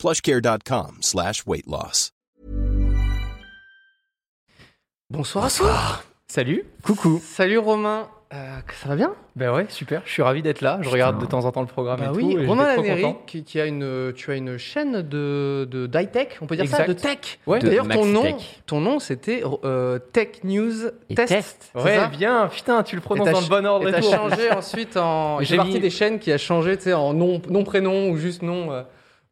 plushcare.com slash weight loss. Bonsoir, Salut. Coucou. Salut Romain. Euh, ça va bien Ben ouais, super. Je suis ravi d'être là. Je Putain. regarde de temps en temps le programme Bah et oui, tout. et Romain j'étais trop Laneri, content. qui, qui a une, tu as une chaîne de, de d'high tech, on peut dire ça, Exact. de tech. Ouais. De D'ailleurs, ton Maxi nom, Tech. ton nom, c'était euh, Tech News Et Test. Test. c'est ça Ouais, bien. Putain, tu le Et prononces t'as dans le bon ordre Et et, t'as tout. changé ensuite en. Mais J'ai j'ai partie mis- des chaînes qui a changé, tu sais, en nom, nom prénom ou juste nom euh,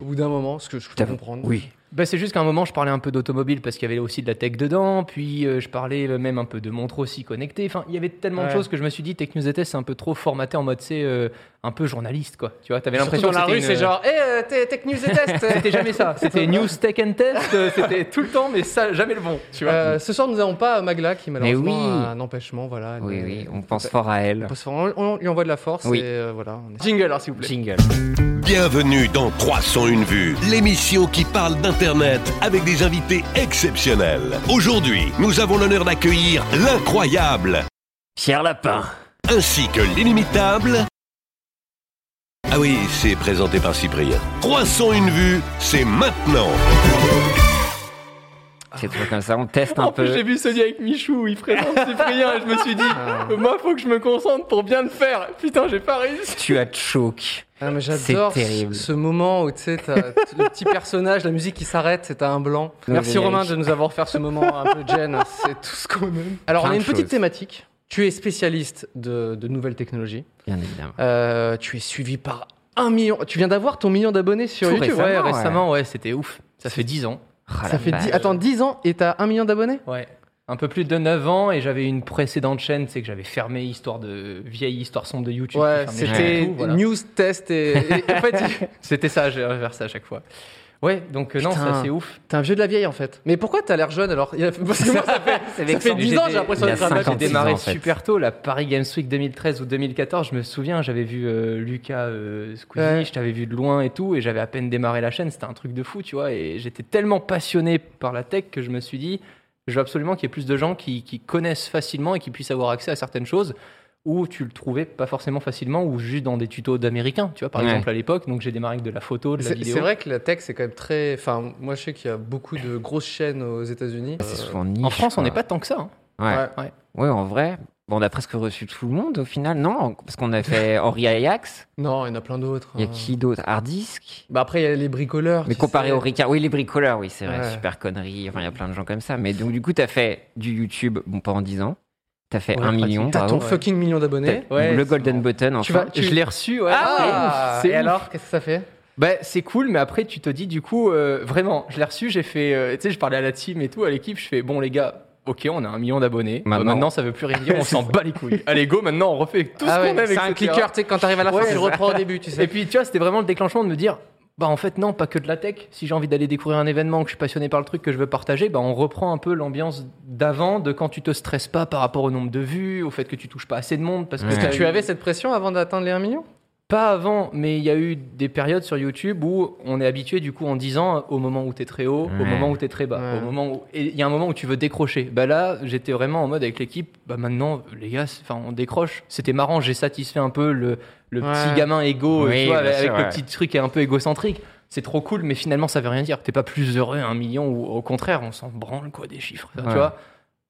au bout d'un moment, ce que je peux T'as- comprendre. Oui. Bah, c'est juste qu'à un moment, je parlais un peu d'automobile parce qu'il y avait aussi de la tech dedans. Puis euh, je parlais même un peu de montres aussi connectées. Enfin, il y avait tellement de Ouais. choses que je me suis dit, Tech News et Test, c'est un peu trop formaté en mode, c'est euh, un peu journaliste, quoi. Tu vois, t'avais Surtout l'impression dans que la c'était rue, une- c'est genre, hé, euh, t'es Tech News et Test. C'était jamais ça. C'était News Tech and Test. euh, C'était tout le temps, mais ça, jamais le bon. Tu vois. Euh, ce soir, nous n'avons pas Magla qui malheureusement oui. a un empêchement, voilà. elle Euh, Oui, est- oui, on pense fort à elle. On, on lui envoie de la force Oui. et euh, voilà. on est- Jingle alors s'il vous plaît. Jingle. Bienvenue dans 301 vues, l'émission qui parle d'Internet avec des invités exceptionnels. Aujourd'hui, nous avons l'honneur d'accueillir l'incroyable Pierre Lapin. ainsi que l'inimitable. Ah oui, c'est présenté par Cyprien. 301 vues, c'est maintenant. C'est toujours comme ça, on teste un Ah. En plus, j'ai peu. vu Sony avec Michou, il présente Cyprien, et je me suis dit, Ah. moi, faut que je me concentre pour bien le faire. Putain, j'ai pas réussi. Tu as choke. Ah, mais C'est j'adore ce- terrible. ce moment où tu sais, t'as t- le petit personnage, la musique qui s'arrête et t'as un blanc. Le Merci générique. Romain de nous avoir fait ce moment un peu Jen, c'est tout ce qu'on aime. Alors Plein on a de une petite choses. thématique. Tu es spécialiste de, de nouvelles technologies. Bien évidemment. Euh, tu es suivi par un million. Tu viens d'avoir ton million d'abonnés sur Tout YouTube. récemment, ouais, ouais. récemment, ouais, c'était ouf. Ça fait 10 ans. Ah, Ça la fait vache. dix- attends, 10 ans et t'as un million d'abonnés Ouais. Un peu plus de 9 ans, et j'avais une précédente chaîne, c'est que j'avais fermé histoire de vieille histoire sombre de YouTube. Ouais, qui fermait c'était tout, voilà. news test et, et- en fait C'était ça, j'ai reversé à chaque fois. Ouais, donc euh, non, Putain. ça c'est ouf. t'es un vieux de la vieille en fait. Mais pourquoi t'as l'air jeune alors Il a- Parce que moi, ça fait C'est Ça fait vexant. 10 ans, j'ai l'impression Il y a d'être un mec qui J'ai 56 démarré ans, en fait. super tôt, la Paris Games Week 2013 ou 2014, je me souviens, j'avais vu euh, Lucas euh, Squeezie, Ouais. je t'avais vu de loin et tout, et j'avais à peine démarré la chaîne, c'était un truc de fou, tu vois, et j'étais tellement passionné par la tech que je me suis dit, je veux absolument qu'il y ait plus de gens qui, qui connaissent facilement et qui puissent avoir accès à certaines choses où tu le trouvais pas forcément facilement ou juste dans des tutos d'américains, tu vois, par Ouais. exemple à l'époque, donc j'ai démarré avec de la photo, de la C'est vidéo. c'est vrai que la tech, c'est quand même très. Enfin, moi, je sais qu'il y a beaucoup de grosses chaînes aux États-Unis. Euh, C'est souvent niche, En France, on n'est quoi. pas tant que ça. hein. Ouais. Ouais. Ouais. Ouais, en vrai. Bon, on a presque reçu tout le monde au final, non Parce qu'on a fait Henri Ajax. Non, il y en a plein d'autres. Il y a Oh. hein. qui d'autre Hardisk Bah après, il y a les bricoleurs. Mais tu comparé sais. au Ricard, oui, les bricoleurs, oui, c'est vrai, Ouais. super connerie. Enfin, il y a plein de gens comme ça. Mais donc, du coup, t'as fait du YouTube, bon, pendant 10 ans. T'as fait Ouais, 1 million, T'as ton bravo. fucking million d'abonnés. T'as Ouais, le c'est Golden marrant. Button, enfin. Tu vas- tu- Je l'ai reçu, ouais. Ah, c'est ouf, c'est Et ouf. alors, qu'est-ce que ça fait Bah, c'est cool, mais après, tu te dis, du coup, euh, vraiment, je l'ai reçu, j'ai fait, euh, tu sais, je parlais à la team et tout, à l'équipe, je fais, bon, les gars, ok, on a un million d'abonnés. Euh, Maintenant. maintenant, ça veut plus rien dire, on s'en bat les couilles. Allez, go, maintenant, on refait tout Ah ce ouais, qu'on aime, C'est etc. un clicker, tu sais, quand t'arrives à la fin, Ouais, tu c'est le ça. reprends au début, tu sais. Et puis, tu vois, c'était vraiment le déclenchement de me dire, bah, en fait, non, pas que de la tech. Si j'ai envie d'aller découvrir un événement, que je suis passionné par le truc, que je veux partager, bah, on reprend un peu l'ambiance d'avant, de quand tu te stresses pas par rapport au nombre de vues, au fait que tu touches pas assez de monde, parce que Parce que t'as tu eu- avais cette pression avant d'atteindre les 1 million Pas avant, mais il y a eu des périodes sur YouTube où on est habitué, du coup, en disant au moment où t'es très haut, au Ouais. moment où t'es très bas, Ouais. au moment où. Et il y a un moment où tu veux décrocher. Bah là, j'étais vraiment en mode avec l'équipe, bah maintenant, les gars, c'est- enfin, on décroche. C'était marrant, j'ai satisfait un peu le, le Ouais. petit gamin égo, Oui, tu vois, bien avec, sûr, le ouais. petit truc qui est un peu égocentrique. C'est trop cool, mais finalement, ça veut rien dire. T'es pas plus heureux à un million ou au contraire, on s'en branle, quoi, des chiffres. Ouais. Tu vois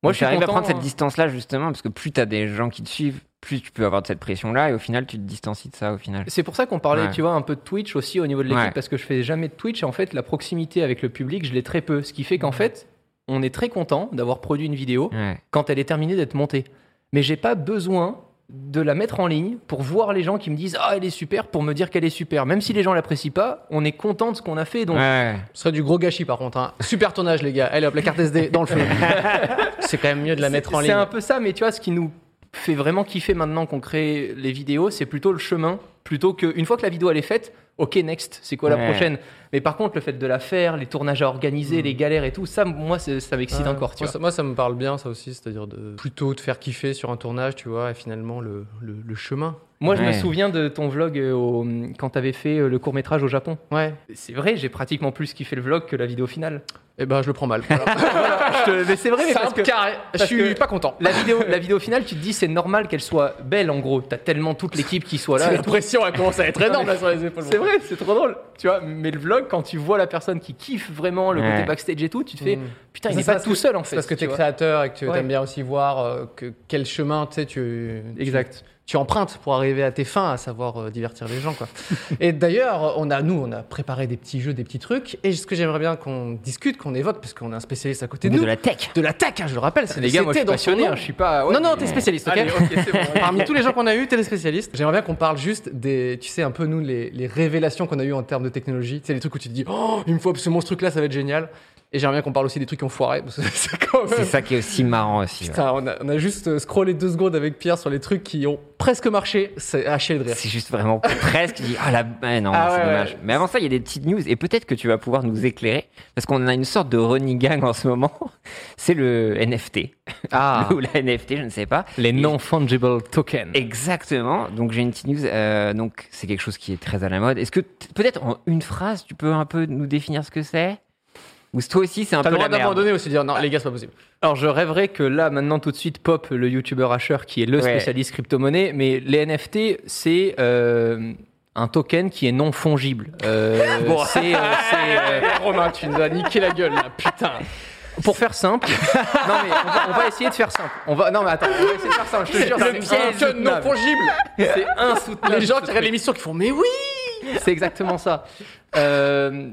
Moi, je suis arrivé à content, prendre cette hein. distance-là, justement, parce que plus t'as des gens qui te suivent, plus tu peux avoir de cette pression-là, et au final, tu te distancies de ça, au final. C'est pour ça qu'on parlait, Ouais. tu vois, un peu de Twitch aussi au niveau de l'équipe, Ouais. parce que je fais jamais de Twitch. Et en fait, la proximité avec le public, je l'ai très peu. Ce qui fait qu'en fait, on est très content d'avoir produit une vidéo Ouais. quand elle est terminée d'être montée. Mais j'ai pas besoin de la mettre en ligne pour voir les gens qui me disent Ah, elle est super, pour me dire qu'elle est super. Même si les gens l'apprécient pas, on est content de ce qu'on a fait. Donc, Ouais. Ce serait du gros gâchis, par contre. hein. Super tournage, les gars. Allez hop, la carte SD dans le feu. C'est quand même mieux de la C'est- mettre en C'est ligne. un peu ça, mais tu vois, ce qui nous fait vraiment kiffer maintenant qu'on crée les vidéos, c'est plutôt le chemin, plutôt qu'une fois que la vidéo elle est faite, ok next, c'est quoi la Ouais. prochaine Mais par contre, le fait de la faire, les tournages à Mm. organiser, les galères et tout, ça, moi, c'est- ça m'excite Ouais. encore, Ah, tu moi, vois. Ça, moi, ça me parle bien, ça aussi, c'est-à-dire de plutôt de faire kiffer sur un tournage, tu vois, et finalement le, le- le chemin. Moi, je me Ouais. souviens de ton vlog euh, au- quand t'avais fait euh, le court métrage au Japon. Ouais. C'est vrai, j'ai pratiquement plus kiffé le vlog que la vidéo finale. Et ben, je le prends mal. Voilà. Ah, Je te- mais c'est vrai, mais parce Simple, que carré. Je parce suis que- pas content. la vidéo, la vidéo finale, tu te dis, c'est normal qu'elle soit belle en gros. T'as tellement toute l'équipe qui soit là. et La tout. pression, elle commence à être énorme là sur les épaules. C'est vrai, c'est trop drôle. Tu vois, mais le vlog, quand tu vois la personne qui kiffe vraiment le côté Ouais. backstage et tout, tu te fais Mm. putain, il Ça, n'est c'est pas parce tout que- seul en C'est fait. parce que tu es tu vois. créateur et que tu Ouais. aimes bien aussi voir euh, que, quel chemin tu sais, tu, tu- Exact. tu empruntes pour arriver à tes fins, à savoir euh, divertir les gens. Quoi. et d'ailleurs, on a, nous, on a préparé des petits jeux, des petits trucs. Et ce que j'aimerais bien qu'on discute, qu'on évoque, parce qu'on a un spécialiste à côté de nous, de la tech. de la tech, hein, je le rappelle. Ah, Les gars, moi, je c'était suis dans son passionné. nom. hein, je suis pas. ouais, non, non, mais- t'es spécialiste, ok Allez, ok, c'est bon. Parmi tous les gens qu'on a eu, t'es le spécialiste. J'aimerais bien qu'on parle juste des, tu sais, un peu nous, les, les révélations qu'on a eues en termes de technologie. C'est les trucs où tu te dis, oh, il me faut absolument ce truc-là, ça va être génial. Et j'aimerais bien qu'on parle aussi des trucs qui ont foiré, parce que c'est quand C'est même. ça qui est aussi marrant aussi. ouais. Putain, on a, on a juste euh, scrollé deux secondes avec Pierre sur les trucs qui ont presque marché. C'est à chier de rire. C'est juste vraiment presque. tu dis, ah la. ouais, non, Ah c'est ouais, dommage. ouais. Mais avant ça, il y a des petites news et peut-être que tu vas pouvoir nous éclairer parce qu'on a une sorte de running gang en ce moment. C'est le NFT. Ah, Ou la NFT, je ne sais pas. les non-fungible tokens. Exactement. Donc j'ai une petite news. euh, donc c'est quelque chose qui est très à la mode. Est-ce que t- peut-être en une phrase, tu peux un peu nous définir ce que c'est Ou toi aussi, c'est un T'as peu le la droit merde. d'abandonner aussi, dire non, les gars, c'est pas possible. Alors, je rêverais que là, maintenant, tout de suite, Pop, le youtubeur Asher, qui est le Ouais. spécialiste crypto-monnaie, mais les NFT, c'est euh, un token qui est non fongible. Euh, c'est. euh, c'est, euh, Romain, tu nous as niqué la gueule là, putain. Pour faire simple, non mais on va, on va essayer de faire simple. On va, non mais attends, on va essayer de faire simple. Je te jure, Le c'est piège non insoutenable. fongible. C'est insoutenable. Les gens ce qui regardent truc. l'émission qui font, mais oui C'est exactement ça. Euh,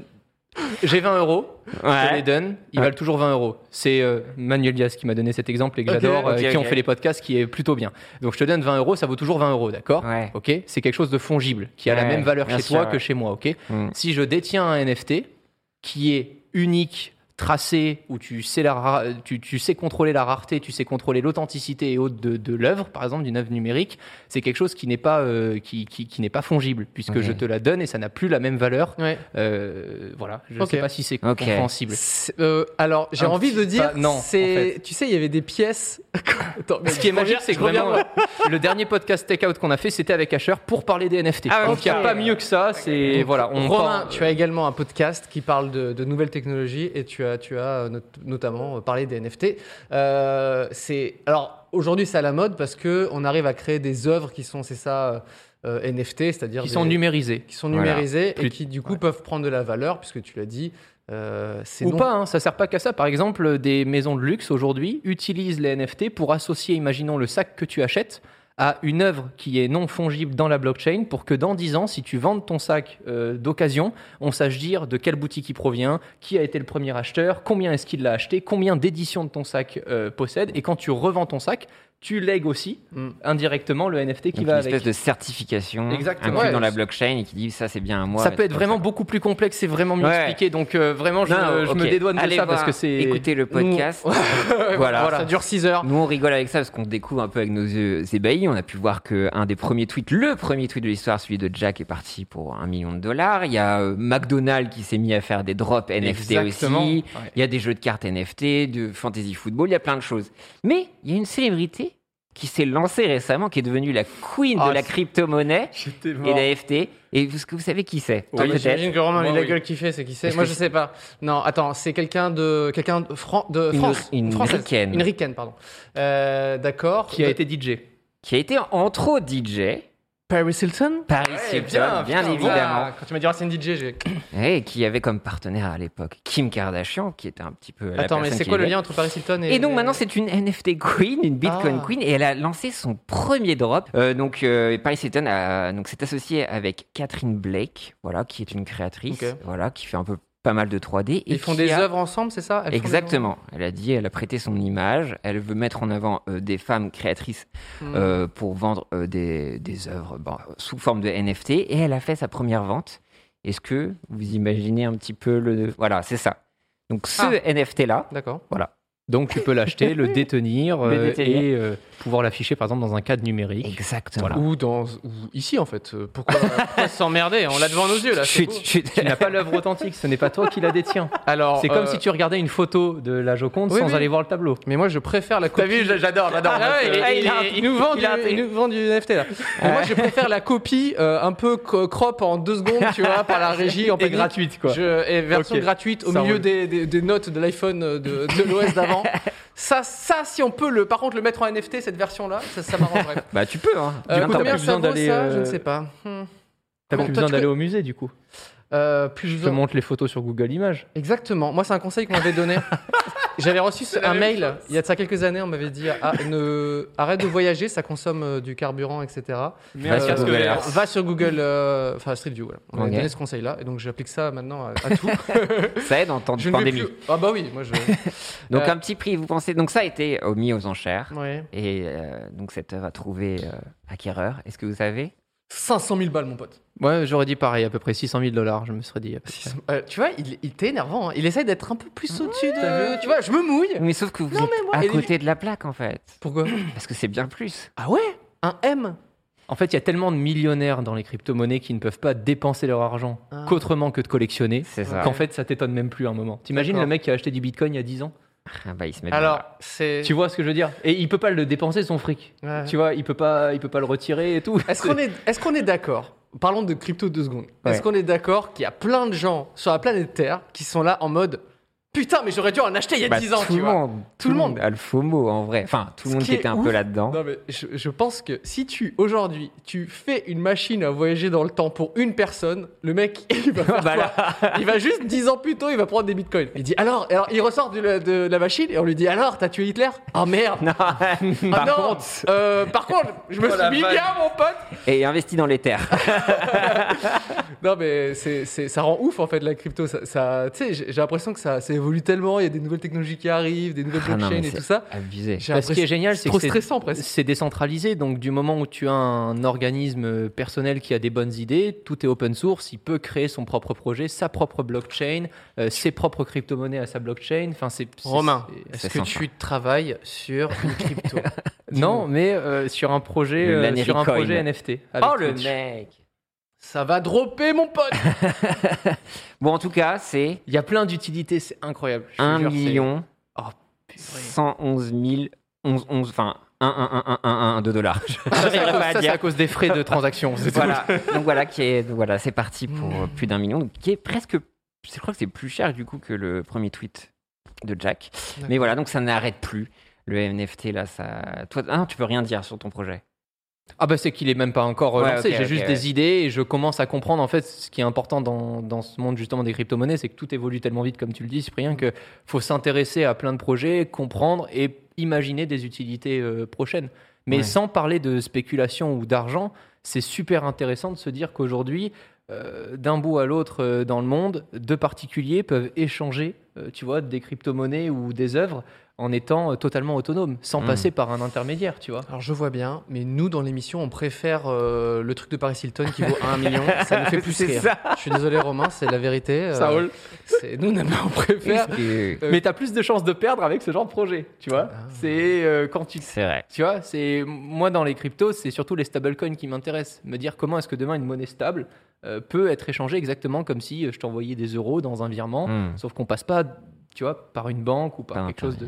J'ai 20 euros, je te les Ouais. donne, ils valent toujours 20 euros. C'est euh, Manuel Diaz qui m'a donné cet exemple et que Ok, j'adore, euh, ok, qui ont ok. fait les podcasts, qui est plutôt bien. Donc je te donne 20 euros, ça vaut toujours 20 euros, d'accord Ouais. Ok, c'est quelque chose de fongible, qui a la Ouais, même valeur bien chez sûr, toi ouais. que chez moi, ok Mm. Si je détiens un NFT qui est unique, tracé, où tu sais, la ra- tu, tu sais contrôler la rareté, tu sais contrôler l'authenticité et autres de, de l'œuvre, par exemple d'une œuvre numérique, c'est quelque chose qui n'est pas, euh, qui, qui- qui n'est pas fongible, puisque Ok. je te la donne et ça n'a plus la même valeur. Ouais. Euh, voilà, je ne Ok. sais pas si c'est Ok. compréhensible. C'est- euh, alors, j'ai Un envie de petit dire, pas- non, en c'est, fait. tu sais, il y avait des pièces. Attends, mais Ce qui est je magique, reviens- c'est que je reviens, vraiment, moi. euh, le dernier podcast Take Out qu'on a fait, c'était avec Asher pour parler des NFT. Ah, Donc ok. il n'y a pas mieux que ça. C'est voilà, Romain, on part- euh, tu as également un podcast qui parle de, de nouvelles technologies et tu as, tu as euh, not- notamment euh, parlé des NFT. Euh, c'est alors aujourd'hui c'est à la mode parce que on arrive à créer des œuvres qui sont c'est ça euh, euh, NFT, c'est-à-dire qui des- sont numérisés. qui sont Voilà. numérisées et Plus- qui du coup peuvent prendre de la valeur puisque tu l'as dit. euh, c'est Ou non- pas, hein, ça sert pas qu'à ça. Par exemple, des maisons de luxe aujourd'hui utilisent les NFT pour associer, imaginons, le sac que tu achètes à une œuvre qui est non fongible dans la blockchain pour que dans 10 ans, si tu vends ton sac euh, d'occasion, on sache dire de quelle boutique il provient, qui a été le premier acheteur, combien est-ce qu'il l'a acheté, combien d'éditions de ton sac euh, possède. Et quand tu revends ton sac, tu lègues aussi Mm. indirectement le NFT qui Donc, va une avec. espèce de certification Exactement. inclus Ouais. dans la blockchain et qui dit ça c'est bien à moi. ça peut être vraiment beaucoup plus complexe, c'est vraiment mieux Ouais. expliqué. Donc euh, vraiment, je, Non, je me ok. dédouane de Allez ça voir, parce que c'est. Écoutez le podcast. voilà. Ça dure 6 heures. Nous, on rigole avec ça parce qu'on découvre un peu avec nos yeux ébahis. On a pu voir que un des premiers tweets, le premier tweet de l'histoire, celui de Jack, est parti pour un million de dollars. Il y a euh, McDonald's qui s'est mis à faire des drops NFT Exactement. aussi. Ouais. Il y a des jeux de cartes NFT, de fantasy football. Il y a plein de choses. Mais il y a une célébrité qui s'est lancée récemment, qui est devenue la queen Ah, de la c'est- crypto-monnaie J'étais et mort. d'AFT. Et vous, vous savez qui c'est Ah, mais Peut-être. J'imagine que Romain, lui, Moi, la oui. gueule qu'il fait, c'est qui c'est. Est-ce Moi, que je sais pas. Non, attends, c'est quelqu'un de quelqu'un de, Fran- de Une- France, une Française. ricaine. une ricaine, pardon. Euh, D'accord. Qui a été DJ. Qui a été entre autres DJ. Paris Hilton Paris Ouais, Hilton, bien, bien, putain, évidemment. Ah, quand tu m'as dit ah, c'est une DJ, j'ai. Et Eh, qui avait comme partenaire à l'époque Kim Kardashian, qui était un petit peu. la Attends, mais personne c'est qui quoi le l'aidait. lien entre Paris Hilton et Et donc maintenant c'est une NFT queen, une Bitcoin Ah. queen, et elle a lancé son premier drop. Euh, donc euh, Paris Hilton a- donc s'est associée avec Catherine Blake, voilà, qui est une créatrice, Ok. voilà, qui fait un peu pas mal de 3D. et ils font qui des a- œuvres ensemble, c'est ça Elles font des Exactement. Elle a dit, elle a prêté son image. Elle veut mettre en avant euh, des femmes créatrices Hmm. euh, pour vendre euh, des, des œuvres bon, sous forme de NFT. Et elle a fait sa première vente. Est-ce que vous imaginez un petit peu le... Voilà, c'est ça. Donc ce Ah. NFT-là, œuvres D'accord. voilà, Donc tu peux l'acheter, le détenir, Le euh, détenir. et euh, pouvoir l'afficher par exemple dans un cadre numérique. Exactement. Voilà. Ou, dans, ou ici, en fait. Euh, Pourquoi, pourquoi s'emmerder Ah, On l'a devant nos yeux, là. c'est Chut, beau. chut. Tu n'as pas l'œuvre authentique, ce n'est pas toi qui la détiens. Alors, C'est comme euh, si tu regardais une photo de la Joconde oui, sans oui. aller voir le tableau. Mais moi, je préfère la copie. j'adore, j'adore. Ah ouais, il, est- il est- il nous vend du, il nous vend du NFT là. Mais moi je préfère la copie euh, un peu co- crop en deux secondes, tu vois, par la régie en Et panique. gratuite quoi. Je- et version Ok. gratuite au Ça milieu roule. des, des- des notes de l'iPhone euh, de, de l'OS d'avant. ça, ça, si on peut le, par contre, le mettre en NFT cette version là, ça, ça m'arrangerait. Bah, tu peux, hein. Euh, coup, t'as combien plus ça besoin vaut d'aller, ça euh, Je ne sais pas. Hmm. T'as Bon, plus toi, besoin tu d'aller peux- au musée du coup. Euh, plus Je te besoin. montre les photos sur Google Images. Exactement. Moi, c'est un conseil qu'on m'avait donné. J'avais reçu ce- la un même mail il y a de ça quelques années. On m'avait dit ah, ne... arrête de voyager, ça consomme euh, du carburant, etc. Parce Euh, que Google Earth. va sur Google, euh, enfin Street View. Voilà. On m'a Ok. donné ce conseil-là, et donc j'applique ça maintenant à, à tout. Ça aide en temps de ne vais pandémie. plus. Ah bah oui, moi je. Donc, Euh, un petit prix, vous pensez. Donc, ça a été euh, mis aux enchères. Ouais. Et euh, donc, cette œuvre a trouvé euh, acquéreur. Est-ce que vous savez 500 000 balles, mon pote. Ouais, j'aurais dit pareil, à peu près 600 000 dollars, je me serais dit. à peu près. Euh, tu vois, il, il t'est énervant. hein. Il essaye d'être un peu plus au-dessus de. Tu vois, je me mouille. Mais sauf que vous Non, êtes mais moi- à et les- côté de la plaque, en fait. Pourquoi Parce que c'est bien plus. Ah ouais Un M En fait, il y a tellement de millionnaires dans les crypto-monnaies qui ne peuvent pas dépenser leur argent Ah. qu'autrement que de collectionner. C'est ça. Qu'en fait, ça t'étonne même plus à un moment. T'imagines D'accord. le mec qui a acheté du bitcoin il y a 10 ans Ah, bah, ils se mettent Alors, c'est. Tu vois ce que je veux dire Et il peut pas le dépenser son fric. Ouais. Tu vois, il peut pas, il peut pas le retirer et tout. Est-ce qu'on est, est-ce qu'on est d'accord Parlons de crypto deux secondes. Est-ce Ouais. qu'on est d'accord qu'il y a plein de gens sur la planète Terre qui sont là en mode Putain, mais j'aurais dû en acheter il y a Bah, 10 ans, tout tu le vois. monde, Tout le monde. a le FOMO en vrai. Enfin, Ce tout le monde qui qui, est était un ouf. peu là-dedans. Non, mais je, je pense que si tu, aujourd'hui, tu fais une machine à voyager dans le temps pour une personne, le mec, il va faire Bah quoi Il va juste 10 ans plus tôt, il va prendre des bitcoins. Il dit alors, alors il ressort du- de la machine et on lui dit alors, t'as tué Hitler Ah merde Non. Ah Par non contre, Euh, par contre, je me Oh, la suis mis vache. bien, mon pote et investi dans les terres. Non, mais c'est, c'est- ça rend ouf en fait la crypto. Ça, ça- tu sais, j'ai j'ai l'impression que ça, ça évolue tellement. Il y a des nouvelles technologies qui arrivent, des nouvelles Ah non, blockchains mais et c'est tout ça. Abusé. J'ai Bah, ce qui est l'impression- génial, c'est c'est trop que c'est- stressant presque. c'est décentralisé. Donc, du moment où tu as un organisme personnel qui a des bonnes idées, tout est open source. Il peut créer son propre projet, sa propre blockchain, euh, ses propres crypto-monnaies à sa blockchain. Enfin, c'est c'est- Romain, c'est- est-ce C'est que sympa. tu travailles sur une crypto Non, mais euh, sur un projet, Le euh, Laneri sur un Coin. projet NFT. avec Oh le Twitch. mec. Ça va dropper, mon pote Bon, en tout cas, c'est Il y a plein d'utilités, c'est incroyable. je te 1 jure, c'est- million Oh, purée. 111 000 11 11 enfin 1 1 1 1 1 2 dollars. Ça, c'est à J'arriverai cause- pas ça, à c'est dire. à cause des frais de transaction. c'est tout. voilà. Donc voilà qui est donc voilà, c'est parti pour euh, plus d'un million donc, qui est presque je crois que c'est plus cher du coup que le premier tweet de Jack. Mais voilà, donc ça n'arrête plus. Le NFT là, ça toi ah, non, tu peux rien dire sur ton projet. Ah bah c'est qu'il est même pas encore euh, Ouais, lancé, ok, j'ai ok, juste ouais. des idées et je commence à comprendre en fait ce qui est important dans, dans ce monde justement des crypto-monnaies, c'est que tout évolue tellement vite comme tu le dis Cyprien que faut s'intéresser à plein de projets, comprendre et imaginer des utilités euh, prochaines. Mais Ouais. sans parler de spéculation ou d'argent, c'est super intéressant de se dire qu'aujourd'hui, euh, d'un bout à l'autre euh, dans le monde, deux particuliers peuvent échanger, euh, tu vois, des crypto-monnaies ou des œuvres en étant euh, totalement autonomes, sans Mm. passer par un intermédiaire, tu vois. Alors je vois bien, mais nous dans l'émission, on préfère euh, le truc de Paris Hilton qui vaut 1 million. Ça nous fait plus C'est rire. ça. Je suis désolé Romain, c'est la vérité. euh, c'est- Nous on aime- on préfère. Et- Euh, Mais t'as plus de chances de perdre avec ce genre de projet, tu vois. Ah. C'est euh, quand tu, C'est vrai. tu vois, c'est moi dans les cryptos, c'est surtout les stablecoins qui m'intéressent. Me dire comment est-ce que demain une monnaie stable euh, peut être échangée exactement comme si euh, je t'envoyais des euros dans un virement, Hmm. sauf qu'on passe pas, tu vois, par une banque ou par Par quelque chose de.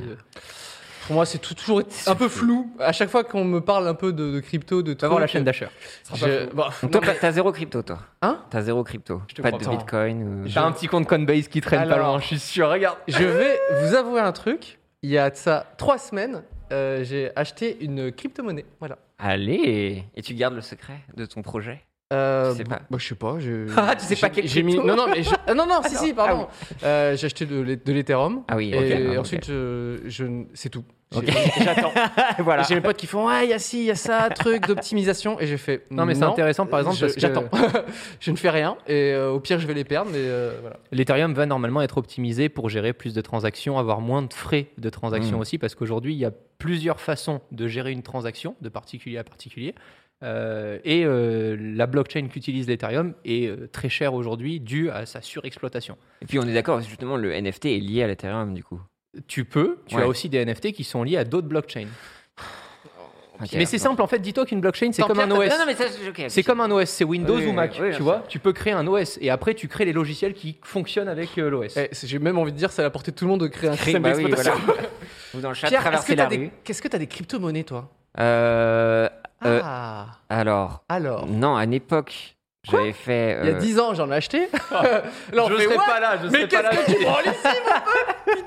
Pour moi, c'est tout- toujours un peu flou. À chaque fois qu'on me parle un peu de, de crypto, de Tu vas voir la trucs, chaîne d'acheteurs. je- bah, Donc non, toi, t'as- t'as zéro crypto, toi. Hein T'as zéro crypto. te pas de comprends. bitcoin. Ou... J'ai un petit compte Coinbase qui traîne pas Alors- loin, je suis sûr. Regarde. Je vais vous avouer un truc. Il y a de ça trois semaines, euh, j'ai acheté une crypto-monnaie. Voilà. Allez Et tu gardes le secret de ton projet Euh, Je sais pas. bah, je sais pas. je- Ah, tu sais j'ai- pas quelle j'ai mis- crypto Non, non, mais je- ah, non, non, si, si, pardon. Euh, j'ai acheté de, l'E- de l'Ethereum. Ah oui, Et ok. Ah, ok. ensuite, euh, je, n- c'est tout. J'ai- Ok. J'attends. voilà. J'ai mes potes qui font Ouais, il y a ci, il y a ça, truc d'optimisation. Et j'ai fait Non, mais c'est intéressant, par exemple, je- parce que- j'attends. je ne fais rien. Et euh, au pire, je vais les perdre. Mais euh, voilà. L'Ethereum va normalement être optimisé pour gérer plus de transactions, avoir moins de frais de transaction Mm. aussi, parce qu'aujourd'hui, il y a plusieurs façons de gérer une transaction, de particulier à particulier. Euh, et euh, la blockchain qu'utilise l'Ethereum est euh, très chère aujourd'hui due à sa surexploitation. Et puis on est d'accord, justement, le NFT est lié à l'Ethereum du coup. tu peux, tu Ouais. as aussi des NFT qui sont liés à d'autres blockchains. Ok, mais c'est bon. simple en fait, dis-toi qu'une blockchain c'est Tant comme pis, un attends, OS. Non, non, mais ça, je- ok, ok. C'est comme un OS, c'est Windows Oui, ou Mac, oui, oui, tu bien vois. sûr. Tu peux créer un OS et après tu crées les logiciels qui fonctionnent avec euh, l'OS. Eh, c'est- J'ai même envie de dire, c'est à la portée de tout le monde de créer un Cré- système bah oui, d'exploitation. voilà. Vous dans le chat, Pierre, est-ce que traversez t'as la des, rue. qu'est-ce que t'as des crypto-monnaies, toi Euh, Euh, Ah, alors, alors. non, à une époque, j'avais fait. Il y a euh, 10 ans, j'en ai acheté. Là, on je fait, serais what pas là, je Mais serais pas là. qu'est-ce que tu branles ici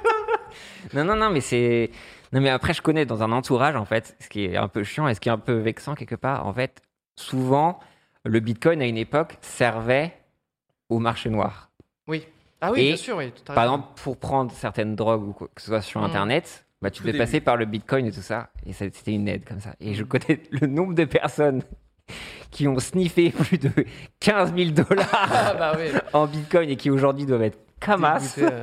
Non, non, non, mais c'est. Non, mais après, je connais dans un entourage, en fait, ce qui est un peu chiant et ce qui est un peu vexant quelque part. En fait, souvent, le bitcoin à une époque servait au marché noir. Oui. Ah oui, Et, bien sûr, oui. t'as Par raison. exemple, pour prendre certaines drogues ou quoi que ce soit sur Mm. Internet, bah, tu Tout devais début. passer par le bitcoin et tout ça. Et ça- c'était une aide comme ça. Et Mmh. je connais le nombre de personnes qui ont sniffé plus de 15 000 dollars Ah bah oui. en bitcoin et qui aujourd'hui doivent être camas. Dégoûté, euh.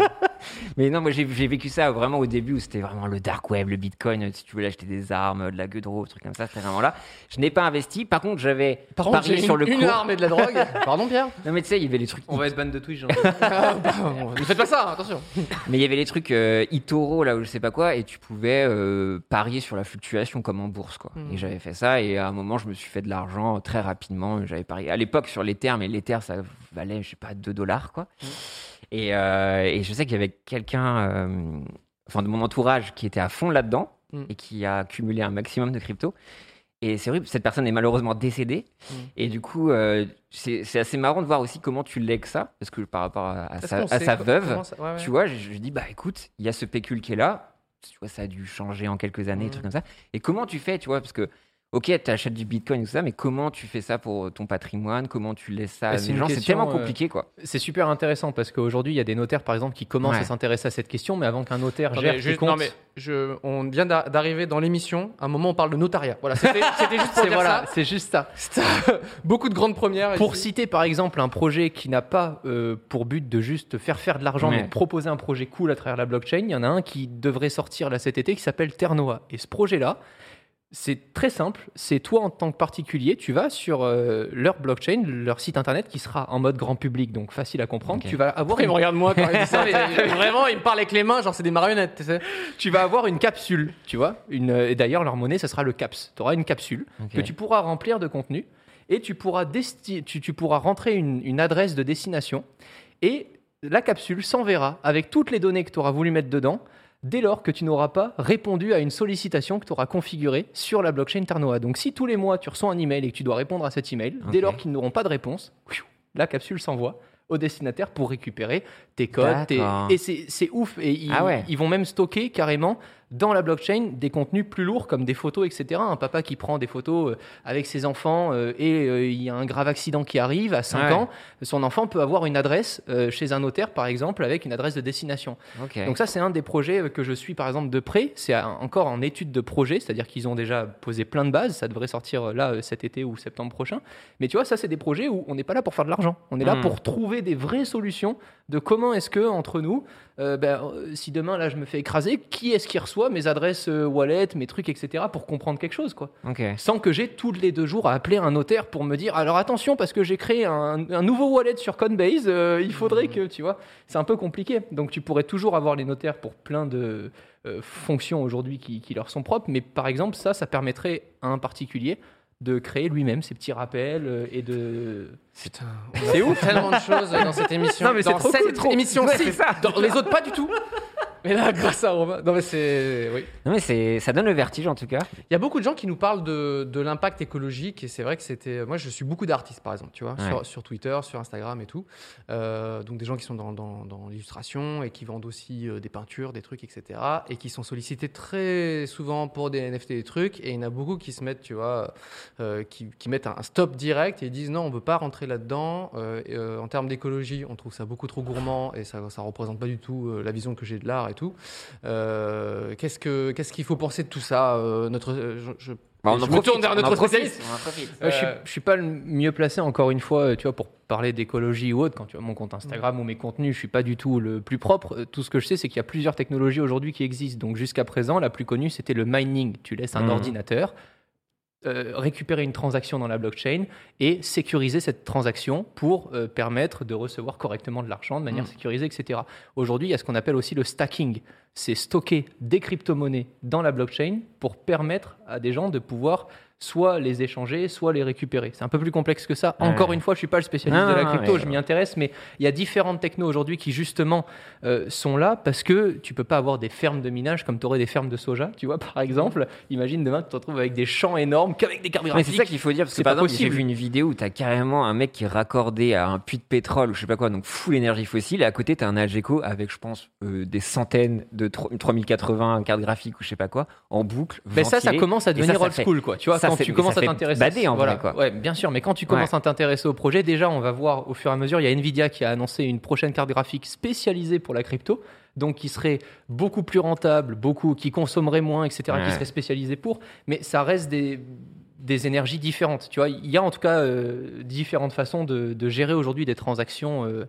Mais non, moi j'ai j'ai vécu ça vraiment au début où c'était vraiment le dark web, le bitcoin. euh, Si tu voulais acheter des armes, euh, de la gueule de roue, des trucs comme ça, c'était vraiment là. Je n'ai pas investi. Par contre, j'avais Par parié contre, j'ai sur une, le une cours. arme et de la drogue. Pardon, Pierre. Non, mais tu sais, il y avait les trucs. On va être ban de Twitch. Jean. Ah, bah, bon, ne faites pas ça, hein, attention. Mais il y avait les trucs euh, eToro là ou je sais pas quoi et tu pouvais euh, parier sur la fluctuation comme en bourse quoi. Mm. Et j'avais fait ça et à un moment je me suis fait de l'argent euh, très rapidement. J'avais parié à l'époque sur l'Ether mais l'Ether ça valait je sais pas 2 dollars quoi. Mm. Et, euh, et je sais qu'il y avait quelqu'un euh, enfin de mon entourage qui était à fond là-dedans Mm. et qui a cumulé un maximum de crypto. Et c'est horrible, cette personne est malheureusement décédée. Mm. Et du coup, euh, c'est c'est assez marrant de voir aussi comment tu lègues ça, parce que par rapport à, à Est-ce sa, qu'on à sait sa co- veuve, comment ça- ouais, ouais. tu vois, je, je dis, bah écoute, il y a ce pécule qui est là, tu vois, ça a dû changer en quelques années, Mhm. des trucs comme ça. Et comment tu fais, tu vois, parce que, ok, tu achètes du bitcoin et tout ça, mais comment tu fais ça pour euh, ton patrimoine, comment tu laisses ça Bah, à c'est des une gens, c'est question, tellement euh, compliqué, quoi. C'est super intéressant parce qu'aujourd'hui il y a des notaires par exemple qui commencent Ouais. à s'intéresser à cette question, mais avant qu'un notaire Attendez, gère ses juste- comptes, non, mais je, on vient d'a- d'arriver dans l'émission. À un moment, on parle de notariat. Voilà, c'était c'était juste pour c'est dire voilà, ça. c'est juste ça. C'était- Beaucoup de grandes premières. Pour ici. citer par exemple un projet qui n'a pas euh, pour but de juste faire faire de l'argent, Ouais. mais proposer un projet cool à travers la blockchain, il y en a un qui devrait sortir là cet été qui s'appelle Ternoa. Et ce projet-là, c'est très simple. C'est toi en tant que particulier, tu vas sur euh, leur blockchain, leur site internet qui sera en mode grand public, donc facile à comprendre. Ok. Tu vas avoir Pourquoi il une me regarde moi quand il dit ça mais Vraiment, il me parle avec les mains, genre c'est des marionnettes, tu sais. tu vas avoir une capsule, tu vois. Une, euh, et d'ailleurs, leur monnaie, ça sera le CAPS. Tu auras une capsule Ok. que tu pourras remplir de contenu et tu pourras, desti- tu, tu pourras rentrer une, une adresse de destination et la capsule s'enverra avec toutes les données que tu auras voulu mettre dedans dès lors que tu n'auras pas répondu à une sollicitation que tu auras configurée sur la blockchain Tarnoa. Donc si tous les mois tu reçois un email et que tu dois répondre à cet email, Ok. dès lors qu'ils n'auront pas de réponse, whiou, la capsule s'envoie au destinataire pour récupérer tes codes. tes- D'accord. Et c'est c'est ouf. Et ils, Ah ouais. ils vont même stocker carrément dans la blockchain des contenus plus lourds comme des photos, etc. Un papa qui prend des photos euh, avec ses enfants euh, et euh, il y a un grave accident qui arrive à 5 Ouais. ans, son enfant peut avoir une adresse euh, chez un notaire, par exemple, avec une adresse de destination. Ok. Donc ça, c'est un des projets euh, que je suis, par exemple, de près. C'est euh, encore en étude de projet, c'est-à-dire qu'ils ont déjà posé plein de bases. Ça devrait sortir euh, là euh, cet été ou septembre prochain. Mais tu vois, ça, c'est des projets où on n'est pas là pour faire de l'argent. On est là Mm. pour trouver des vraies solutions de comment est-ce que, entre nous, euh, ben, euh, si demain, là, je me fais écraser, qui est-ce qui reçoit mes adresses euh, wallet, mes trucs, etc., pour comprendre quelque chose, quoi ok. sans que j'ai tous les deux jours à appeler un notaire pour me dire alors attention parce que j'ai créé un, un nouveau wallet sur Coinbase, euh, il faudrait que tu vois, c'est un peu compliqué. Donc tu pourrais toujours avoir les notaires pour plein de euh, fonctions aujourd'hui qui, qui leur sont propres, mais par exemple ça, ça permettrait à un particulier de créer lui-même ses petits rappels euh, et de Putain, c'est ouf. tellement de choses dans cette émission. Non, mais c'est dans trop cette cool, trop. émission Ouais, si. c'est ça. Dans les autres, pas du tout. Mais là, grâce à Romain. Non, mais c'est. Oui. Non, mais c'est- ça donne le vertige en tout cas. Il y a beaucoup de gens qui nous parlent de, de l'impact écologique et c'est vrai que c'était. Moi, je suis beaucoup d'artistes, par exemple, tu vois, Ouais. sur, sur Twitter, sur Instagram et tout. Euh, donc des gens qui sont dans, dans- dans l'illustration et qui vendent aussi euh, des peintures, des trucs, etc. Et qui sont sollicités très souvent pour des NFT, des trucs. Et il y en a beaucoup qui se mettent, tu vois, euh, qui, qui mettent un, un stop direct et ils disent non, on ne veut pas rentrer là-dedans. Euh, et, euh, en termes d'écologie, on trouve ça beaucoup trop gourmand et ça ne représente pas du tout euh, la vision que j'ai de l'art et tout. Euh, qu'est-ce que qu'est-ce qu'il faut penser de tout ça euh, Notre, euh, je- je- Bah, Je me tourne vers on notre en profite, spécialiste. on en profite. Euh, je, suis, Euh, je suis pas le mieux placé encore une fois, euh, tu vois, pour parler d'écologie ou autre. Quand tu vois mon compte Instagram ou mes contenus, je suis pas du tout le plus propre. Euh, Tout ce que je sais, c'est qu'il y a plusieurs technologies aujourd'hui qui existent. Donc jusqu'à présent, la plus connue, c'était le mining. Tu laisses un Mhm. ordinateur euh, récupérer une transaction dans la blockchain et sécuriser cette transaction pour euh, permettre de recevoir correctement de l'argent de manière Mhm. sécurisée, etc. Aujourd'hui, il y a ce qu'on appelle aussi le stacking. c'est stocker des crypto-monnaies dans la blockchain pour permettre à des gens de pouvoir soit les échanger, soit les récupérer. C'est un peu plus complexe que ça. Encore Ouais. une fois, je suis pas le spécialiste Non, de la non, crypto, mais- je m'y intéresse, mais il y a différentes technos aujourd'hui qui justement euh, sont là parce que tu peux pas avoir des fermes de minage comme tu aurais des fermes de soja, tu vois, par exemple. Imagine demain, tu te retrouves avec des champs énormes qu'avec des carburants. Mais c'est ça qu'il faut dire, parce C'est que par pas exemple, j'ai possible. vu une vidéo où t'as carrément un mec qui est raccordé à un puits de pétrole ou je sais pas quoi, donc full énergie fossile, et à côté t'as un Algeco avec, je pense, euh, des centaines de tro- 3080 cartes graphiques ou je sais pas quoi, en boucle. Mais Ben, ça, ça ventilé. commence à Et ça, devenir ça old fait- school, quoi. Tu vois, ça quand fait- tu mais commences ça à fait t'intéresser. bader en voilà. vrai, quoi. Ouais, bien sûr. Mais quand tu commences à t'intéresser au projet, déjà, on va voir au fur et à mesure. Il y a Nvidia qui a annoncé une prochaine carte graphique spécialisée pour la crypto, donc qui serait beaucoup plus rentable, beaucoup, qui consommerait moins, etc., Ouais. qui serait spécialisée pour. Mais ça reste des des énergies différentes. Tu vois, il y a en tout cas euh, différentes façons de, de gérer aujourd'hui des transactions. euh,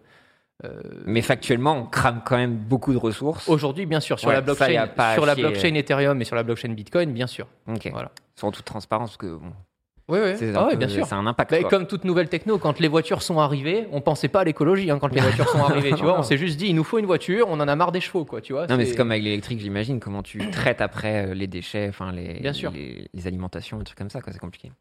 Mais factuellement, on crame quand même beaucoup de ressources. aujourd'hui, bien sûr, sur Ouais, la ça, y a blockchain, pas euh, à sur la chier. blockchain Ethereum et sur la blockchain Bitcoin, bien sûr. Ok. Voilà. Ils sont en toute transparence, parce que bon, Oui, oui. c'est Ah un, ouais, peu- bien sûr. c'est un impact. Bah, quoi. comme toute nouvelle techno, quand les voitures sont arrivées, on pensait pas à l'écologie hein, quand les voitures sont arrivées. Tu vois, on s'est juste dit, il nous faut une voiture, on en a marre des chevaux, quoi. Tu vois. Non, mais c'est comme avec l'électrique, j'imagine, comment tu traites après euh, les déchets, enfin les, Bien sûr. les, les alimentations, des trucs comme ça, quoi, c'est compliqué.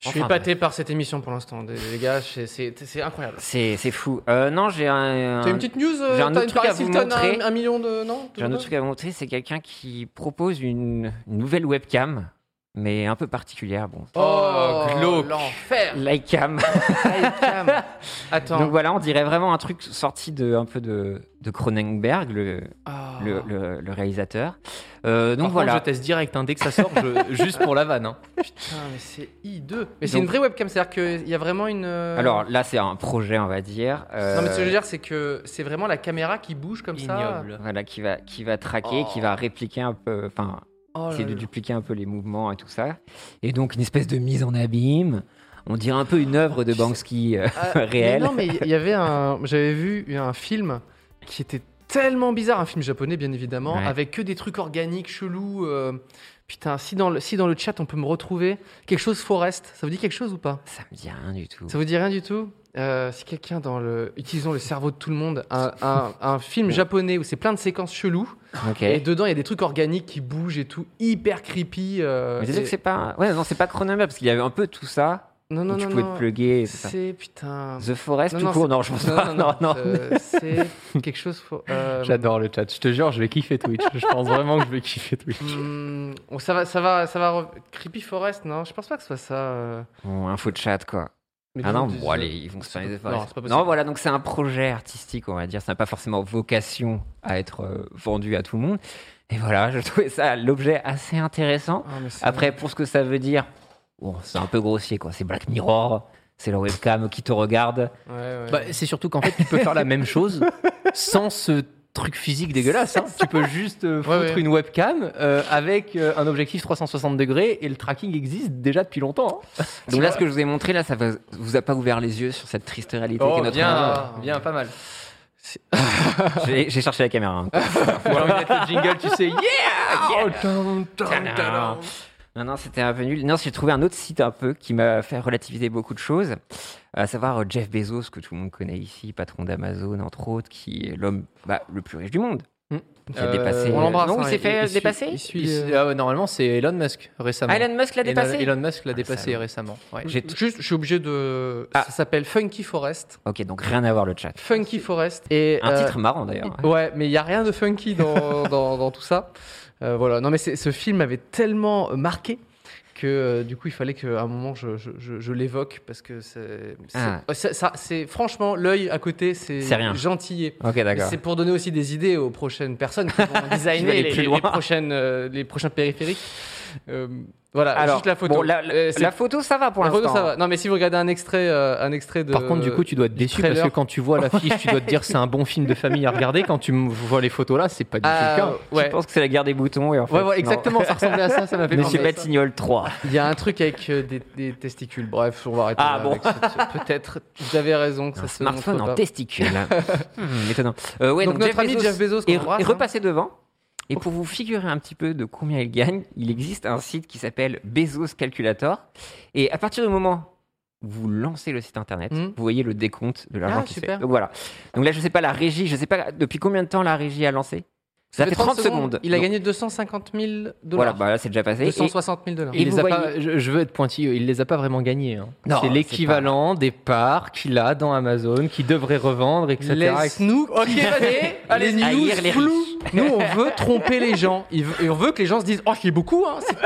Je suis Enfin, épaté par cette émission pour l'instant, des- les gars, c'est- c'est c'est incroyable. C'est c'est fou. Euh, non, j'ai un. T'as une petite news euh, j'ai un t'as autre une truc à Paris vous Hilton à montrer. un, un million de. Non J'ai un autre truc à vous montrer, c'est quelqu'un qui propose une, une nouvelle webcam, mais un peu particulière. Bon, Oh, Oh, glauque. l'enfer Lightcam. Cam. Attends. Donc voilà, on dirait vraiment un truc sorti de un peu de, de Cronenberg, le, Ah. le, le- le réalisateur. Euh, donc donc voilà. je teste direct. hein, dès que ça sort, je- juste pour la vanne. hein. Putain, mais c'est I2. Mais c'est Donc- une vraie webcam, c'est-à-dire qu'il y a vraiment une. euh, Alors là, c'est un projet, on va dire. Non, mais ce que je euh, veux dire, c'est que c'est vraiment la caméra qui bouge comme ça. Ignoble. Voilà, qui va, qui va traquer, Oh. qui va répliquer un peu, enfin, Oh là essayer de là. dupliquer un peu les mouvements et tout ça. Et donc, une espèce de mise en abîme. On dirait un peu une œuvre de Tu sais- Banksy euh, Ah, mais réelle. non, mais il y avait un. J'avais vu un film qui était tellement bizarre, un film japonais bien évidemment, Ouais. avec que des trucs organiques chelous. euh, Putain, si dans, le, si dans le chat on peut me retrouver, quelque chose forest, ça vous dit quelque chose ou pas Ça me dit rien du tout. Ça vous dit rien du tout Euh, Si quelqu'un dans le. Utilisons le cerveau de tout le monde, un, un- un film japonais où c'est plein de séquences cheloues, Ok. et dedans il y a des trucs organiques qui bougent et tout, hyper creepy. euh, Mais c'est sûr et- que c'est pas. Ouais, non, c'est pas Cronenberg parce qu'il y avait un peu tout ça. Non, non, où tu non, pouvais non. te plugger. et tout ça. C'est putain. The Forest, Non, tout non, court. c'est- Non, je pense Non, non, pas. non, non, non. euh, c'est quelque chose. faut- euh, J'adore le chat. Je te jure, je vais kiffer Twitch. Je pense vraiment que je vais kiffer Twitch. hmm, bon, ça va, ça va, ça va. re- Creepy Forest, non Je pense pas que ce soit ça. euh, Bon, info de chat, quoi. mais Ah disons- non, disons- bon, allez, ils vont se faire c'est les pas- efforts. non, c'est pas possible. voilà, donc c'est un projet artistique, on va dire. Ça n'a pas forcément vocation à être euh, vendu à tout le monde. Et voilà, je trouvais ça l'objet assez intéressant. Ah, mais c'est- Après, pour ce que ça veut dire, bon, c'est un peu grossier, quoi. C'est Black Mirror, c'est la webcam qui te regarde. Ouais, ouais. Bah, c'est surtout qu'en fait, tu peux faire la même chose sans ce truc physique dégueulasse. hein. Tu peux juste euh, foutre Ouais, ouais. une webcam euh, avec euh, un objectif 360 degrés et le tracking existe déjà depuis longtemps. hein. Donc là, ce que je vous ai montré, là, ça va- vous a pas ouvert les yeux sur cette triste réalité Oh, qu'est notre monde. bien, bien, pas mal. J'ai j'ai cherché la caméra. hein. Ou alors mettre le jingle, tu sais, yeah, Ah, Oh, oh, Tadam. Non, non, c'était un peu nul. Non, j'ai trouvé un autre site un peu qui m'a fait relativiser beaucoup de choses, à savoir euh, Jeff Bezos, que tout le monde connaît ici, patron d'Amazon, entre autres, qui est l'homme bah, le plus riche du monde. Hmm. Qui a Euh, dépassé. on l'embrasse. Non, il hein, s'est fait suit- dépasser il suit, Il- euh, ah ouais, normalement, c'est Elon Musk récemment. Ah, Elon Musk l'a dépassé Elon, Elon Musk l'a Ah, dépassé ça- récemment. ouais. J'ai juste, je suis obligé de. Ah. Ça s'appelle Funky Forest. Ok, donc rien à voir le chat. Funky Forest. Et, Un euh, titre marrant d'ailleurs. Ouais, mais il n'y a rien de funky dans, dans, dans tout ça. Euh, voilà, non, mais c'est- ce film m'avait tellement euh, marqué que euh, du coup, il fallait qu'à un moment je, je, je- je l'évoque parce que c'est. c'est- Ah. euh, ça- ça- c'est- franchement, l'œil à côté, c'est C'est rien. gentillé. Ok, d'accord. C'est pour donner aussi des idées aux prochaines personnes qui vont designer aller les, plus les- loin. les prochaines, euh, les prochains périphériques. Euh, voilà, Alors, juste la photo. bon, la, la- Euh, c'est- la photo, ça va pour la l'instant. photo, ça va. Non, mais si vous regardez un extrait, euh, un extrait de. Par contre, Euh, du coup, tu dois être déçu parce que trailer. quand tu vois l'affiche, tu dois te dire c'est un bon film de famille à regarder. Quand tu m- vois les photos là, c'est pas du tout Ah, le cas. Je ouais. pense que c'est la guerre des boutons. Et en fait, Ouais, ouais, non. exactement, ça ressemblait à ça, ça m'a fait Monsieur penser à ça. Batignol 3. Il y a un truc avec euh, des, des testicules. Bref, on va arrêter. Ah, là bon. avec cette- Peut-être. Vous avez raison que ça Un se montre smartphone en pas. testicule. Hmm, étonnant. Euh, ouais, Donc, donc, notre Jeff ami Bezos Jeff Bezos, qu'on est, embrasse, est hein. repassé devant. Et pour vous figurer un petit peu de combien il gagne, il existe un site qui s'appelle Bezos Calculator. Et à partir du moment où vous lancez le site internet, Mhm. vous voyez le décompte de l'argent Ah, qui Euh, se super. fait. Donc voilà. Donc là, je sais pas la régie, je sais pas depuis combien de temps la régie a lancé. Ça hein. fait fait 30 secondes. Il a Donc, gagné 250 000 Voilà, dollars. bah là c'est déjà passé. Et- 260 000 dollars. Et Il les vous a voyez- pas- je, je veux être pointilleux, il les a pas vraiment gagnés. hein. Non, c'est c'est l'équivalent des parts qu'il a dans Amazon, qu'il devrait revendre, etc. Laisse-nous quitter les Allez, news haïr les floues. riches. Nous, on veut tromper les gens. Il veut- Et on veut que les gens se disent Oh, je lis beaucoup. Hein. c'est-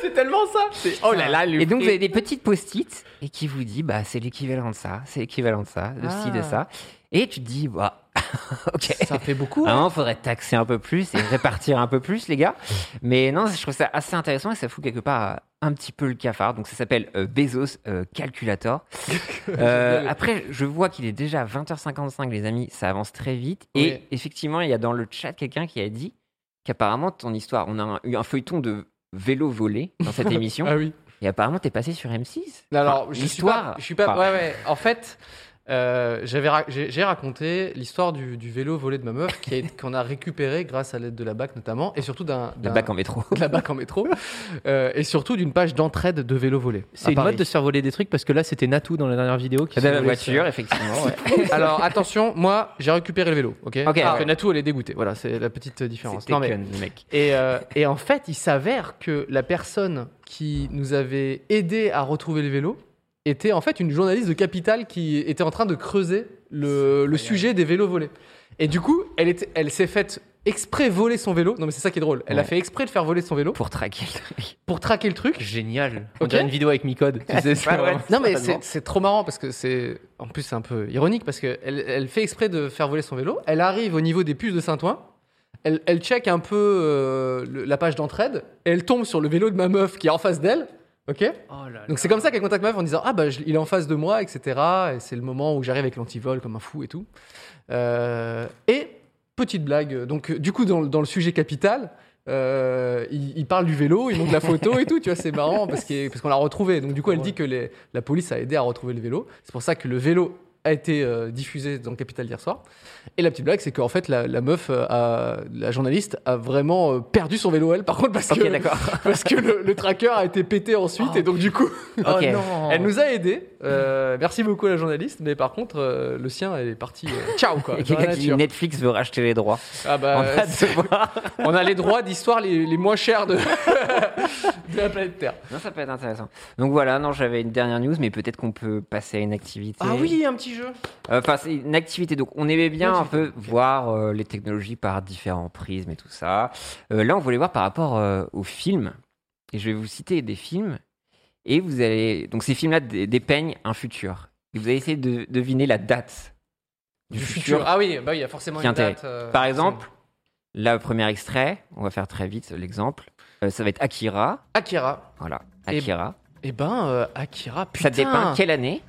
C'est tellement ça. Oh là là, Et donc vous avez des petites post-it et qui vous dit bah c'est l'équivalent de ça, c'est l'équivalent de ça, de ci, de Ah. ça. Et tu te dis bah ok. Ah, Ça fait beaucoup. Il hein. faudrait taxer un peu plus et répartir un peu plus, les gars. Mais non, je trouve ça assez intéressant et ça fout quelque part euh, un petit peu le cafard. Donc ça s'appelle euh, Bezos euh, Calculator. Euh, après, je vois qu'il est déjà à 20h55, les amis. Ça avance très vite. Et Oui. effectivement, il y a dans le chat quelqu'un qui a dit qu'apparemment, ton histoire, on a un- eu un feuilleton de vélo volé dans cette émission. Ah oui. Et apparemment, t'es passé sur M6. Non, Alors, Enfin, je suis pas. Je suis pas. enfin, Ouais, ouais. En fait, euh, j'avais ra- j'ai j'ai raconté l'histoire du, du vélo volé de ma meuf qui est- qu'on a récupéré grâce à l'aide de la BAC notamment et surtout d'un. La d'un- bac en métro. de la BAC en métro euh, et surtout d'une page d'entraide de vélo volé. à C'est une Paris. mode de se faire voler des trucs parce que là c'était Natou dans la dernière vidéo qui Ah, Dans la s'est volé ça. voiture, effectivement. ouais. Alors attention, moi j'ai récupéré le vélo, ok. Ok, Parce ouais. que Natou elle est dégoûtée. Voilà, c'est la petite euh, différence. C'était Non, mais- con, le mec. Et, euh, et en fait, il s'avère que la personne qui nous avait aidé à retrouver le vélo était en fait une journaliste de Capital qui était en train de creuser le, le sujet des vélos volés. Et du coup, elle, était- elle s'est faite exprès voler son vélo. Non, mais c'est ça qui est drôle. Elle a Ouais. fait exprès de faire voler son vélo Pour traquer le mec. pour traquer le truc. Génial. On Ok. dirait une vidéo avec Micode. Tu sais, c'est Ouais, ouais. vraiment- Non, mais c'est Totalement. c'est trop marrant parce que c'est. En plus, c'est un peu ironique parce qu'elle elle fait exprès de faire voler son vélo. Elle arrive au niveau des puces de Saint-Ouen. Elle, elle check un peu euh, le- la page d'entraide. Et elle tombe sur le vélo de ma meuf qui est en face d'elle. Ok Oh Donc c'est comme ça qu'elle contacte ma meuf en disant Ah, bah, je- il est en face de moi, etc. Et c'est le moment où j'arrive avec l'antivol comme un fou et tout. Euh, et petite blague. Donc, euh, du coup, dans, le- dans le sujet capital. euh, il, il parle du vélo, il montre la photo et tout, tu vois, c'est marrant parce qu'il- parce qu'on l'a retrouvé. Donc du coup, elle dit que les- la police a aidé à retrouver le vélo. C'est pour ça que le vélo a été euh, diffusé dans Capital hier soir. Et la petite blague, c'est qu'en fait, la, la meuf, euh, a- la journaliste, a vraiment euh, perdu son vélo, elle, par contre, parce Ok, que, d'accord. parce que le, le tracker a été pété ensuite. et donc du coup, Ok. non. elle nous a aidés. Euh, merci beaucoup à la journaliste, mais par contre, euh, le sien, elle est partie. euh, ciao quoi. Et dans la quelqu'un qui nature. Netflix veut racheter les droits. Ah bah, On a hâte de voir. on a les droits d'histoire les, les moins chers de, de la planète Terre. Non, ça peut être intéressant. Donc voilà, non, j'avais une dernière news, mais peut-être qu'on peut passer à une activité. Ah un petit jeu. Euh, Enfin, c'est une activité. Donc on aimait bien un peu voir euh, les technologies par différents prismes et tout ça. Euh, là, on voulait voir par rapport euh, aux films. Et je vais vous citer des films. Et vous allez. Donc ces films-là dé- dépeignent un futur. Et vous allez essayer de deviner la date Du futur. Ah oui, bah oui, il y a forcément Qui une intéresse. date. euh, Par exemple, là, premier extrait, on va faire très vite l'exemple. Euh, ça va être Akira. Akira. Voilà, Et- Akira. Eh ben, euh, Akira, putain. Ça dépeint quelle année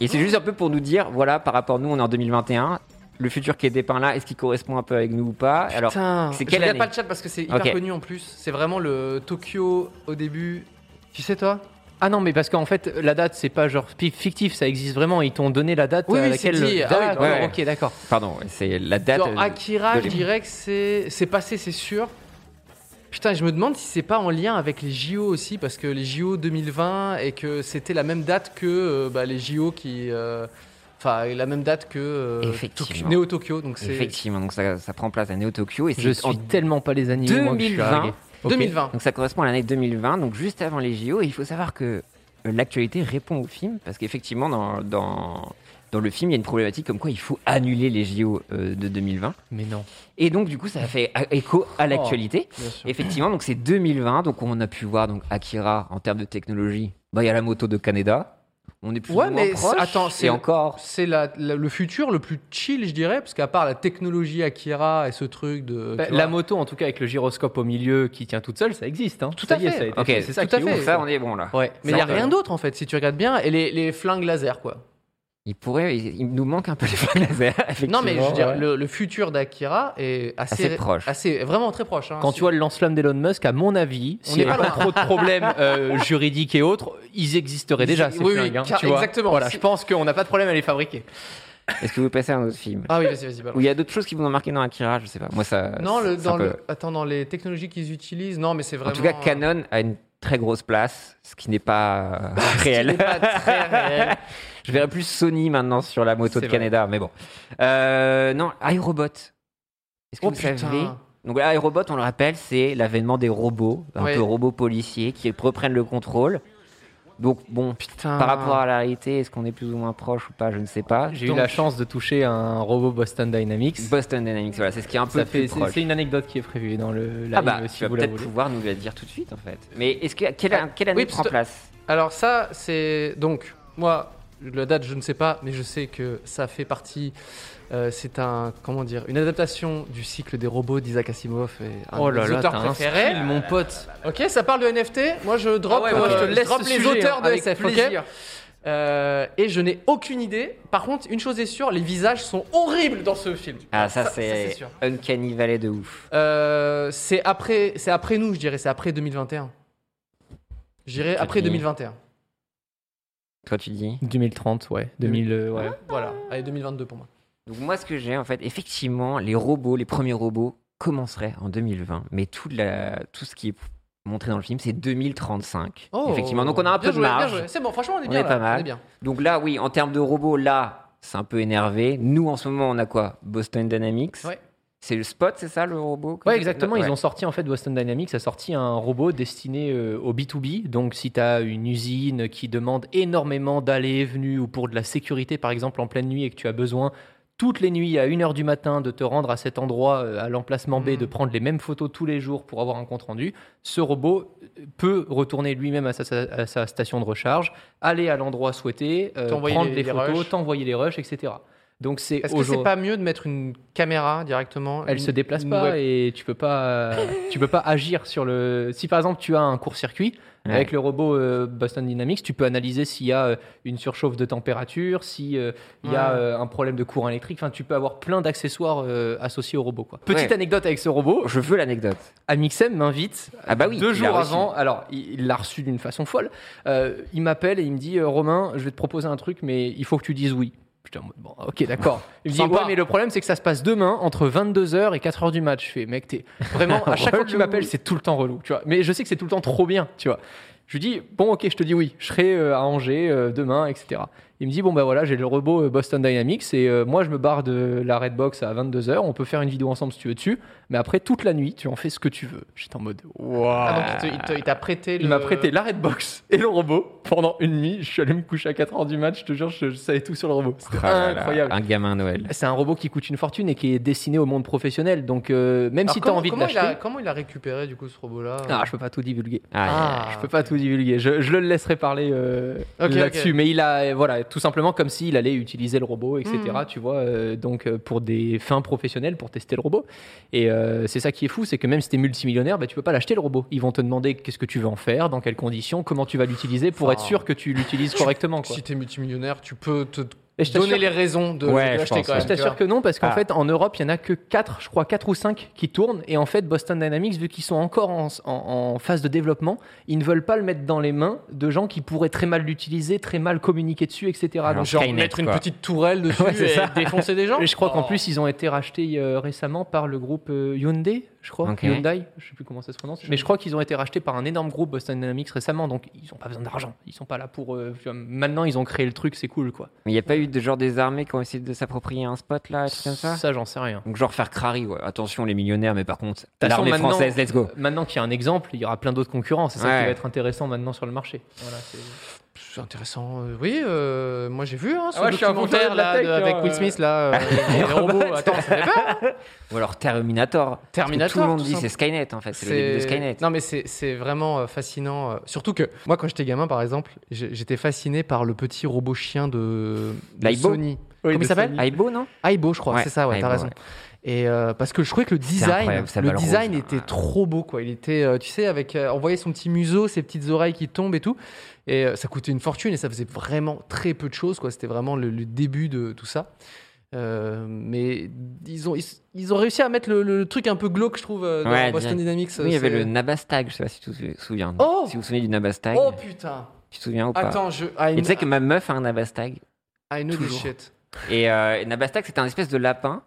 Et c'est juste un peu pour nous dire, voilà, par rapport à nous, on est en 2021, le futur qui est dépeint là, est-ce qu'il correspond un peu avec nous ou pas Alors, Putain. c'est Je quelle regarde année pas le chat parce que c'est hyper Ok. connu en plus. C'est vraiment le Tokyo au début. Tu sais toi Ah non, mais parce qu'en fait, la date, c'est pas genre pi- fictif, ça existe vraiment. Ils t'ont donné la date Oui, à oui, laquelle. c'est dit. Ah oui, D'accord, ouais. ok, d'accord. pardon, ouais, c'est la date. Genre euh, Akira, de je l'époque. dirais que c'est c'est passé, c'est sûr. Putain, je me demande si c'est pas en lien avec les JO aussi, parce que les JO 2020 et que c'était la même date que euh, bah, les JO qui. euh, Enfin, la même date que euh, Effectivement. Tokyo- Néo Tokyo, donc c'est Effectivement, donc ça, ça prend place à Neo Tokyo et Je c'est en suis tellement pas les animés. moi, que je suis 2020. arrivé. Ok. 2020. Donc ça correspond à l'année 2020, donc juste avant les JO. Et il faut savoir que euh, l'actualité répond au film, parce qu'effectivement, dans, dans, dans le film, il y a une problématique comme quoi il faut annuler les JO euh, de 2020. Mais non. Et donc, du coup, ça fait a- écho à l'actualité. Bien sûr. Effectivement, donc c'est 2020, donc on a pu voir donc Akira en termes de technologie. Bah il y a la moto de Canada. On est plus Ouais, ou moins mais proche. c'est- attends, et c'est- encore. C'est la- la- le futur le plus chill, je dirais, parce qu'à part la technologie Akira et ce truc de. Bah, tu la vois. moto, en tout cas, avec le gyroscope au milieu qui tient toute seule, ça existe. Hein. Tout Ça à y est, fait. ça a été Ok, fait. c'est ça tout à qui est fait. ouf. Donc ça, on est bon là. Ouais. Mais il n'y a Ça, rien euh, d'autre en fait, si tu regardes bien. Et les, les flingues laser, quoi. Il pourrait, il, il nous manque un peu les feux laser. Non, mais je veux effectivement. dire, ouais. le, le futur d'Akira est assez, Assez proche. assez- vraiment très proche. hein. Quand tu vois le lance-flamme d'Elon Musk, à mon avis, On s'il n'y n'est avait pas pas trop de problèmes euh, juridiques et autres, ils existeraient Ils- déjà. ces oui, oui, flingues, hein, car- tu vois. exactement. Voilà, Si- je pense qu'on n'a pas de problème à les fabriquer. Est-ce que vous passez à un autre film Ah oui, vas-y, vas-y, balance. Ou il y a d'autres choses qui vous ont marqué dans Akira Je sais pas. Moi, ça. Non, le, ça dans peut- le, attends, dans les technologies qu'ils utilisent, non, mais c'est En vraiment. tout cas, Canon a une très grosse place, ce qui n'est pas euh, réel. Pas très réel. Je verrais plus Sony maintenant sur la moto C'est de vrai. Canada, mais bon. Euh, non, iRobot. Est-ce que Oh vous putain. savez Donc là, iRobot, on le rappelle, c'est l'avènement des robots, un Ouais. peu robots policiers qui reprennent le contrôle. Donc bon, Putain. par rapport à la réalité, est-ce qu'on est plus ou moins proche ou pas, je ne sais pas. J'ai eu Donc, la chance de toucher un robot Boston Dynamics. Boston Dynamics, voilà, c'est ce qui est un peu Ça fait- plus c'est proche. c'est une anecdote qui est prévue dans le live Ah bah, si tu vas vous la peut-être voulez. pouvoir nous la dire tout de suite en fait. Mais est-ce que quelle, Ah, quelle année oui, prend parce- place Alors ça, c'est donc moi la date, je ne sais pas, mais je sais que ça fait partie. euh, c'est un comment dire, une adaptation du cycle des robots d'Isaac Asimov et un Oh de mes là là, auteurs t'as un préférés. style, mon pote. Ok, ça parle de NFT. Moi, je drop, Ah ouais, euh, bah, je te je laisse drop ce les sujet, auteurs hein, de avec SF. Ok. plaisir. Euh, et je n'ai aucune idée. Par contre, une chose est sûre, les visages sont horribles dans ce film. Ah ça, c'est c'est sûr. Uncanny Valley de ouf. Euh, c'est après, c'est après nous, je dirais. C'est après 2021. Je dirais après Denis. 2021. Toi tu dis 2030, ouais. 2000, euh, ouais. Voilà, allez 2022 pour moi. Donc moi, ce que j'ai, en fait, effectivement, les robots, les premiers robots commenceraient en 2020, mais tout, la, tout ce qui est montré dans le film, c'est 2035. Oh, effectivement, donc on a un Oh, Bien peu de joué, bien marge. joué. C'est bon, franchement, on est On bien. est là. pas mal. On est bien. donc là, oui, en termes de robots, là, c'est un peu énervé. Nous, en ce moment, on a quoi Boston Dynamics. Ouais. C'est le spot, c'est ça, le robot Ouais, exactement. Ouais. Ils ont sorti, en fait, Boston Dynamics a sorti un robot destiné euh, au B2B. Donc, si tu as une usine qui demande énormément d'allées et venues ou pour de la sécurité, par exemple, en pleine nuit et que tu as besoin toutes les nuits à 1h du matin de te rendre à cet endroit, euh, à l'emplacement B, Mhm. de prendre les mêmes photos tous les jours pour avoir un compte rendu, ce robot euh, peut retourner lui-même à sa, sa- à sa station de recharge, aller à l'endroit souhaité, euh, T'envoyer prendre les- les, les photos, rushs. t'envoyer les rushs, etc. Donc, c'est Est-ce que c'est aujourd'hui- pas mieux de mettre une caméra directement elle se déplace pas et tu peux pas euh, tu peux pas agir sur le si par exemple tu as un court-circuit Ouais. avec le robot euh, Boston Dynamics tu peux analyser s'il y a euh, une surchauffe de température si euh, il y a Ouais. euh, un problème de courant électrique enfin tu peux avoir plein d'accessoires euh, associés au robot quoi. petite Ouais. anecdote avec ce robot Je veux l'anecdote. Amixem m'invite Ah bah oui. deux il jours a reçu. avant, alors il il l'a reçu d'une façon folle. Euh, il m'appelle et il me dit euh, Romain, je vais te proposer un truc, mais il faut que tu dises oui. Putain, bon, ok, d'accord. Il me dit Sympa. Ouais, mais le problème, c'est que ça se passe demain entre 22h et 4h du match. Je fais Mec, t'es vraiment, à chaque fois que tu m'appelles, c'est tout le temps relou, tu vois. Mais je sais que c'est tout le temps trop bien, tu vois. Je lui dis Bon, ok, je te dis oui, je serai euh, à Angers euh, demain, etc. Il me dit Bon, bah voilà, j'ai le robot euh, Boston Dynamics et euh, moi, je me barre de la Redbox à 22h. On peut faire une vidéo ensemble si tu veux dessus, mais après, toute la nuit, tu en fais ce que tu veux. J'étais en mode Waouh Ah, donc il te- il te- il t'a prêté. il le- m'a prêté l'arrêt de boxe et le robot pendant une nuit. Je suis allé me coucher à 4h du match, je te jure, je, je savais tout sur le robot. Oh C'était Ah là là, incroyable. Un gamin à Noël. C'est un robot qui coûte une fortune et qui est destiné au monde professionnel. Donc, euh, même Alors, si tu as comment- envie de comment il a- l'acheter. Comment il a récupéré du coup ce robot-là Ah, je peux pas tout divulguer. Ah, Ah, je peux pas tout divulguer. Je, je le laisserai parler euh, Ok, là-dessus. ok. Mais il a, euh, voilà, tout simplement comme s'il allait utiliser le robot, etc. Mhm. Tu vois, euh, donc euh, pour des fins professionnelles, pour tester le robot. Et euh, c'est ça qui est fou, c'est que même si t'es multimillionnaire, bah, tu peux pas l'acheter le robot. Ils vont te demander qu'est-ce que tu veux en faire, dans quelles conditions, comment tu vas l'utiliser pour Enfin, être sûr que tu l'utilises correctement. Quoi. Si t'es multimillionnaire, tu peux te Et je t'assure- donner les raisons de, Ouais, de je l'acheter pense, quand ouais. même. tu je vois. t'assure que non, parce qu'en Ah. fait, en Europe, il y en a que 4, je crois, 4 ou 5 qui tournent. Et en fait, Boston Dynamics, vu qu'ils sont encore en, en- en phase de développement, ils ne veulent pas le mettre dans les mains de gens qui pourraient très mal l'utiliser, très mal communiquer dessus, etc. Alors, Donc, Genre Skynet, mettre une quoi. petite tourelle dessus Ouais, c'est et ça. défoncer des gens. et je crois qu'en Oh. plus, ils ont été rachetés euh, récemment par le groupe euh, Hyundai, je crois. Ok. Hyundai, je sais plus comment ça se prononce. Mais je crois qu'ils ont été rachetés par un énorme groupe Boston Dynamics récemment. Donc, ils n'ont pas besoin d'argent. Ils sont pas là pour. euh, tu vois, maintenant, ils ont créé le truc, c'est cool, quoi. Mais il n'y a pas eu de genre des armées qui ont essayé de s'approprier un spot là, un truc comme ça Ça, j'en sais rien. Donc genre faire crari, ouais. attention les millionnaires, mais par contre, toute façon, l'armée maintenant- française, let's go. Maintenant qu'il y a un exemple, il y aura plein d'autres concurrents. C'est ça Ouais. qui va être intéressant maintenant sur le marché. Voilà, c'est- C'est intéressant. euh, oui, euh, moi j'ai vu hein, ce Ah ouais, je suis un documentaire bon joueur de la là, de- tech, avec hein, Will euh. Smith là. euh, les robots. Attends, ça fait peur. Ou alors Terminator. Parce que Terminator, Tout le monde tout dit simple. c'est Skynet en fait, Ah, c'est le début de Skynet. Non mais c'est c'est vraiment euh, fascinant. euh, Surtout que moi quand j'étais gamin par exemple, j'ai- j'étais fasciné par le petit robot chien de, de L'Aibo Sony. Oui, Comment de il s'appelle Sony. Aibo, non Aibo je crois. Ouais, c'est ça, ouais, t'as Aibo, raison. ouais. Et euh, parce que je trouvais que le design, incroyable, sa le balle design rose, était là. trop beau quoi. Il était, euh, tu sais, avec euh, on voyait son petit museau, ses petites oreilles qui tombent et tout. Et euh, ça coûtait une fortune et ça faisait vraiment très peu de choses quoi. C'était vraiment le, le début de tout ça. Euh, mais ils ont ils, ils ont réussi à mettre le, le truc un peu glauque je trouve euh, dans Ouais, Boston direct. Dynamics. Oui, il y avait c'est- le Nabastag, je sais pas si tu te souviens. Oh si vous vous souvenez du Nabastag, Oh putain tu te souviens ou pas Attends, je. ah, I Et tu sais know, que ma meuf a un Nabastag. I know this toujours. shit. Et euh, Nabastag, c'était un espèce de lapin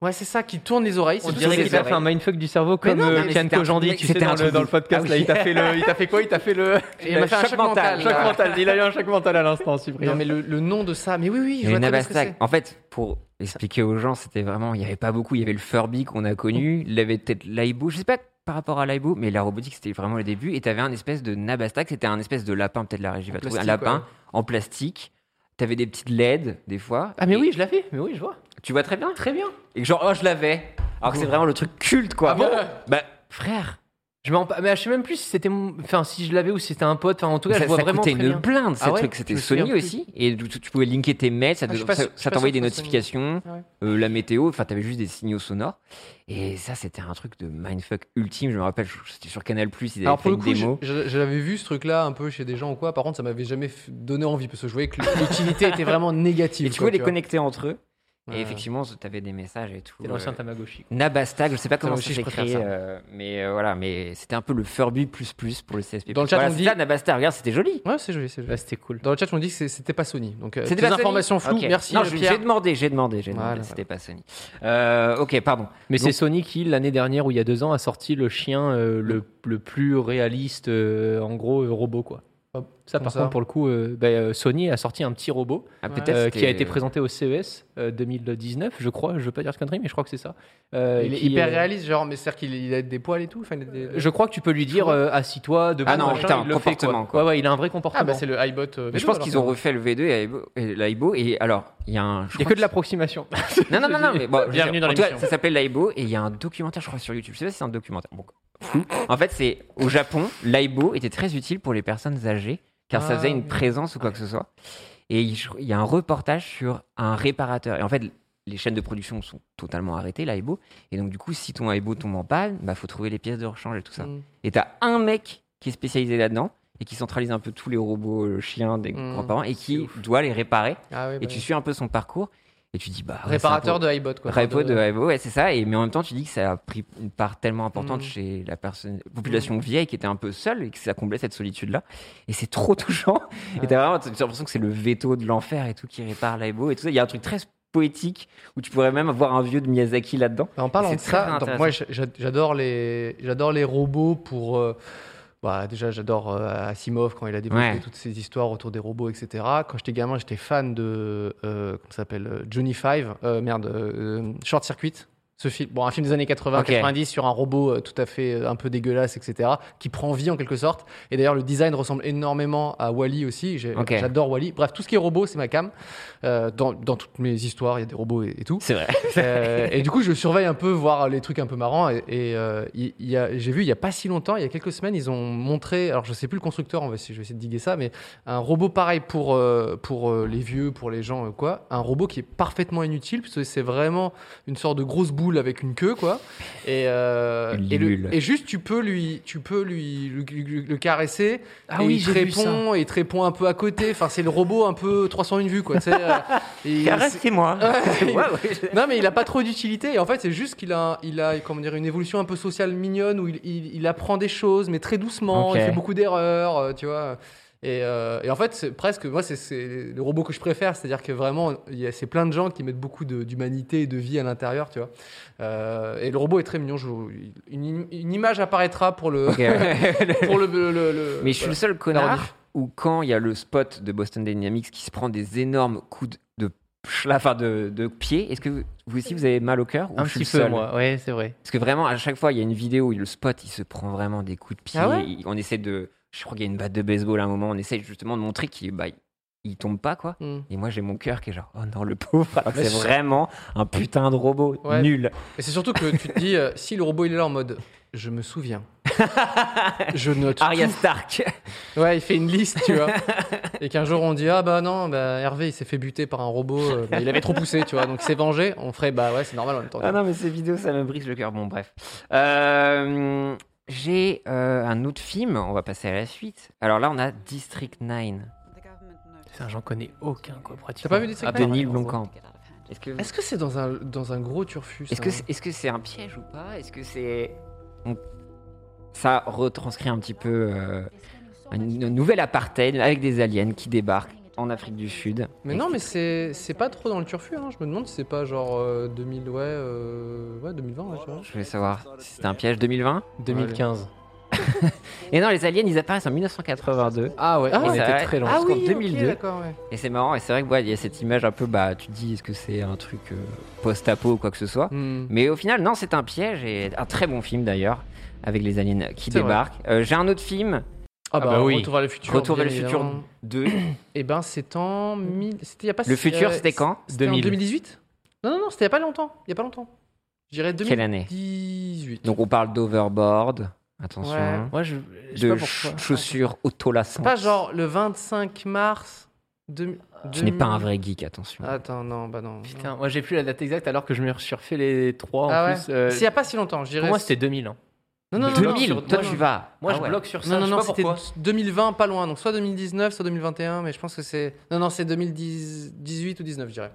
Ouais, c'est ça, qui tourne les Ah, oreilles. c'est On tout dirait ce qu'il que t'a c'est. fait un mindfuck du cerveau Mais comme non, euh, mais Kian c'était un Kojandi, truc- tu sais, c'était un dans le, truc dans de le podcast, fou. là, Ah il t'a oui. Ah, fait le, il t'a fait quoi Il t'a fait le Il m'a fait un choc mental. choc là. mental. Il a eu un choc mental à l'instant, Non, Cyprien. mais le, le nom de ça. Mais oui, oui, je vois Elena très bien ce que Bastag. c'est. En fait, pour expliquer aux gens, c'était vraiment, il n'y avait pas beaucoup. Il y avait le Furby qu'on a Oh. connu, il y avait peut-être l'Aibo, je sais pas par rapport à l'Aibo, mais la robotique c'était vraiment le début. Et t'avais un espèce de Nabastag, c'était un espèce de lapin, peut-être la régie va trouver, un plastique, lapin ouais. en plastique. T'avais des petites LED des fois. Ah mais Et oui, je l'avais. Mais oui, je vois. tu vois très bien. Très bien. Et que genre, oh, je l'avais. Alors que c'est vraiment le truc culte quoi. Ah bon Bah frère, Je m'en, mais je sais même plus si c'était, mon- enfin, si je l'avais ou si c'était un pote. Enfin, en tout cas, ça, je vois ça vraiment coûtait très une bien. blinde ces Ah ouais, trucs. je C'était me souviens Sony plus. aussi. Et tu, tu pouvais linker tes mails, ça, Ah, te- je suis pas ça- sûr- je suis ça pas t'envoyait des sûr que ce soit Sony. notifications. Ah ouais. Euh, la météo, enfin, t'avais juste des signaux sonores. Et ça, c'était un truc de mindfuck ultime. Je me rappelle, je- c'était sur Canal Plus, ils avaient Alors fait pour le une coup, je- démo. je- j'avais vu ce truc-là un peu chez des gens ou quoi. Par contre, ça m'avait jamais f- donné envie parce que je voyais que l'utilité était vraiment négative. Et tu quoi, pouvais les vois. connecter entre eux. Ouais. Et effectivement, t'avais des messages et tout. C'est l'ancien Euh, Tamagotchi. Nabastag, je sais pas comment aussi, ça je préfère s'écrit, ça. euh, mais euh, voilà, mais c'était un peu le Furby plus plus pour le CSP. Dans le chat, Voilà, on c'est dit- ça, Nabastag, regarde, c'était joli. Ouais, c'est joli, c'est joli. Bah, c'était cool. Dans le chat, on dit que c'est- c'était pas Sony. Donc, euh, C'était des pas Sony informations floues. Ok. Merci, Non, euh, je- Pierre. j'ai demandé, j'ai demandé, j'ai demandé. Voilà. C'était pas Sony. Euh, ok, pardon. Mais Donc- c'est Sony qui, l'année dernière ou il y a deux ans, a sorti le chien euh, le, le plus réaliste, euh, en gros, euh, robot, quoi. Ça, Comme par ça. contre, pour le coup, euh, bah, euh, Sony a sorti un petit robot Ah, Ouais. peut-être euh, c'était- qui a été présenté au CES euh, 2019, je crois. Je veux pas dire de conneries, mais je crois que c'est ça. Euh, Il est qui, hyper euh, réaliste, genre, mais c'est-à-dire qu'il il a des poils et tout. enfin, il a des- Je crois que tu peux lui dire euh, assis-toi, debout, Ah non, machin, putain, il le fait, comportement, quoi. quoi. Ouais, ouais, il a un vrai Ah, comportement. bah c'est le iBot. euh, Mais je vélo, pense alors. qu'ils ont refait le V2 et Aibo- et l'Aibo. Et alors, il y a un. Il je n'y a crois que de l'approximation. Ah, Non, non, non, non, mais bon, je veux Bienvenue dire, dans en tout cas, l'émission. Ça s'appelle Laibo et il y a un documentaire, je crois, sur YouTube. Je sais pas si c'est un documentaire. Bon, fou. En fait, c'est au Japon, Laibo était très utile pour les personnes âgées car ça Ah, faisait une oui. présence ou quoi que ce soit. Et il je- il y a un reportage sur un réparateur. Et en fait, les chaînes de production sont totalement arrêtées, Laibo. Et donc, du coup, si ton Laibo tombe en panne, bah, faut trouver les pièces de rechange et tout ça. Mm. Et t'as un mec qui est spécialisé là-dedans et qui centralise un peu tous les robots euh, chiens des Mm. grands-parents et qui doit les réparer. Ah, ouais, Et bah tu oui. suis un peu son parcours et tu dis bah ouais, Réparateur c'est un de iBot, peu- quoi. Repo de Repo, ouais, c'est ça. Et, mais en même temps, tu dis que ça a pris une part tellement importante Mm. chez la personne, population vieille qui était un peu seule et que ça comblait cette solitude-là. Et c'est trop touchant. Et t'as vraiment t'as l'impression que c'est le veto de l'enfer et tout qui répare l'Aibo et tout ça. Il y a un truc très poétique où tu pourrais même avoir un vieux de Miyazaki là-dedans. Bah, en parlant C'est de très, ça, très donc, moi j'a- j'a- j'adore les, j'adore les robots pour. euh, bah, déjà, j'adore euh, Asimov quand il a développé Ouais. toutes ces histoires autour des robots, etc. Quand j'étais gamin, j'étais fan de. euh, comment ça s'appelle euh, Johnny Five. euh, merde, euh, Short Circuit. Ce film, bon, un film des années 80, Ok. 90 sur un robot euh, tout à fait euh, un peu dégueulasse, etc., qui prend vie en quelque sorte. Et d'ailleurs, le design ressemble énormément à Wally aussi. J'ai- Ok. J'adore Wally. Bref, tout ce qui est robot, c'est ma cam. Euh, dans, dans toutes mes histoires, il y a des robots et- et tout. C'est vrai. Euh, et du coup, je surveille un peu, voir les trucs un peu marrants. Et, et, euh, il- il y a- j'ai vu il y a pas si longtemps, il y a quelques semaines, ils ont montré, alors je sais plus le constructeur, on va, essayer- je vais essayer de diguer ça, mais un robot pareil pour, euh, pour euh, les vieux, pour les gens, euh, quoi. Un robot qui est parfaitement inutile, puisque c'est vraiment une sorte de grosse boule avec une queue, quoi. Et, euh, Une et, le- libellule. et juste, tu peux lui, tu peux lui, lui- lui- lui- le caresser. Ah et oui, il te j'ai vu répond, et il te répond un peu à côté. Enfin, c'est le robot un peu 301 vues, quoi. tu sais, euh, et c'est- Caressez-moi. Ouais. Ouais, ouais. non, mais il a pas trop d'utilité. Et en fait, c'est juste qu'il a, il a, comment dire, une évolution un peu sociale mignonne où il, il- il apprend des choses, mais très doucement. Ok. Il fait beaucoup d'erreurs, euh, tu vois. Et, euh, et en fait, c'est presque, moi, c'est- c'est le robot que je préfère. C'est-à-dire que vraiment, il y a, c'est plein de gens qui mettent beaucoup de- d'humanité et de vie à l'intérieur, tu vois. Euh, et le robot est très mignon. je vous- une, une image apparaîtra pour le. Ok, ouais. pour le, le- le- le- Mais je suis voilà. le seul La connard rediff. où quand il y a le spot de Boston Dynamics qui se prend des énormes coups de, de, pchla- enfin de, de pied, est-ce que vous, vous aussi vous avez mal au cœur ou Un je suis petit le peu, seul moi. Ouais, c'est vrai. Parce que vraiment, à chaque fois, il y a une vidéo où le spot, il se prend vraiment des coups de pied. Ah ouais Il- on essaie de... Je crois qu'il y a une batte de baseball à un moment, on essaie justement de montrer qu'il bah, il- il tombe pas, quoi. Hmm. Et moi, j'ai mon cœur qui est genre, oh non, le pauvre, alors que Mais c'est je- vraiment un putain de robot Ouais. nul. Et c'est surtout que tu te dis, euh, si le robot il est là en mode, je me souviens. je note Arya tout. Stark Ouais, il fait une liste, tu vois. Et qu'un jour on dit ah bah non, bah Hervé il s'est fait buter par un robot, euh, mais il avait trop poussé, tu vois. Donc il s'est vengé. On ferait bah ouais, c'est normal en même temps. Ah non, mais ces vidéos, ça me brise le cœur. Bon, bref. Euh, J'ai euh, un autre film, on va passer à la suite. Alors là, on a District 9 Putain, j'en connais aucun, quoi, pratiquement. T'as pas vu District Ah, de Ouais, Neil ouais, Blomkamp. Est-ce que Est-ce que c'est dans un dans un gros turfus hein. hein? est-ce que Ah, c'est est-ce que c'est un piège ou pas Est-ce que c'est. on- Ça retranscrit un petit peu euh, un, un nouvel apartheid avec des aliens qui débarquent en Afrique du Sud. Mais non, mais c'est c'est pas trop dans le turfu. hein. Je me demande si c'est pas genre euh, 2000, ouais, euh, ouais 2020, ouais, je sais pas. Je voulais savoir si c'était un piège 2020. 2015. Et non, les aliens, ils apparaissent en 1982. Ah ouais, Ah, on c'est était vrai. très loin. Ah oui, ok, 2002. d'accord, Et c'est marrant, et c'est vrai que ouais, il y a cette image un peu, bah, tu te dis, est-ce que c'est un truc euh, post-apo ou quoi que ce soit Ah Mais au final, non, c'est un piège et un très bon film d'ailleurs, avec les aliens qui C'est vrai. débarquent. Euh, J'ai un autre film, Ah, bah, bah oui. Retour vers le futur. Retour vers le bien futur évidemment. 2. Eh ben, c'est en. mille- C'était il y a pas Le si- futur, euh, c'était quand c'était en 2000. 2018 Non, non, non, c'était il y a pas longtemps. Il y a pas longtemps. Je dirais Quelle année 2018. Donc on parle d'overboard, attention, Ouais. Moi, je, je sais de pas pourquoi. ch- chaussures autolassantes. Pas genre le 25 mars. deux- Tu n'es Ah, pas un 2000. vrai geek, attention. Attends, non, bah non. Putain, moi j'ai plus la date exacte alors que je me suis refait les trois Ah en ouais plus. euh, S'il y a pas si longtemps, je dirais. pour moi, c'était 2000. hein. Non, non, non, non, 2000, sur- toi non, tu non. vas. Moi, Ah je ouais. bloque sur ça. Non, non, je sais non, pas c'était pourquoi. 2020, pas loin. Donc soit 2019, soit 2021, mais je pense que c'est. Non, non, c'est 2018 ou 19, je dirais.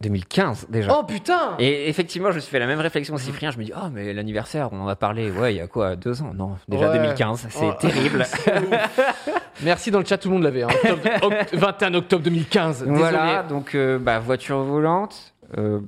2015 déjà. Oh putain Et effectivement, je me suis fait la même réflexion, Cyprien. Je me dis, oh, mais l'anniversaire, on en a parlé, ouais, il y a quoi, deux ans Non, déjà Ouais. 2015, c'est Oh. terrible. Merci dans le chat, tout le monde l'avait. hein. Octobre- oct- 21 octobre 2015. Désolé. voilà, donc, euh, bah, voiture volante, euh,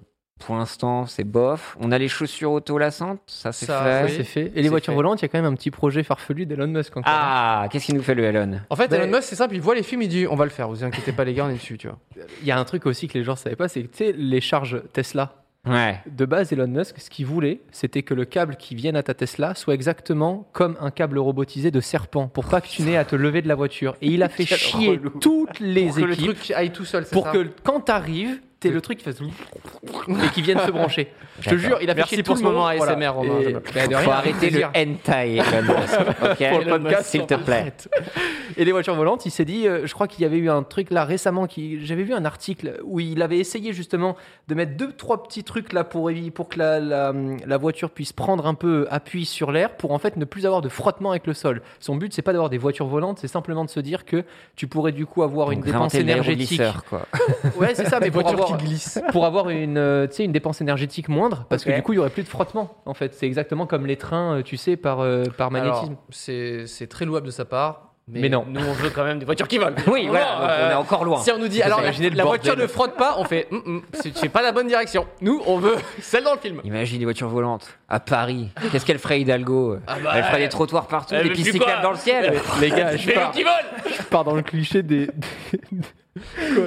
pour l'instant, c'est bof. On a les chaussures auto-lassantes, ça c'est Ça, fait. Ouais, oui. c'est fait. Et C'est les voitures fait. volantes, il y a quand même un petit projet farfelu d'Elon Musk encore. Ah, qu'est-ce qu'il nous fait le Elon En fait, Mais- Elon Musk, c'est simple, il voit les films, il dit on va le faire, vous inquiétez pas, les gars, on est dessus, tu vois. Il y a un truc aussi que les gens savaient pas, c'est que tu sais, les charges Tesla. Ouais. De base, Elon Musk, ce qu'il voulait, c'était que le câble qui vienne à ta Tesla soit exactement comme un câble robotisé de serpent pour pas que tu n'aies à te lever de la voiture. Et il a fait Quel chier relou. toutes les Pour que le équipes truc aille tout seul, c'est pour ça que quand t'arrives, t'aies le truc qui fasse et qui vienne se brancher. Je te D'accord. jure, il a fait Merci chier pour tout ce le monde. moment Voilà. ASMR, Romain. Et- Je me- Bah, de Faut rien, arrêter le Ah. plaisir. hentai, Elon Musk. ok Pour le podcast, s'il te plaît. Et les voitures volantes, il s'est dit, euh, je crois qu'il y avait eu un truc là récemment, qui, j'avais vu un article où il avait essayé justement de mettre deux, trois petits trucs là pour, évi- pour que la, la, la voiture puisse prendre un peu appui sur l'air pour en fait ne plus avoir de frottement avec le sol. Son but, c'est pas d'avoir des voitures volantes, c'est simplement de se dire que tu pourrais du coup avoir une Donc, dépense inventer de énergétique. l'aéroglisseur, quoi. Ouais, c'est ça, Ah, mais pour voitures avoir, pour avoir une, euh, tu sais, une dépense énergétique moindre, parce Ok. que du coup, il y aurait plus de frottement en fait. C'est exactement comme les trains, euh, tu sais, par, euh, par magnétisme. Alors, c'est c'est très louable de sa part, mais, Mais non. nous on veut quand même des voitures qui volent. Oui, voilà, Non, donc on est euh, encore loin. Si on nous dit alors la, imaginez le la bordel. voiture ne frotte pas, on fait Hum, hum, c'est c'est pas la bonne direction. Nous on veut celle dans le film. Imagine les voitures volantes à Paris. Qu'est-ce qu'elle ferait Hidalgo Ah, Elle bah, ferait des trottoirs partout, des me pistes suis quoi cyclables dans le ciel. Les gars, je Les gens pars, qui volent je pars dans le cliché des,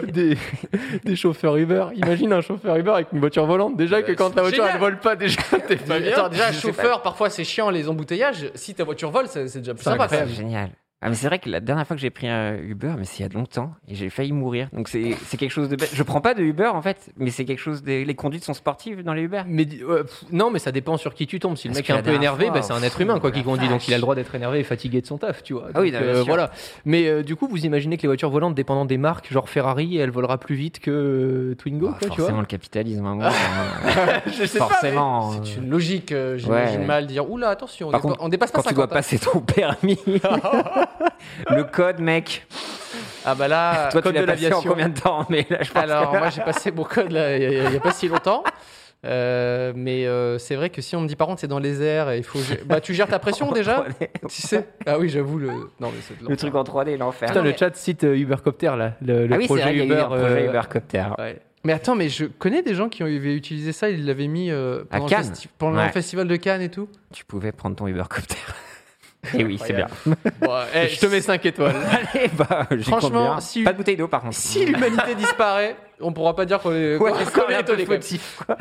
des, des, des chauffeurs Uber. Imagine un chauffeur Uber avec une voiture volante. Déjà que quand la voiture génial. elle vole pas, déjà t'es pas bien. Attends, déjà, chauffeur, parfois c'est chiant les embouteillages. Si ta voiture vole, c'est c'est déjà plus C'est sympa. C'est incroyable. génial. Ah, mais c'est vrai que la dernière fois que j'ai pris un Uber, mais c'est il y a longtemps, et j'ai failli mourir. Donc c'est c'est quelque chose de bête. Je prends pas de Uber en fait, mais c'est quelque chose. des- Les conduites sont sportives dans les Uber. Mais di- ouais, pff, non, mais ça dépend sur qui tu tombes. Si le Parce mec que est un la peu dernière énervé, fois, bah, c'est un pff, être humain quoi la qu'il conduit, donc il a vache. le droit d'être énervé et fatigué de son taf, tu vois. Ah oui, Donc, euh, non, bien sûr. voilà. Mais euh, du coup, vous imaginez que les voitures volantes, dépendant des marques, genre Ferrari, elle volera plus vite que euh, Twingo, Bah, quoi, tu forcément vois. le capitalisme. à un moment, hein. Je sais pas, mais- forcément. euh, C'est une logique, euh, j'imagine Ouais. mal dire. Oula, attention, on, Par dépa- contre, on dépasse pas Quand tu dois 50. hein. passer ton permis, le code, mec. Ah bah là, Toi, code tu de l'as passé en l'aviation. combien de temps Mais là, je pense Alors, moi, j'ai passé mon code là, il n'y a, il y a pas si longtemps. Euh, mais euh, c'est vrai que si on me dit par contre c'est dans les airs et il faut gé- bah tu gères ta pression déjà tu sais ah oui j'avoue le non mais c'est de le truc en 3D, l'enfer. Putain, non, le mais- chat cite euh, Ubercopter là, le, le ah oui, c'est vrai, projet il y a eu Uber. un projet euh, Ubercopter. ouais. mais attends mais je connais des gens qui avaient utilisé ça ils l'avaient mis euh, À pendant, le, Cannes. festi- pendant le Ouais. festival de Cannes et tout Tu pouvais prendre ton Ubercopter. Et oui, c'est bien. eh, je te mets 5 étoiles. Allez, bah, j'y compte Franchement, bien. si- Pas de bouteille d'eau, par contre. si l'humanité disparaît on pourra pas dire qu'on est Ouais, qu'on est c'est ça, on est un peu étonné, quand même. fautif, quoi.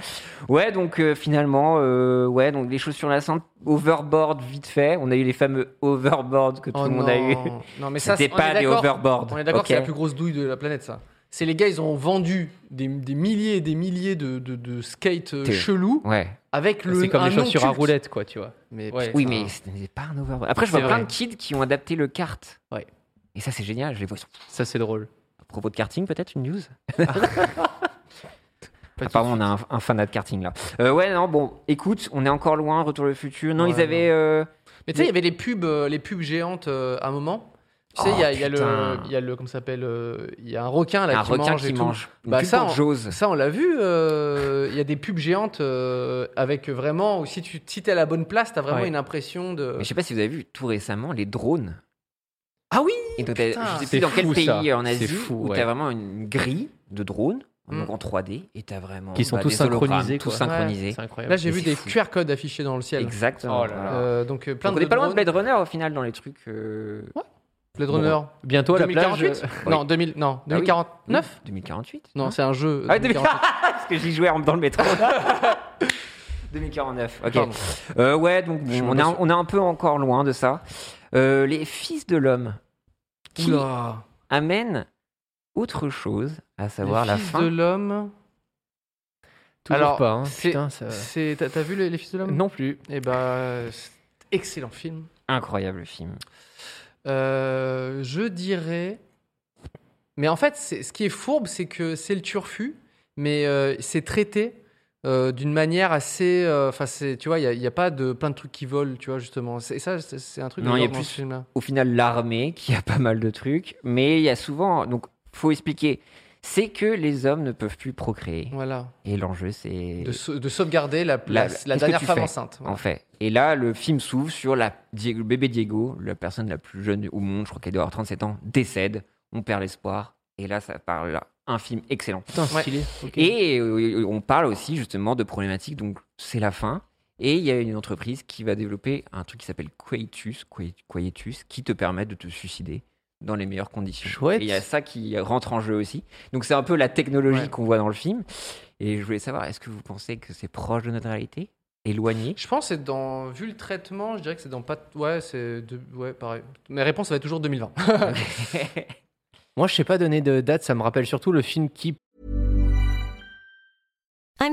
Ouais, donc euh, finalement, euh, ouais, donc les chaussures lassantes, overboard vite fait. On a eu les fameux overboard que tout Oh le monde non. a eu. Non, mais ça, C'était c'est pas des overboard. On est d'accord ok que c'est la plus grosse douille de la planète, ça. C'est les gars, ils ont vendu des, des milliers et des milliers de, de, de skates euh, T'es- chelous Ouais. avec le. C'est comme un les nom chaussures à culte. roulettes, quoi, tu vois. Mais Ouais. putain. Oui, mais ce n'est pas un overboard. Après, je vois C'est plein vrai. de kids qui ont adapté le kart. Ouais. Et ça, c'est génial. Je les vois. Ça, c'est drôle. À propos de karting, peut-être une news Apparemment, on a un, un fanat de karting là. Euh, ouais, non, bon, écoute, on est encore loin, retour le futur. Non, Ouais, ils avaient. euh, Mais tu sais, il y avait les pubs, euh, les pubs géantes euh, à un moment. Tu sais, il y, a- il y a le, Oh, putain. il y a le, comment ça s'appelle, euh, il y a un requin là un qui requin mange qui et tout. mange. Une Bah, pub ça, pour on- Jaws. Ça, on l'a vu. euh, Il y a des pubs géantes euh, avec vraiment, où si tu si t'es à la bonne place, t'as vraiment Ouais. une impression de. Mais je sais pas si vous avez vu tout récemment les drones. Ah oui Et donc, t'as- Putain, je sais c'est plus dans quel fou, pays ça. en Asie C'est fou, où ouais. t'as vraiment une grille de drones Mm. donc en 3D et t'as vraiment Qui sont bah, tous des hologrammes, synchronisés, tous quoi. synchronisés. C'est incroyable. Là, j'ai Mais vu c'est des fou. QR codes affichés dans le ciel. Exactement. Oh là là. voilà. Euh, donc, euh, plein Donc, on de n'est pas loin de drones. Blade Runner au final dans les trucs. euh, Blade Bon. Runner. Bientôt à la plage. euh, 2048 Non, 2000, non, 2049 oui, 2048 Non, c'est un jeu. Ah, 2049. 2049 Parce que j'y jouais en- dans le métro. 2049, ok. Pardon. Euh, ouais, donc bon, Je on, me est un- on est un peu encore loin de ça. Euh, les fils de l'homme qui Oula. amènent autre chose, à savoir Les la Fils fin. de l'homme. Toujours Alors, pas. hein. c'est- Putain, ça... C'est, t'as, t'as vu les, les Fils de l'homme Non plus. Eh ben, c'est excellent film. Incroyable film. Euh, je dirais. Mais en fait, c'est- ce qui est fourbe, c'est que c'est le turfu, mais euh, c'est traité euh, d'une manière assez. euh, Enfin, c'est, tu vois, il n'y a, pas de plein de trucs qui volent, tu vois, justement. C'est, et ça, c'est, c'est un truc. de Non, il y a l'ordre dans plus- ce film-là. au final l'armée qui a pas mal de trucs, mais il y a souvent, donc faut expliquer, c'est que les hommes ne peuvent plus procréer. Voilà. Et l'enjeu c'est De, sau- de sauvegarder la, La- place- qu'est-ce la, que dernière tu femme fais enceinte. en fait. Et là le film s'ouvre sur la Diego- le bébé Diego, la personne la plus jeune au monde, je crois qu'elle doit avoir 37 ans, décède, on perd l'espoir. Et là ça parle là, un film excellent. Putain, Ouais. stylé. Ok. Et euh, on parle aussi justement de problématiques, donc c'est la fin. Et il y a une entreprise qui va développer un truc qui s'appelle Quietus, Qui- Quietus, qui te permet de te suicider dans les meilleures conditions. Chouette. Et il y a ça qui rentre en jeu aussi. Donc c'est un peu la technologie Ouais. qu'on voit dans le film. Et je voulais savoir, est-ce que vous pensez que c'est proche de notre réalité Éloigné Je pense que c'est dans vu le traitement, je dirais que c'est dans pas ouais c'est de- ouais pareil. Ma réponse va être toujours 2020. Moi, je sais pas donner de date, ça me rappelle surtout le film Keep. I'm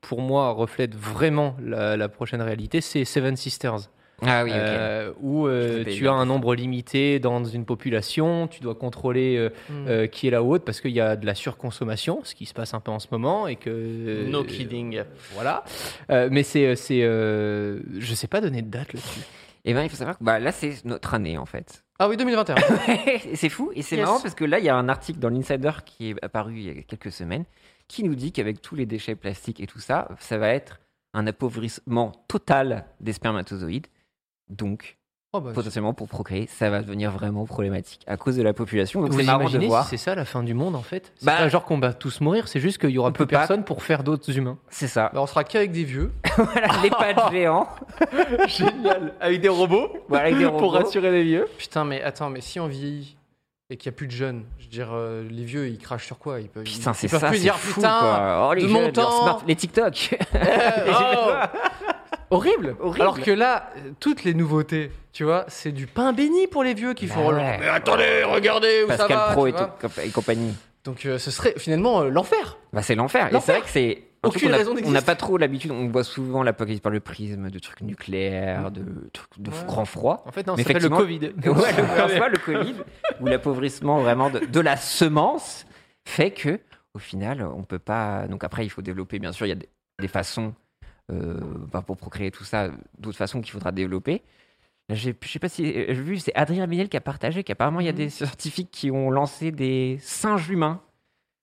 Pour moi, reflète vraiment la, la prochaine réalité, c'est Seven Sisters, Ah oui, ok. Euh, où euh, Je l'ai pas aimé, tu as un nombre limité dans une population, tu dois contrôler euh, Hmm. euh, qui est là ou autre, parce qu'il y a de la surconsommation, ce qui se passe un peu en ce moment, et que euh, No kidding. voilà. Euh, mais c'est, c'est, euh, je sais pas donner de date là-dessus. Et bien il faut savoir que bah, là c'est notre année en fait. Ah oui 2021. Et c'est fou et c'est Yes. marrant parce que là, il y a un article dans l'Insider qui est apparu il y a quelques semaines qui nous dit qu'avec tous les déchets plastiques et tout ça, ça va être un appauvrissement total des spermatozoïdes. Donc, Oh, bah, potentiellement pour procréer, ça va devenir vraiment problématique à cause de la population. Donc, Vous c'est marrant de imaginez si voir. c'est ça la fin du monde en fait C'est Bah- pas genre qu'on va tous mourir, c'est juste qu'il y aura On plus peut pas. personne pour faire d'autres humains. C'est ça. bah, on sera qu'avec des vieux. Voilà, les pattes géants. Génial Avec des robots Voilà, avec des robots. Pour rassurer les vieux Putain mais attends mais si on vieillit et qu'il n'y a plus de jeunes, je veux dire euh, les vieux ils crachent sur quoi ils peuvent Putain, ils c'est peuvent ça. plus c'est dire fou, putain quoi. Oh, les de jeunes, mon leurs temps. smart- les TikTok. euh, oh. horrible. Horrible. Alors que là euh, toutes les nouveautés, tu vois, c'est du pain béni pour les vieux qui Bah font ouais. Mais attendez, regardez où ça Pascal va. Pro tu et, vois. tout- et compagnie. Donc euh, ce serait finalement euh, l'enfer. Bah, c'est l'enfer. Et c'est L'enfer. vrai que c'est. un truc Aucune qu'on a- raison On n'a d'exister. pas trop l'habitude, on voit souvent l'apocalypse par le prisme de trucs nucléaires, de trucs de Ouais. grand froid. En fait non, Mais ça s'appelle le effectivement- Covid. Et ouais, le, en soi, le Covid, ou l'appauvrissement vraiment de, de la semence, fait que, au final, on peut pas. Donc après, il faut développer, bien sûr, il y a des, des façons euh, bah, pour procréer tout ça, d'autres façons qu'il faudra développer. Là, j'ai- Je sais pas si euh, j'ai vu, c'est Adrien Méniel qui a partagé qu'apparemment il y a Mhm. des scientifiques qui ont lancé des singes humains.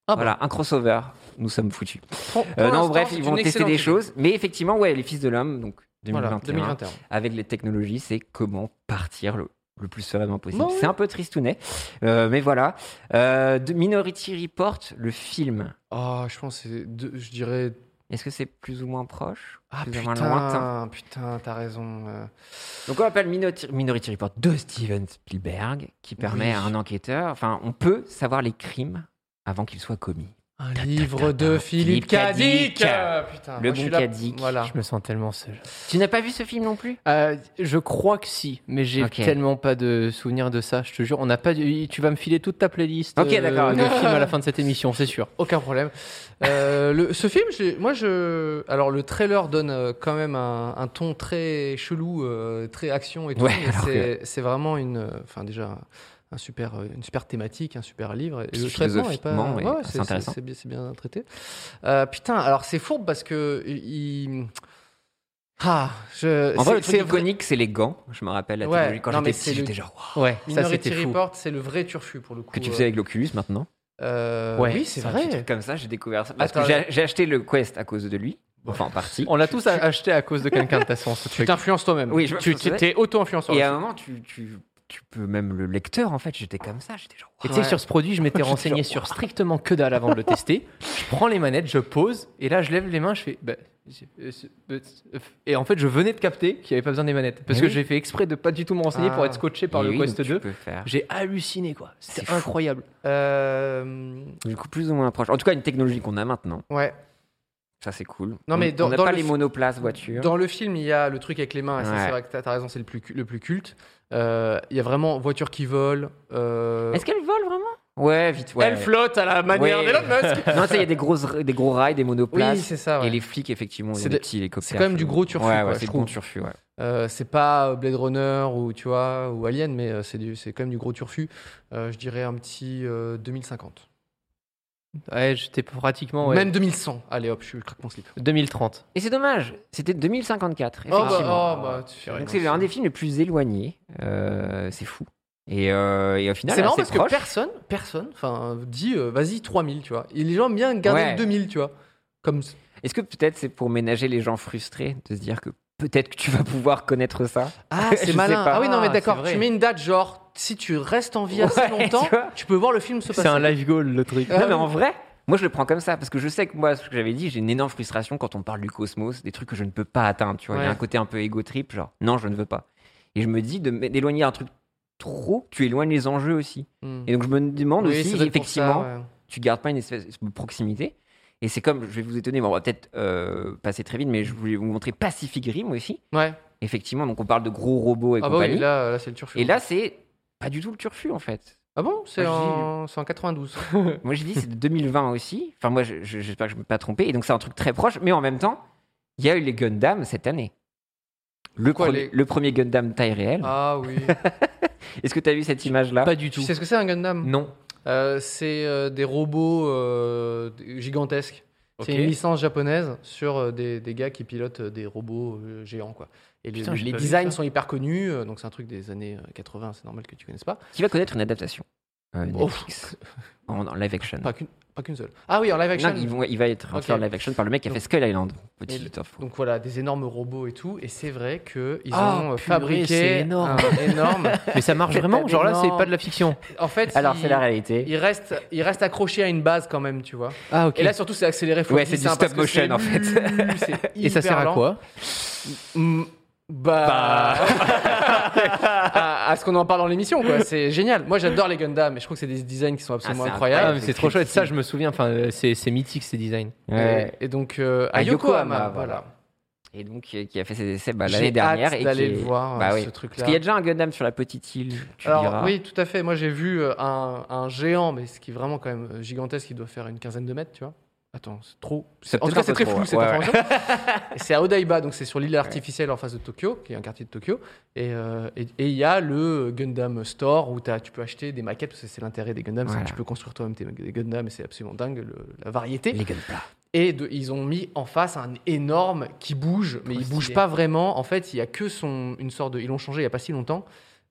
Ah voilà, un crossover. Nous sommes foutus. Pour- pour Euh, non, l'instant, bref, c'est ils une vont tester excellente des idée. choses. Mais effectivement, ouais, les fils de l'homme, donc 2021, Voilà, 2021. avec les technologies, c'est comment partir le, le plus sereinement possible. Bon, Bah oui. C'est un peu tristounet, euh, mais voilà. Euh, de Minority Report, le film, Ah, je pense que c'est deux- je dirais est-ce que c'est plus ou moins proche ah Plus ou moins lointain. putain, putain, t'as raison. euh. Donc on appelle Minority, Minority Report de Steven Spielberg, qui permet Oui. à un enquêteur, enfin, on peut savoir les crimes avant qu'ils soient commis. Un livre de Philippe Philippe Cadic. Cadic. Euh, Putain, moi, Le je bon suis là- Cadic. Voilà. Je me sens tellement seul. Tu n'as pas vu ce film non plus Euh, je crois que si, mais j'ai Ok. tellement pas de souvenirs de ça, je te jure. On n'a pas. dû- Tu vas me filer toute ta playlist euh, Ok, d'accord, de ok. films à la fin de cette émission, c'est sûr. Aucun problème. Euh, le- ce film, je l'ai- moi, je. Alors, le trailer donne euh, quand même un, un ton très chelou, euh, très action et tout. Ouais, mais alors c'est, c'est vraiment une. euh, Enfin, déjà, un super, euh, une super thématique, un super livre. Et le traitement est pas. Philosophiquement, ouais, c'est c'est, intéressant. c'est bien, c'est bien traité. Euh, putain, alors, c'est fourbe parce que. Il... Ah, je. En c'est, vrai, le truc c'est vrai- iconique, c'est les gants. Je me rappelle la Ouais, technologie. Quand non, mais j'étais c'est petit, le- j'étais genre, waouh, Ouais, ça Minority c'était fou. Report, c'est le vrai turfu pour le coup. que tu euh. faisais avec l'Oculus maintenant. Euh, Ouais, oui, c'est c'est un vrai. Un truc comme ça, j'ai découvert ça. Parce Attends, euh, que j'ai- j'ai acheté le Quest à cause de lui. Enfin, en partie. On l'a tous a- acheté à cause de quelqu'un de ta façon. Ce Tu truc. t'influences toi-même. Oui, je- tu, tu- t'es auto-influenceur. Et à un moment, tu, tu, tu peux même le lecteur, en fait. J'étais comme ça, j'étais genre, Et waouh. tu sais, sur ce produit, je m'étais renseigné sur strictement que dalle avant de le tester. Je prends les manettes, je pose, et là, je lève les mains, je fais. bah, c'est- euh, c'est- euh, c'est- euh, et en fait, je venais de capter qu'il n'y avait pas besoin des manettes. Parce Mais que Eh oui. j'ai fait exprès de pas du tout me renseigner pour Ah. être scotché par Et le oui, Quest donc 2. Tu peux faire. J'ai halluciné, quoi. C'est C'était fou. incroyable. Euh, Du coup, plus ou moins proche. En tout cas, une technologie qu'on a maintenant. ouais. Ça, c'est cool. Non, mais On- dans- on n'a dans pas le les f- monoplaces voitures. Dans le film, il y a le truc avec les mains. et ça, Ouais. c'est vrai que t'as t'as raison, c'est le plus, cu- le plus culte. Euh, il y a vraiment voiture qui vole. euh, Est-ce qu'elle vole vraiment Ouais, vite. Ouais. Elle flotte à la manière Ouais. d'Elon Musk. non, ça, il y a des, grosses, des gros rails, des monoplaces. Oui, c'est ça. ouais. Et les flics, effectivement, ils C'est ont des de- petits hélicoptères. c'est quand même du chelous. gros turfu, Ouais, quoi, ouais, je c'est du trouve. gros turfu, ouais. Euh, c'est pas Blade Runner ou tu vois ou Alien, mais euh, c'est du- c'est quand même du gros turfu. Euh, je dirais un petit euh, 2050. Ouais, j'étais pratiquement. ouais. Même 2100. Allez, hop, je suis- je craque mon slip. 2030. Et c'est dommage, c'était 2054, Oh bah, effectivement. oh, bah, tu- Donc c'est l'un des films les plus éloignés, euh, c'est fou. Et, euh, et au final, C'est marrant assez parce proche. que personne, personne, enfin, dit euh, vas-y 3000, tu vois. Et les gens aiment bien garder Ouais. le 2000, tu vois. Comme Est-ce que peut-être c'est pour ménager les gens frustrés de se dire que peut-être que tu vas pouvoir connaître ça ah, Je c'est sais malin. pas. Ah oui, non mais Ah, c'est d'accord. vrai. Tu mets une date, genre si tu restes en vie assez Ouais, longtemps, tu vois. tu, peux voir le film se passer. C'est un live goal, le truc. Ah Non, mais oui. en vrai, moi je le prends comme ça parce que je sais que moi, ce que j'avais dit, j'ai une énorme frustration quand on parle du cosmos, des trucs que je ne peux pas atteindre. Tu vois, il y a Ouais. un côté un peu égo trip, genre non, je ne veux pas. Et je me dis de m- d'éloigner un truc trop, tu éloignes les enjeux aussi. Hmm. Et donc je me demande Oui, ça aussi, doit être pour effectivement, ça, ouais. tu gardes pas une espèce de proximité. Et c'est comme, je vais vous étonner, mais on va peut-être euh, passer très vite, mais je voulais vous montrer Pacific Rim aussi. Ouais. Effectivement, donc on parle de gros robots et Ah bah compagnie. oui, là, là c'est le turfu. Et là, c'est pas du tout le turfu en fait. ah bon, c'est Moi, je dis- en... c'est en 92. Moi, j'ai dit c'est de 2020 aussi. Enfin, moi, je- je- j'espère que je ne me suis pas trompé. Et donc, c'est un truc très proche. Mais en même temps, il y a eu les Gundam cette année. Le, Quoi, premier, les- le premier Gundam taille réelle. ah oui. Est-ce que tu as vu cette image-là Pas du tu tout. sais ce que c'est un Mm. Gundam Non. Euh, C'est euh, des robots euh, gigantesques. C'est Ok. une licence japonaise sur euh, des, des gars qui pilotent euh, des robots euh, géants, quoi. Et les, Putain, j'ai les pas vu designs ça. sont hyper connus, euh, donc c'est un truc des années euh, 80, c'est normal que tu connaisses pas. Qui va connaître une adaptation euh, Oh, Netflix en, en live action. Pas qu'une pas qu'une seule. Ah oui, en live action. Non, ils vont- Mm. il va être Ok. fait en live action par le mec qui a Donc- fait Skull Island. Petit Et le- info. Donc voilà, des énormes robots et tout, et c'est vrai que ils Ah, ont euh, purée, fabriqué c'est énorme. un énorme. Mais ça marche vraiment. T'as Genre là, des c'est normes. pas de la fiction. En fait, Alors, ils- c'est la réalité. Ils restent, ils restent accrochés à une base quand même, tu vois. Ah ok. Et là, surtout, c'est accéléré. fois Ouais, 10, c'est du hein, stop parce que motion, c'est- en fait. c'est Et ça hyper sert à lent. quoi Mm, Bah, à, à ce qu'on en parle dans l'émission, quoi. C'est génial. Moi, j'adore les Gundam, mais je trouve que c'est des designs qui sont absolument Ah, c'est incroyables. Ah, mais c'est trop chouette. Ça, je me souviens. Enfin, euh, c'est c'est mythique ces designs. Ouais. Et, et donc, euh, à, À Yokohama, Yokohama, voilà. Et donc, euh, qui a fait ses essais bah, J'ai l'année dernière. hâte et d'aller qui le est- voir, Bah euh, oui. ce truc-là. Parce qu'il y a déjà un Gundam sur la petite île. Tu Alors, diras. oui, tout à fait. Moi, j'ai vu euh, un, un géant, mais ce qui est vraiment quand même euh, gigantesque, qui doit faire une quinzaine de mètres, tu vois. Attends, c'est trop. C'est En tout peut-être cas, un c'est très peu flou trop, ouais. cette Ouais, ouais. information. Et c'est à Odaiba, donc c'est sur l'île artificielle en face de Tokyo, qui est un quartier de Tokyo. Et euh, et- et il y a le Gundam Store où t'as- tu peux acheter des maquettes, parce que c'est l'intérêt des Gundam, c'est Voilà. que tu peux construire toi-même tes des Gundam, et c'est absolument dingue le- la variété. Les Gunpla. Et de- ils ont mis en face un énorme qui bouge, mais il stylé. bouge pas vraiment. En fait, il y a que son une sorte de. Ils l'ont changé il y a pas si longtemps.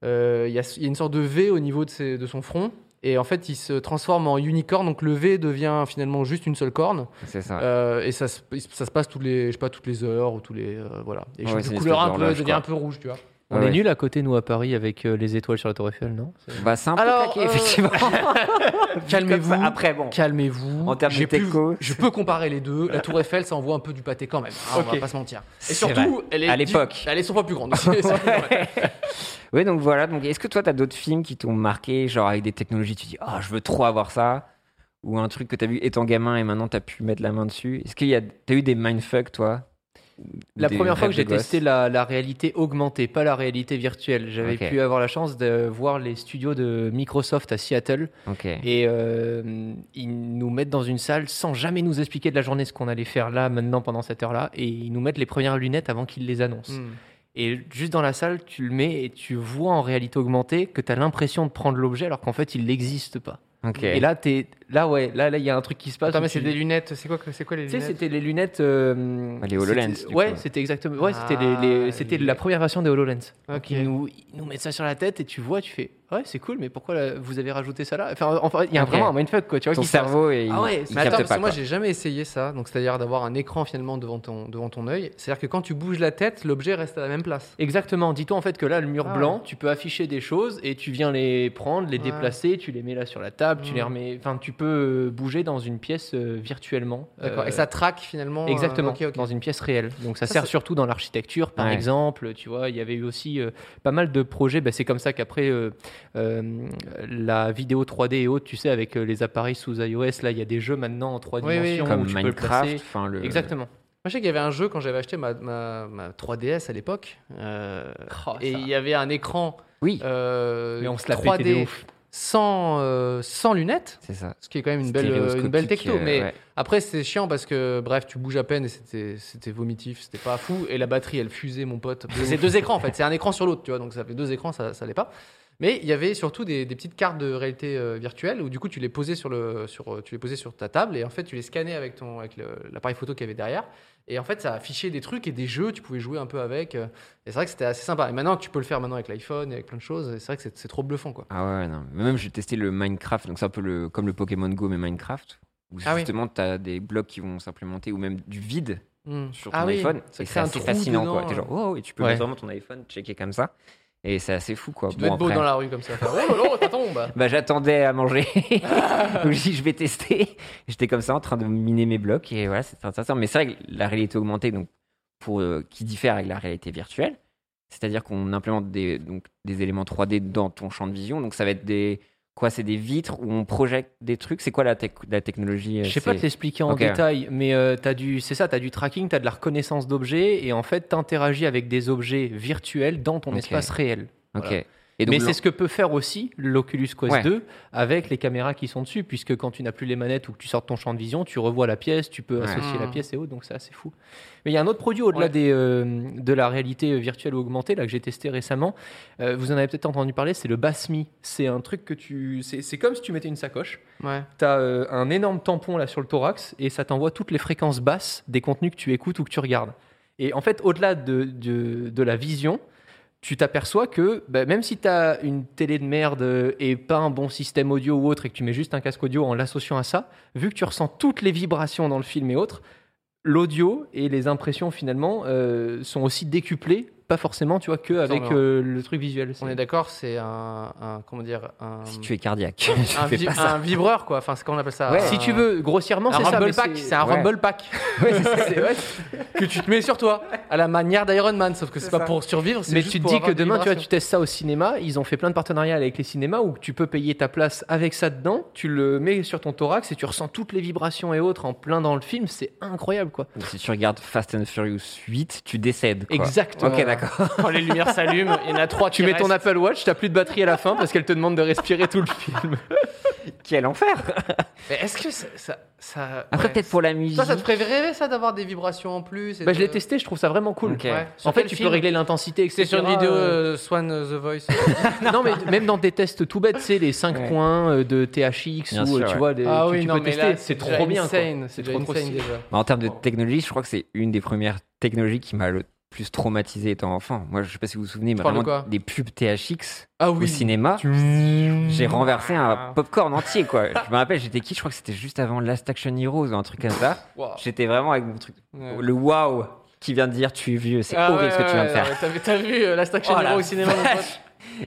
Euh, il, y a, il y a une sorte de V au niveau de, ses- de son front. Et en fait, il se transforme en unicorne, donc le V devient finalement juste une seule corne. C'est ça. Euh, et ça, se- ça se passe toutes les, je sais pas, toutes les heures ou tous les, euh, voilà. Et Ouais, je c'est de une couleur espèce un peu, d'horloge, devient quoi. un peu rouge, tu vois. On Ouais. est nul à côté nous à Paris avec euh, les étoiles sur la Tour Eiffel, non Bah, c'est un peu Alors, claqué, euh, effectivement. calmez-vous. Comme ça, Après, bon. Calmez-vous. En termes de J'ai pu- techno. je peux comparer les deux. La Tour Eiffel, ça envoie un peu du pâté quand même. hein, On va Ok. pas se mentir. Et C'est surtout, vrai. elle est À dix- l'époque. elle est 100 fois plus grande. C'est- c'est- Oui, donc voilà. Donc, est-ce que toi, t'as d'autres films qui t'ont marqué, genre avec des technologies, tu dis, ah, je veux trop avoir ça Ou un truc que t'as vu étant gamin et maintenant t'as pu mettre la main dessus Est-ce qu'il y a. T'as eu des mindfuck, toi La Des première fois que rêves de j'ai gosse testé la, la réalité augmentée, pas la réalité virtuelle, j'avais Ok. pu avoir la chance de voir les studios de Microsoft à Seattle Ok. et euh, ils nous mettent dans une salle sans jamais nous expliquer de la journée ce qu'on allait faire là, maintenant, pendant cette heure-là, et ils nous mettent les premières lunettes avant qu'ils les annoncent. Hmm. Et juste dans la salle, tu le mets et tu vois en réalité augmentée que tu as l'impression de prendre l'objet alors qu'en fait il n'existe pas. Ok. Et là, t'es, là, ouais, là, là, il y a un truc qui se passe. Attends, où mais tu- c'est des lunettes. C'est quoi, que- c'est quoi les Tu sais, lunettes c'était les lunettes. euh, Ah, Les HoloLens, c'était- du Ouais, coup. c'était exactement. Ouais, c'était Ah, les, les- c'était les- la première version des HoloLens. Ok. Donc, ils nous, ils nous mettent ça sur la tête et tu vois, tu fais, ouais, c'est cool, mais pourquoi là, vous avez rajouté ça là Enfin, enfin, il y a Ok. vraiment un mindfuck, quoi. Tu vois, Ton qui se passe. cerveau, et Ah ouais, il Mais attends, capte parce pas. que moi quoi. j'ai jamais essayé ça, donc c'est-à-dire d'avoir un écran finalement devant ton, devant ton œil. C'est-à-dire que quand tu bouges la tête, l'objet reste à la même place. Exactement. Dis-toi en fait que là, le mur Ah. blanc, tu peux afficher des choses et tu viens les prendre, les Ouais. déplacer, tu les mets là sur la table, tu les Mm. remets. Enfin, tu peux euh, bouger dans une pièce euh, virtuellement. D'accord. Euh, Et ça traque finalement. euh, Exactement, ok, ok. dans une pièce réelle. Donc ça, Ça, sert c'est- surtout dans l'architecture, par Ouais. exemple. Tu vois, il y avait eu aussi euh, pas mal de projets. Bah, c'est comme ça qu'après euh, euh, la vidéo 3D et autres, tu sais, avec euh, les appareils sous iOS, là, il y a des jeux maintenant en 3 Oui, oui. dimensions où Comme tu peux le Minecraft, placer. enfin le. Exactement. Euh, Moi, je sais qu'il y avait un jeu quand j'avais acheté ma, ma, ma 3DS à l'époque. euh, et il y avait un écran Oui, euh, Mais on se la pétait 3D de ouf. sans, euh, sans lunettes, c'est ça. ce qui est quand même une belle, euh, une belle Stéréoscopique, techno. euh, mais ouais. après, c'est chiant parce que, bref, tu bouges à peine et c'était c'était vomitif, c'était pas fou. Et la batterie, elle fusait, mon pote. Parce que C'est deux écrans en fait, c'est un écran sur l'autre, tu vois, donc ça fait deux écrans, ça, ça l'est pas. Mais il y avait surtout des, des petites cartes de réalité euh, virtuelle où du coup tu les posais sur le sur euh, tu les posais sur ta table et en fait tu les scannais avec ton avec le- l'appareil photo qu'il y avait derrière et en fait ça affichait des trucs et des jeux tu pouvais jouer un peu avec euh, et c'est vrai que c'était assez sympa et maintenant tu peux le faire maintenant avec l'iPhone et avec plein de choses et c'est vrai que c'est c'est trop bluffant quoi. Ah ouais, ouais, non. Mais Même j'ai testé le Minecraft, donc c'est un peu le, comme le Pokémon Go, mais Minecraft. Où Ah oui. justement, tu as des blocs qui vont s'implémenter ou même du vide Hmm. sur ton Ah oui, iPhone. ça et crée c'est un assez trou fascinant, quoi. dedans, T'es euh. genre, oh, et tu peux Ouais. mettre vraiment ton iPhone checker comme ça. Et c'est assez fou, quoi. Tu dois oh, Bon, être beau après- dans la rue comme ça. faire, Oh là là, ça tombe. Bah, j'attendais à manger. Donc, j'ai dit, je vais tester. J'étais comme ça en train de miner mes blocs. Et voilà, c'était intéressant. Mais c'est vrai que la réalité augmentée, donc, pour, euh, qui diffère avec la réalité virtuelle, c'est-à-dire qu'on implémente des, donc, des éléments 3D dans ton champ de vision. Donc, ça va être des. Quoi, c'est des vitres où on projette des trucs C'est quoi la, tec- la technologie euh, Je sais pas c'est- t'expliquer en Ok. détail, mais euh, t'as du, c'est ça, t'as du tracking, t'as de la reconnaissance d'objets, et en fait, t'interagis avec des objets virtuels dans ton Ok. espace réel. Ok. Voilà. Et donc, Mais l'en- c'est ce que peut faire aussi l'Oculus Quest Ouais. 2 avec les caméras qui sont dessus, puisque quand tu n'as plus les manettes ou que tu sors de ton champ de vision, tu revois la pièce, tu peux Ouais. associer la Mhm. pièce et autres, donc c'est assez fou. Mais il y a un autre produit au-delà Ouais. des, euh, de la réalité euh, virtuelle ou augmentée, là que j'ai testé récemment, Euh, vous en avez peut-être entendu parler, c'est le Basmi. C'est un truc que tu... C'est c'est comme si tu mettais une sacoche. Ouais. T'as euh, un énorme tampon là sur le thorax et ça t'envoie toutes les fréquences basses des contenus que tu écoutes ou que tu regardes. Et en fait, au-delà de, de, de la vision, tu t'aperçois que bah, même si t'as une télé de merde euh, et pas un bon système audio ou autre et que tu mets juste un casque audio en l'associant à ça, vu que tu ressens toutes les vibrations dans le film et autres, l'audio et les impressions finalement euh, sont aussi décuplées, pas forcément, tu vois, que avec mais on- euh, le truc visuel. On est d'accord, c'est un, un- comment dire un, si tu es cardiaque, Ah, tu un, fais vi- pas ça. un vibreur quoi. Enfin, c'est qu'on appelle ça. Ouais. un- Si tu veux, grossièrement, un c'est ça. mais rumble pack, c'est un ouais. rumble pack Ouais, c'est ça. c'est- ouais, que tu te mets sur toi à la manière d'Iron Man, sauf que c'est pas pour survivre. c'est Mais juste tu te pour dis avoir que des demain, tu vois, tu vibrations. testes ça au cinéma. Ils ont fait plein de partenariats avec les cinémas où tu peux payer ta place avec ça dedans. Tu le mets sur ton thorax et tu ressens toutes les vibrations et autres en plein dans le film. C'est incroyable, quoi. Si tu regardes Fast and Furious 8, tu décèdes. quoi. Exactement. Ok, d'accord. quand Oh, les lumières s'allument, il y en a trois. Tu qui mets ton restent. Apple Watch, t'as plus de batterie à la fin parce qu'elle te demande de respirer tout le film. Quel enfer Mais est-ce que ça, ça, ça- Après, ouais. peut-être pour la musique. Toi, ça te ferait rêver ça d'avoir des vibrations en plus. et Bah, je l'ai de- testé, je trouve ça vraiment cool. Ok. Ouais. Sur En fait, quel tu film peux régler l'intensité, etc. C'est sur une vidéo Euh, euh, Swan euh, The Voice. non, mais même dans des tests tout bêtes, c'est les 5 Ouais. points euh, de THX Bien ou sûr, tu ouais. vois, des- Ah tu, tu peux tester. c'est déjà trop bien. quoi. insane, C'est trop trop insane stylé. déjà. Mais en termes de technologie, je crois que c'est une des premières technologies qui m'a le plus traumatisé étant enfant. Moi, je sais pas si vous vous souvenez, mais parles de vraiment quoi des pubs THX Ah au oui. Mmh. cinéma, j'ai renversé un popcorn entier, quoi. je me rappelle, j'étais qui Je crois que c'était juste avant Last Action Heroes ou un truc comme ça. Wow. J'étais vraiment avec mon truc. Oh. Ouais. Le wow qui vient de dire tu es vieux, c'est Ah horrible ouais, ce que tu viens de ouais, faire. ouais, T'as vu- t'as vu euh, Last Action Oh la Hero au cinéma, mon pote vache.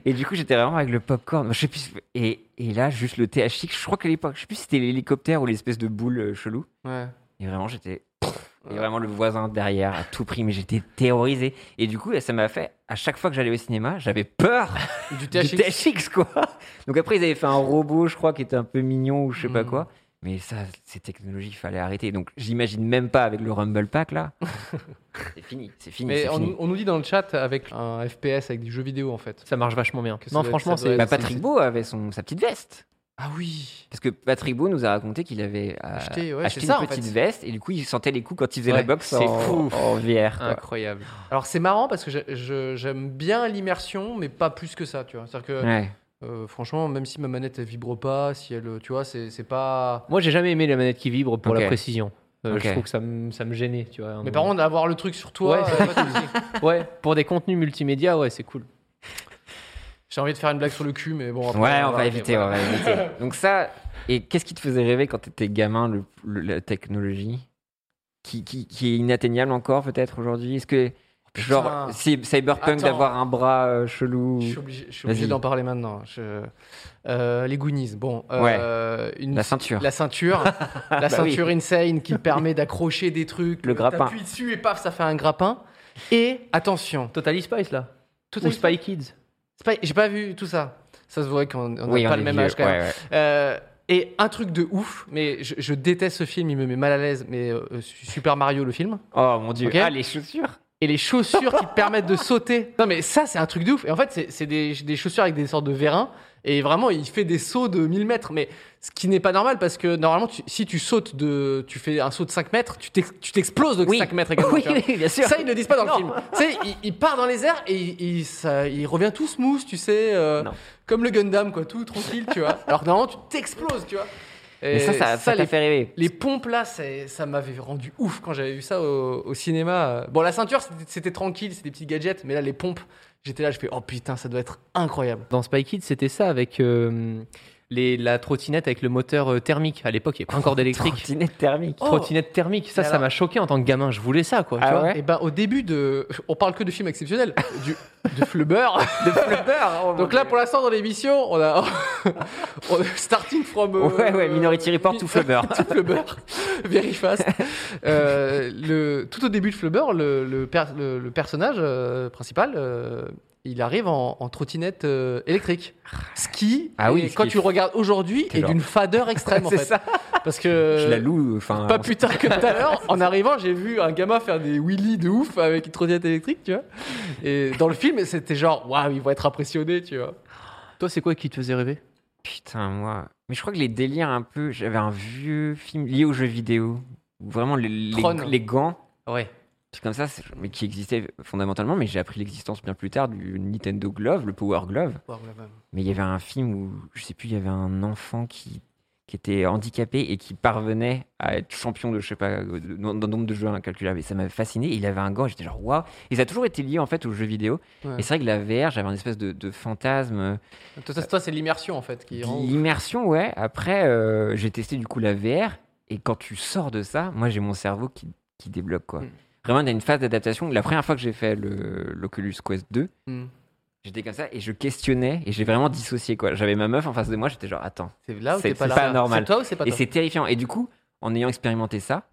Et du coup, j'étais vraiment avec le popcorn. Je sais plus. Et, et là, juste le THX, je crois qu'à l'époque, je sais plus si c'était l'hélicoptère ou l'espèce de boule euh, chelou. Ouais. Et vraiment, j'étais. Et vraiment, le voisin derrière, à tout prix, mais j'étais terrorisé. Et du coup, ça m'a fait. À chaque fois que j'allais au cinéma, j'avais peur Du du THX. THX, quoi. Donc après, ils avaient fait un robot, je crois, qui était un peu mignon ou je sais pas Mm. quoi. Mais ça, ces technologies, il fallait arrêter. Donc, j'imagine même pas avec le Rumble Pack là. c'est fini, c'est fini. Mais c'est on, fini. on nous dit dans le chat avec un FPS, avec du jeu vidéo en fait. Ça marche vachement bien. Que ça Non, doit être- franchement, ça doit c'est. être- Bah, c'est- Patrick Beau avait son, sa petite veste. Ah oui Parce que Patrick Beau nous a raconté qu'il avait euh, Acheté, ouais, c'est une ça, en petite fait. veste et du coup, il sentait les coups quand il faisait Ouais, la boxe c'est en, fou. en VR. quoi. Incroyable. Alors c'est marrant parce que j'ai- je- j'aime bien l'immersion, mais pas plus que ça, tu vois. C'est-à-dire que Ouais. euh, franchement, même si ma manette elle vibre pas, si elle, tu vois, c'est c'est pas. Moi, j'ai jamais aimé la manette qui vibre pour Ok. la précision. Euh, Ok. Je trouve que ça me, ça me gênait, tu vois. à un Mais par moment. contre, avoir le truc sur toi, Ouais. euh, pas de souci. ouais, pour des contenus multimédia, ouais, c'est cool. j'ai envie de faire une blague sur le cul, mais bon. après, Ouais, voilà, on va ok, éviter, on voilà. va éviter. Donc ça, et qu'est-ce qui te faisait rêver quand t'étais gamin, le- le- la technologie qui, qui, qui est inatteignable encore peut-être aujourd'hui Est-ce que, genre, c'est cyberpunk Attends. d'avoir un bras euh, chelou Je suis obligé, je suis Vas-y. obligé d'en parler maintenant. Je- euh, les Goonies, bon. euh, une- La ceinture. La ceinture, la Bah oui. ceinture insane qui permet d'accrocher des trucs. Le grappin. T'appuies dessus et paf, ça fait un grappin. Et attention, Totally Spice, là. Totally Ou Spy Kids. c'est pas- j'ai pas vu tout ça. Ça se voit qu'on on n'a Oui, on pas est le même vieux, âge quand ouais, même. ouais. Euh, et un truc de ouf, mais je, je déteste ce film, il me met mal à l'aise, mais euh, Super Mario le film. Oh mon dieu. Ok. Ah, les chaussures Et les chaussures qui permettent de sauter. Non mais ça c'est un truc de ouf. Et en fait c'est- c'est des, des chaussures avec des sortes de vérins. Et vraiment il fait des sauts de 1000 mètres. Mais ce qui n'est pas normal parce que normalement tu- si tu sautes de... Tu fais un saut de 5 mètres, tu t'ex- tu t'exploses de 5 mètres également. Oui, tu vois. bien sûr. Ça, ils le disent pas dans Non. le film. tu sais, il, il part dans les airs et il, il- ça- il revient tout smooth, tu sais, euh, Non. comme le Gundam, quoi, tout tranquille, tu vois. Alors que normalement, tu t'exploses, tu vois. Mais Et ça, ça, ça t'a les, fait rêver. les pompes là, c'est- ça m'avait rendu ouf quand j'avais vu ça au, au cinéma. Bon, la ceinture, c'était- c'était tranquille, c'était des petits gadgets, mais là, les pompes, j'étais là, je fais, oh putain, ça doit être incroyable. Dans Spy Kids, c'était ça avec euh, les, la trottinette avec le moteur euh, thermique. À l'époque, il n'y avait pas encore d'électrique. Trottinette thermique. Oh. Trottinette thermique, ça, Mais ça alors- m'a choqué en tant que gamin. Je voulais ça, quoi. tu Ah vois. ouais Et ben, au début de. On parle que de films exceptionnels. Du, de Flubber. de oh Donc là, pour l'instant, dans l'émission, on a. on a starting from. euh, Ouais, ouais, Minority Report mi- tout flubber. tout Flubber. Very fast. Euh, le, tout au début de Flubber, le, le, per- le- le personnage euh, principal. euh, il arrive en, en trottinette euh, électrique. Ce qui, Ah oui, et ce quand qui tu est- le regardes aujourd'hui, T'es est genre- d'une fadeur extrême en C'est fait. ça. Parce que Je la hein, loue. Enfin, pas on- plus tard que tout à l'heure, en arrivant, j'ai vu un gamin faire des wheelies de ouf avec une trottinette électrique, tu vois. Et dans le film, c'était genre, waouh, ils vont être impressionnés, tu vois. Toi, c'est quoi qui te faisait rêver Putain, moi. Mais je crois que les délires un peu. J'avais un vieux film lié aux jeux vidéo. où Vraiment, les, les, Tron. les gants. Ouais. trucs comme ça, c'est- mais qui existait fondamentalement, mais j'ai appris l'existence bien plus tard du Nintendo Glove, le Power Glove. Mais il y avait un film où, je sais plus, il y avait un enfant qui, qui était handicapé et qui parvenait à être champion de, je sais pas, de- d'un nombre de jeux incalculables. Et ça m'avait fasciné. Il avait un gant, et j'étais genre, waouh. Et ça a toujours été lié en fait aux jeux vidéo. Ouais. Et c'est vrai que la VR, j'avais un espèce de, de fantasme. euh, Toi, ça- toi, c'est l'immersion, en fait, qui rend... L'immersion, ouais. Après, euh, j'ai testé du coup la VR. Et quand tu sors de ça, moi, j'ai mon cerveau qui, qui débloque, quoi. Mm. Vraiment, il y a une phase d'adaptation. La première fois que j'ai fait le- l'Oculus Quest 2, Mm. j'étais comme ça et je questionnais et j'ai vraiment dissocié, quoi. J'avais ma meuf en face de moi, j'étais genre, attends. C'est là ou C'est- t'es pas c'est là pas normal. C'est toi ou c'est pas Et toi c'est terrifiant. Et du coup, en ayant expérimenté ça,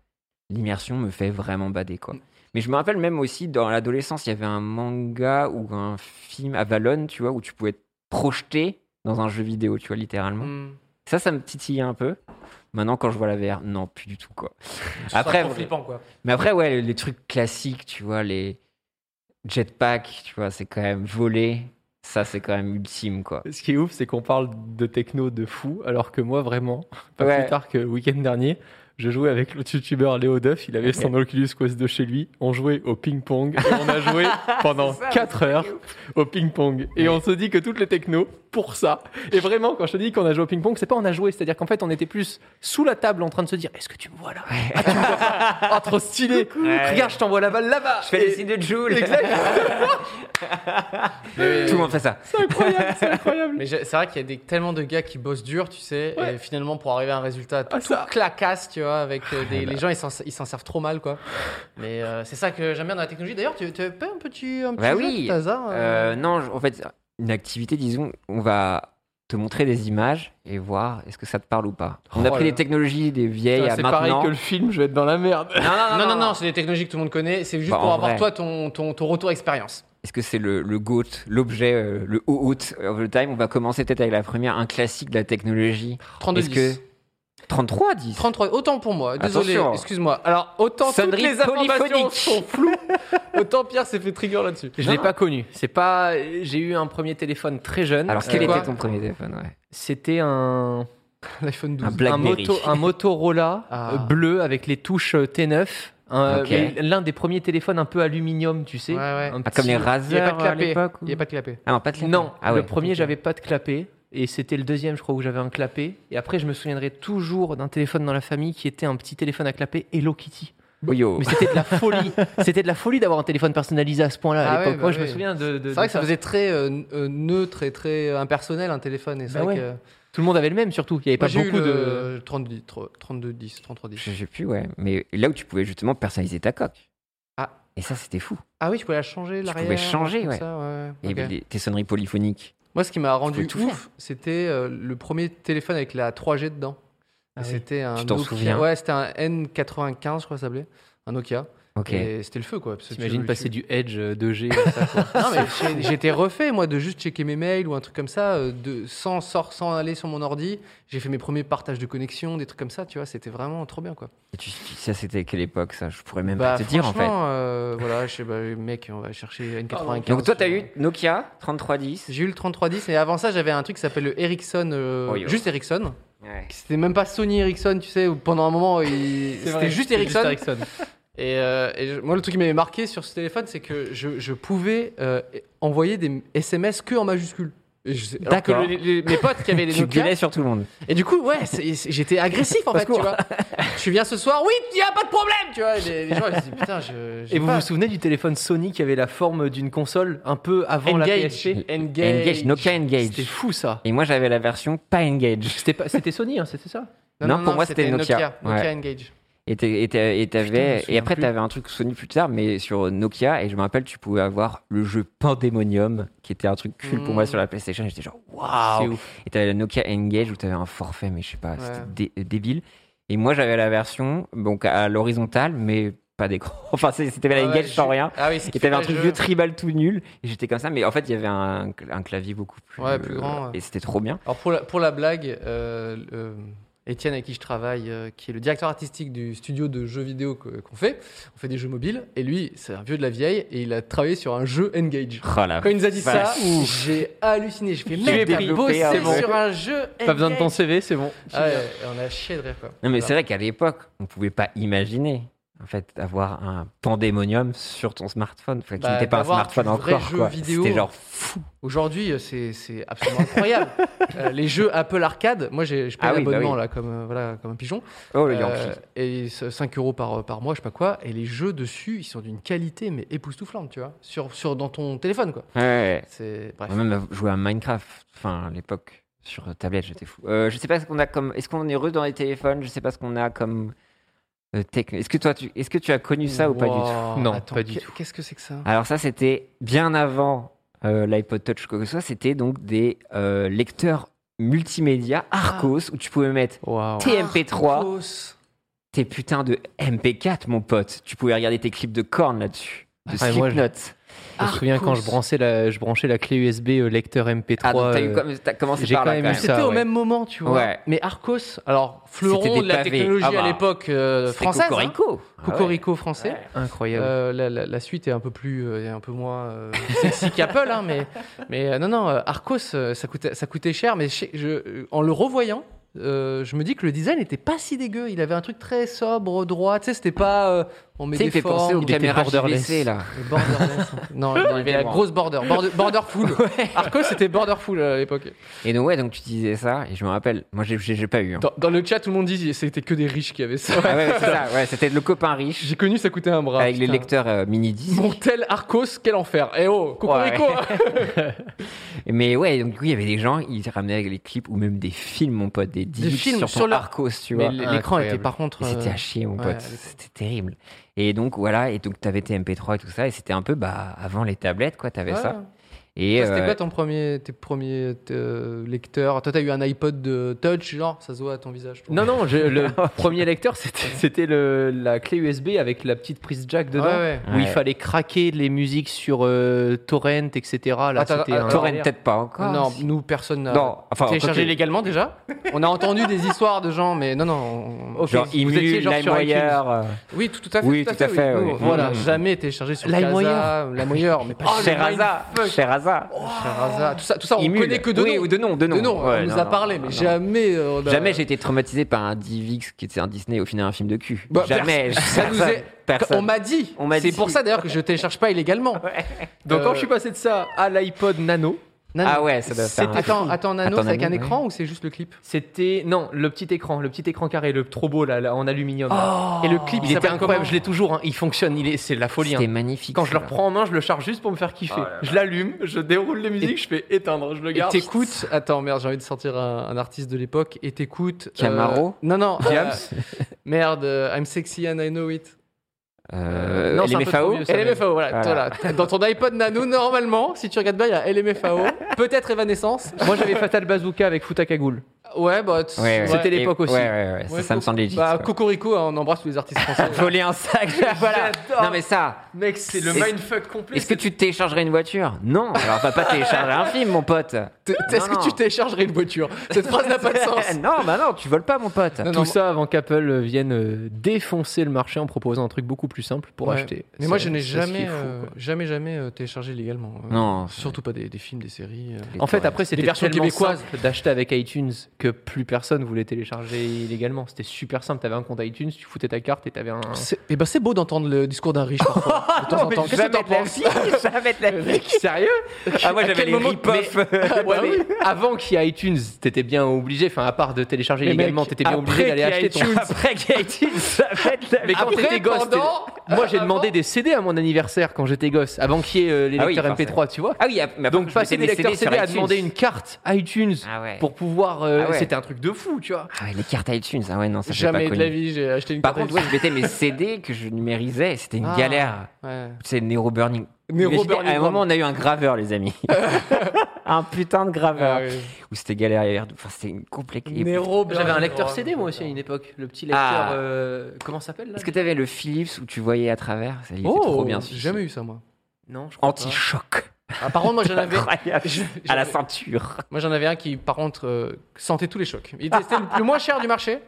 l'immersion me fait vraiment bader, quoi. Mais je me rappelle même aussi, dans l'adolescence, il y avait un manga ou un film Avalon, tu vois, où tu pouvais être projeté dans un jeu vidéo, tu vois, littéralement. Mm. Ça, ça me titillait un peu. Maintenant, quand je vois la VR, non, plus du tout, quoi. Ce Après, sera trop vous- flippant, quoi. Mais après, ouais, les trucs classiques, tu vois, les jetpacks, tu vois, c'est quand même voler. Ça, c'est quand même ultime, quoi. Ce qui est ouf, c'est qu'on parle de techno de fou, alors que moi, vraiment, pas Ouais. plus tard que le week-end dernier, je jouais avec le youtubeur Léo Duff, il avait son Oculus Quest 2 chez lui, on jouait au ping-pong, et on a joué pendant 4 heures au ping-pong. Et on se dit que toutes les technos, pour ça. Et vraiment, quand je te dis qu'on a joué au ping-pong, c'est pas on a joué, c'est-à-dire qu'en fait, on était plus sous la table en train de se dire Est-ce que tu me vois là Ah, tu me vois pas Ah, trop stylé Regarde, je t'envoie la balle là-bas Je fais Et- les signes de Joule. Exact. Tout le monde fait ça. C'est incroyable, c'est incroyable Mais j'ai- c'est vrai qu'il y a des, tellement de gars qui bossent dur, tu sais, Ouais. et finalement, pour arriver à un résultat tout Ah, ça. clacasse, tu vois, avec euh, Ah, des, bah. les gens, ils s'en- ils s'en servent trop mal, quoi. Mais euh, c'est ça que j'aime bien dans la technologie. D'ailleurs, tu, tu avais pas un petit, un petit Bah jeu oui. tout hasard euh, Euh, non, je- en fait, une activité, disons, on va te montrer des images et voir est-ce que ça te parle ou pas. On a Oh pris là. les technologies des vieilles à C'est pareil maintenant. que le film, je vais être dans la merde Non, non, non, c'est des technologies que tout le monde connaît. C'est juste Bah, en pour avoir, vrai. toi, ton, ton, ton retour expérience. Est-ce que c'est le, le GOAT, l'objet, euh, le haut of the time On va commencer peut-être avec la première, un classique de la technologie. 32 Est-ce que 33 10 33, autant pour moi, désolé, Attention. excuse-moi. Alors, autant toutes Sonnerie les informations polyphonique. sont floues, autant Pierre s'est fait trigger là-dessus. Ah, Je l'ai pas connu. C'est pas. J'ai eu un premier téléphone très jeune. Alors, quel Euh, était quoi ton premier téléphone ouais. C'était un L'iPhone 12. Un un, Blackberry. moto- un Motorola Ah. euh, bleu avec les touches euh, T9. un- Ok. mais L'un des premiers téléphones un peu aluminium, tu sais. Ouais, ouais. Un Ah, comme petit- Il n'y les a euh, pas Razer de à clapet. l'époque ou- Il n'y a pas de clapet. Ah non, pas de clapet. Non, Ah le ouais, premier, ok. j'avais pas de clapet. Et c'était le deuxième, je crois, où j'avais un clapet. Et après, je me souviendrai toujours d'un téléphone dans la famille qui était un petit téléphone à clapet Hello Kitty. Oui, oh. Mais c'était de la folie. c'était de la folie d'avoir un téléphone personnalisé à ce point-là à Ah l'époque. ouais, Moi, bah je me oui. souviens de. de- C'est vrai de que ça faisait très euh, n- euh, neutre et très euh, impersonnel un téléphone. Et c'est Bah vrai ouais. que- Tout le monde avait le même, surtout. Il n'y avait Moi, pas j'ai eu beaucoup de. le 32 3210, 3310. Je sais plus, ouais. Mais là où tu pouvais justement personnaliser ta coque. Ah. Et ça, c'était fou. Ah oui, tu pouvais la changer, l'arrière. pouvais changer, comme ouais. ça, Et Ok. les- tes sonneries polyphoniques. Moi, ce qui m'a rendu pouvais tout ouf, c'était euh, le premier téléphone avec la 3G dedans. Ah Et oui. C'était un Tu t'en Nokia- souviens Ouais, c'était un N95, je crois, que ça s'appelait. Un Nokia. Ok. Et c'était le feu, quoi. parce que tu- T'imagines tu- passer du Edge euh, 2G comme ça, quoi. Non, mais j'ai- j'étais refait, moi, de juste checker mes mails ou un truc comme ça, euh, de, sans, sort, sans aller sur mon ordi. J'ai fait mes premiers partages de connexion, des trucs comme ça, tu vois. C'était vraiment trop bien, quoi. Et tu- tu- ça, c'était quelle époque, ça Je pourrais même Bah, pas te dire, en fait. franchement, euh, voilà, je sais pas, mec, on va chercher N95. Ah Donc, toi, t'as sur- eu Nokia 3310. J'ai eu le 3310 et avant ça j'avais un truc qui s'appelle le Ericsson, euh, Oh, yo. juste Ericsson. Ouais. C'était même pas Sony Ericsson, tu sais, où pendant un moment il- c'était juste Ericsson. Et, euh, et je- moi le truc qui m'avait marqué sur ce téléphone c'est que je, je pouvais euh, envoyer des SMS que en majuscule. Et je sais- alors que D'accord. le- les- mes potes qui avaient les Tu Nokia. gueulais sur tout le monde. Et du coup, ouais, c'est- c'est- j'étais agressif en fait, tu vois. Tu viens ce soir, oui, il n'y a pas de problème, tu vois. Les, les gens ils se disent putain, je. j'ai Et vous pas- vous souvenez du téléphone Sony qui avait la forme d'une console un peu avant la Engage, PSP engage. Engage, Nokia Engage. C'était fou ça. Et moi, j'avais la version pas Engage. C'était pas- c'était Sony, hein, c'était ça Non, pour moi, c'était Nokia. Nokia Ouais. Engage. Et, t'es- et t'es- et t'avais- Putain, je me et souviens après, plus. t'avais un truc Sony plus tard, mais sur Nokia. Et je me rappelle, tu pouvais avoir le jeu Pandemonium, qui était un truc cool pour moi Mm. sur la PlayStation. J'étais genre, C'est waouh! ouf. Et t'avais la Nokia Engage où t'avais un forfait, mais je sais pas, Ouais. c'était dé- euh, débile. Et moi, j'avais la version, donc à l'horizontale, mais pas d'écran. enfin, c'est- c'était la Ah ouais, Engage sans je- rien. Ah oui, ce qui Et t'avais fait un truc jeu. vieux tribal tout nul. Et j'étais comme ça, mais en fait, il y avait un, un clavier beaucoup plus, euh, Ouais, plus grand, ouais. Et c'était trop bien. Alors pour la, pour la blague, euh, euh, Étienne avec qui je travaille, euh, qui est le directeur artistique du studio de jeux vidéo que- qu'on fait, on fait des jeux mobiles, et lui, c'est un vieux de la vieille, et il a travaillé sur un jeu Engage. Oh la Quand il nous a dit vache. ça, j'ai halluciné. Je fais l'ai mec, t'as développé, bossé ah bon. sur un jeu Engage. Pas besoin de ton CV, c'est bon. Ah ouais, on a chié de rire quoi. Non, mais Voilà. c'est vrai qu'à l'époque, on pouvait pas imaginer, en fait, avoir un pandémonium sur ton smartphone. Enfin, qui Bah, n'était pas un d'avoir smartphone du vrai encore, jeu quoi. vidéo. C'était genre fou. Aujourd'hui, euh, c'est c'est absolument incroyable. Euh, les jeux Apple Arcade, moi j'ai- je paye Ah oui, bah l'abonnement oui. là comme, euh, voilà, comme un pigeon. Oh, le Euh, Yankee. et ce- 5 euros par, par mois, je sais pas quoi. Et les jeux dessus, ils sont d'une qualité mais époustouflante, tu vois. Sur, sur, dans ton téléphone, quoi. Ouais, ouais. C'est bref. On a même joué à Minecraft, enfin, à l'époque, sur tablette, j'étais fou. Euh, je sais pas ce qu'on a comme. Est-ce qu'on est heureux dans les téléphones Je sais pas ce qu'on a comme. euh, tech- Est-ce que toi, tu... est-ce que tu as connu ça ou pas du tout Wow, Non, attends, pas du qu'est- tout. Qu'est-ce que c'est que ça Alors ça, c'était bien avant euh, l'iPod Touch, quoi que ce soit. C'était donc des euh, lecteurs multimédia Ah. Arcos où tu pouvais mettre Waouh. tes MP3, Arcos. tes putains de MP4, mon pote. Tu pouvais regarder tes clips de cornes là-dessus, de Ah, moi, je- Slipknot. Je me souviens quand je branchais la, je branchais la clé USB euh, lecteur MP3. Ah, donc t'as eu euh, comme- t'as commencé j'ai par quand là même quand eu ça. même. C'était au ouais. même moment, tu vois. Ouais. Mais Arcos, alors fleuron des de la pavés. technologie Ah bah. à l'époque euh, C'était française. hein. Cocorico. Ah ouais. Cocorico français. Ouais. Incroyable. Euh, la, la- la suite est un peu plus, euh, est un peu moins euh, sexy qu'Apple, hein, mais, mais euh, non, non, euh, Arcos, euh, ça coûtait, ça coûtait cher, mais je- je- euh, en le revoyant, euh, je me dis que le design n'était pas si dégueu. Il avait un truc très sobre, droit. Tu sais, c'était pas. euh, on met Tu sais, des il fait penser formes, aux il était caméras borderless. JVC, là. Le borderless. non, il avait la Bon. grosse border. Border, border full. Euh, Arcos, c'était border full à l'époque. Et donc ouais, donc tu disais ça et je me rappelle. Moi, j'ai- j'ai j'ai pas eu. hein. Dans, dans le chat, tout le monde dit que c'était que des riches qui avaient ça. Ah ouais, c'est ça. Ouais, c'était le copain riche J'ai connu, ça coûtait un bras. avec les putain. lecteurs euh, mini 10. Mon tel Arcos, quel enfer. Eh oh, cocorico. Ouais. hein. Mais ouais, donc du coup, il y avait des gens, ils ramenaient avec les clips ou même des films, mon pote, des, disques films sur, ton sur leur- Arcos, tu Mais vois. Ah. l- l'écran était Incroyable. par contre. Et C'était euh, à chier, mon ouais, pote. à l'époque. C'était terrible. Et donc, voilà, et donc, t'avais tes MP3 et tout ça, et c'était un peu, bah, avant les tablettes, quoi, t'avais ouais. ça. Et Toi, C'était euh, quoi ton premier, tes premiers euh, lecteurs Toi, t'as eu un iPod de touch, genre Ça se voit à ton visage. je trouve. Non, non, je- le premier lecteur, c'était c'était le- la clé USB avec la petite prise jack dedans. Ouais, ouais. Où il Ouais. fallait craquer les musiques sur euh, torrent, etc. Là, Attends, c'était attends, un- Torrent, alors- peut-être pas encore. non, Ah, si. nous, personne n'a Non, enfin, téléchargé quoique- légalement déjà. Ah, On a entendu des histoires de gens, mais non, non. on- Ok. genre vous Imu, étiez genre sur LimeWire. euh, Oui, tout, tout à fait. Oui, tout à fait, oui. oui. Nous, Voilà, Mm. Oh, jamais téléchargé sur LimeWire. Casa, LimeWire, mais pas Sherazade, Sherazade. Sheraza. Tout ça, tout ça, on Imul. connaît que de Oui, nom. ou de nom, de nom. Ouais, on nous non, a non, parlé, mais non, non. jamais. euh, on a- bah. Jamais j'ai été traumatisé par un DivX qui était un Disney au final un film de cul. Bah, Jamais. pers- ça nous est- Personne. On m'a dit. On m'a C'est dit. pour ça d'ailleurs que je télécharge pas illégalement. Donc Euh, quand je suis passé de ça à l'iPod Nano, Nano. Ah ouais, ça doit faire. un- Attends, attends, Nano, Attends, c'est avec un Nano, écran ou c'est juste le clip c'était non le petit écran, le petit écran carré, le trop beau là, là, en aluminium. là. Et le clip, Oh. il Il était s'appelle incroyable. comment Je l'ai toujours. hein. Il fonctionne. Il est, c'est de la folie. C'était hein. magnifique. Quand je le ça. reprends en main, je le charge juste pour me faire kiffer. je l'allume, je déroule les musiques, je fais éteindre, je le Et garde. t'écoutes. Attends, merde, j'ai envie de sortir un, un artiste de l'époque. Et t'écoutes. euh, Camaro Non, non. euh, Diams merde, euh, I'm sexy and I know it. Euh, Non, c'est un peu trop LMFAO. vieux, ça. LMFAO, voilà. Voilà. voilà. Dans ton iPod Nano, normalement, si tu regardes bien, il y a LMFAO. Peut-être Evanescence. Moi, j'avais Fatal Bazooka avec Futakagoul. Ouais, bah. t- Ouais, ouais. C'était Et- l'époque aussi. Ouais, ouais, ouais. Ça, Ouais, ça me co- semble légitime. Bah, Cocorico, hein, on embrasse tous les artistes français. Voler un sac, voilà. Non mais ça. Mec, c'est le Est-ce- mindfuck complet. Est-ce que tu téléchargerais une voiture Non. Alors va pas télécharger un film, mon pote. T- Est-ce Non, que non. tu téléchargerais une voiture Cette phrase n'a pas de sens. non, bah non, tu voles pas, mon pote. Non, non, Tout ça avant qu'Apple vienne euh, défoncer le marché en proposant un truc beaucoup plus simple pour Ouais. acheter. Mais moi, Ça- je n'ai c'est ce qui jamais, est fou, euh, quoi. jamais, jamais euh, téléchargé légalement. Euh, Non. Surtout pas des, des films, des séries. euh. En fait, après, c'était Les versions tellement québécoises. simple d'acheter avec iTunes que plus personne voulait télécharger illégalement. C'était super simple. T'avais un compte iTunes, tu foutais ta carte et t'avais un. C'est- Eh ben, c'est beau d'entendre le discours d'un riche. parfois, de temps en temps. Qu'est-ce que t'en penses Jamais de la vie. Sérieux Ah, moi, À j'avais quel les moment- rip-off. Ouais, mais Avant qu'il y ait iTunes, t'étais bien obligé. Enfin, à part de télécharger Mais mec, illégalement, t'étais bien obligé d'aller acheter ton. Après qu'il y a iTunes, ça va être la Mais quand Après, t'étais gosse, pendant, t'es- moi j'ai demandé des CD à mon anniversaire quand j'étais gosse, avant qu'il y ait euh, les Ah oui, lecteurs MP3, forcément. tu vois. Ah oui, mais Donc passer des lecteurs CD à demander une carte iTunes Ah ouais. pour pouvoir, euh, Ah ouais. c'était un truc de fou, tu vois. Ah ouais, les cartes iTunes, ah ouais, non, ça j'ai pas Jamais de connu. la vie, j'ai acheté une Par carte contre, ouais, je mettais mes CD que je numérisais, c'était une Ah. galère. Ouais. C'est Nero Burning. Nero Imaginez, Burning À un Brown. moment, on a eu un graveur, les amis. un putain de graveur. Ah oui. Où c'était galère. Enfin, c'était une complexe. Oh, Nero bah, J'avais un Burning lecteur Brown. CD moi aussi à une époque, le petit lecteur, Ah. euh, comment ça s'appelle là Est-ce que t'avais le Philips où tu voyais à travers Ça, il était trop Oh, bien. j'ai jamais eu ça, moi. Non, je crois pas. Anti-choc. Ah, par contre, moi, j'en avais. Incroyable. je- À la j'avais- ceinture. Moi j'en avais un qui par contre euh, sentait tous les chocs. Il était c'était le le moins cher du marché.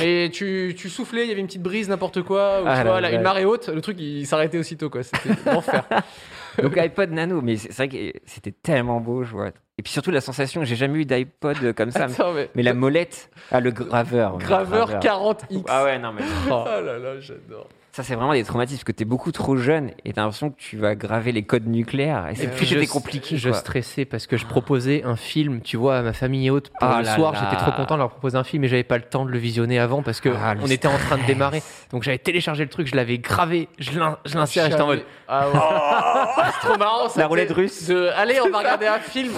Et tu, tu soufflais, il y avait une petite brise, n'importe quoi, ou tu Ah vois, la là, vache. une marée haute, le truc il s'arrêtait aussitôt quoi. C'était l'enfer. Donc iPod Nano, mais c'est c'est vrai que c'était tellement beau, je vois. Et puis surtout la sensation, j'ai jamais eu d'iPod comme ça. mais- Attends, mais- mais la molette, ah le graveur. le Graveur 40X. Ah ouais, non mais Oh là là, j'adore. ça c'est vraiment des traumatismes parce que t'es beaucoup trop jeune et t'as l'impression que tu vas graver les codes nucléaires Euh, et c'est Puis plus Euh, je- c'était compliqué. Je quoi. stressais parce que je proposais un film, tu vois, à ma famille et autres. Pour Ah le là soir, là. j'étais trop content de leur proposer un film et j'avais pas le temps de le visionner avant parce que Ah, le on était en train de stress. démarrer. Donc j'avais téléchargé le truc, je l'avais gravé, je l'in- je l'insère et j'étais en mode. Ah ouais. c'est trop marrant ça. La roulette tu sais, russe. De... Allez, on va regarder un film.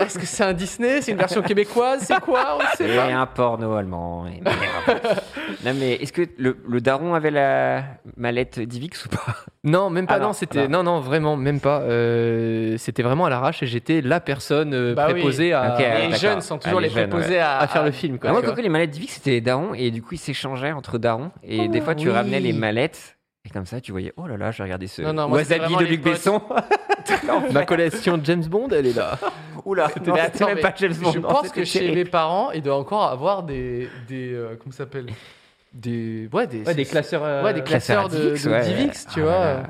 Est-ce que c'est un Disney C'est une version québécoise C'est quoi On sait Et pas. un porno allemand. et merde. non mais est-ce que le, le daron avait la mallette Divix ou pas Non, même pas. Ah non, non, c'était non, non, vraiment, même pas. Euh, c'était vraiment à l'arrache et j'étais la personne euh, Bah oui. préposée à, Ok, ouais, Les d'accord. jeunes sont toujours Ah, les, les jeunes, préposés ouais. à, à faire le film. Quoi, Ah, Moi, tu Coco, les mallettes Divix c'était les darons et du coup ils s'échangeaient entre darons et des fois tu Oh oui. ramenais les mallettes et comme ça tu voyais oh là là j'ai regardé ce Non, non, moi, c'était wasabi vraiment de les Luc potes. Besson. vois. Ma collection James Bond, elle est là. Oula, C'était- non, mais c'était attends, même mais pas James Bond. Je non, pense c'était que chez Thierry. mes parents, il doit encore avoir des. des euh, comment ça s'appelle Des. Ouais, des. classeurs. euh, ouais, des classeurs de, Divix, de ouais. Divix, tu Ah vois. là là.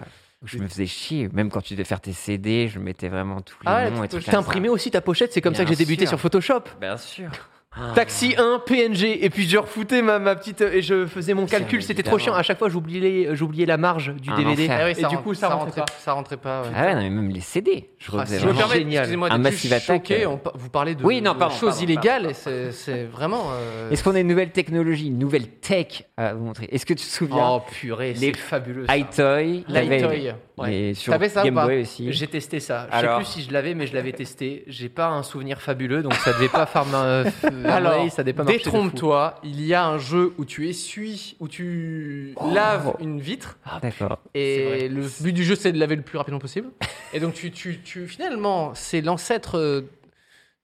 Je me faisais chier, même quand tu devais faire tes CD, je mettais vraiment tous les Ah ouais, noms et tu- tout. tu T'imprimais aussi ta pochette, c'est comme ça Bien que j'ai débuté sûr. sur Photoshop. Bien sûr. Ah. Taxi 1, PNG, et puis je refoutais ma, ma petite. euh, Et je faisais mon calcul, c'était trop chiant. évidemment. À chaque fois, j'oubliais, euh, j'oubliais la marge du Un DVD. enfer. Ah oui, et du rentre- coup, ça, rentrait pas. Ça rentrait pas. ouais. Ah ouais, non, mais même les CD, je Ah, refaisais si je me vraiment. permets, génial. excusez-moi, Un d'être Massive juste Attack, choqué, euh. on pa- vous parlez de, Oui, non, de pardon, choses pardon, illégales pardon. et c'est- c'est vraiment. euh, Est-ce qu'on a une nouvelle technologie, une nouvelle tech à vous montrer Est-ce que tu te souviens Oh purée, Les c'est fabuleux. ça. iToy, t'avais- Lightoy, ouais. mais sur T'avais ça ou Game pas Boy aussi. J'ai testé ça. Je sais Alors. plus si je l'avais, mais je l'avais testé. J'ai pas un souvenir fabuleux, donc ça devait pas faire ma- euh, à mon Alors, avis, ça n'a pas marché de fou. Détrompe-toi, il y a un jeu où tu essuies, où tu Oh. laves une vitre. Ah, D'accord. Et le but du jeu, c'est de laver le plus rapidement possible. Et donc, tu, tu, tu- finalement, c'est l'ancêtre. euh,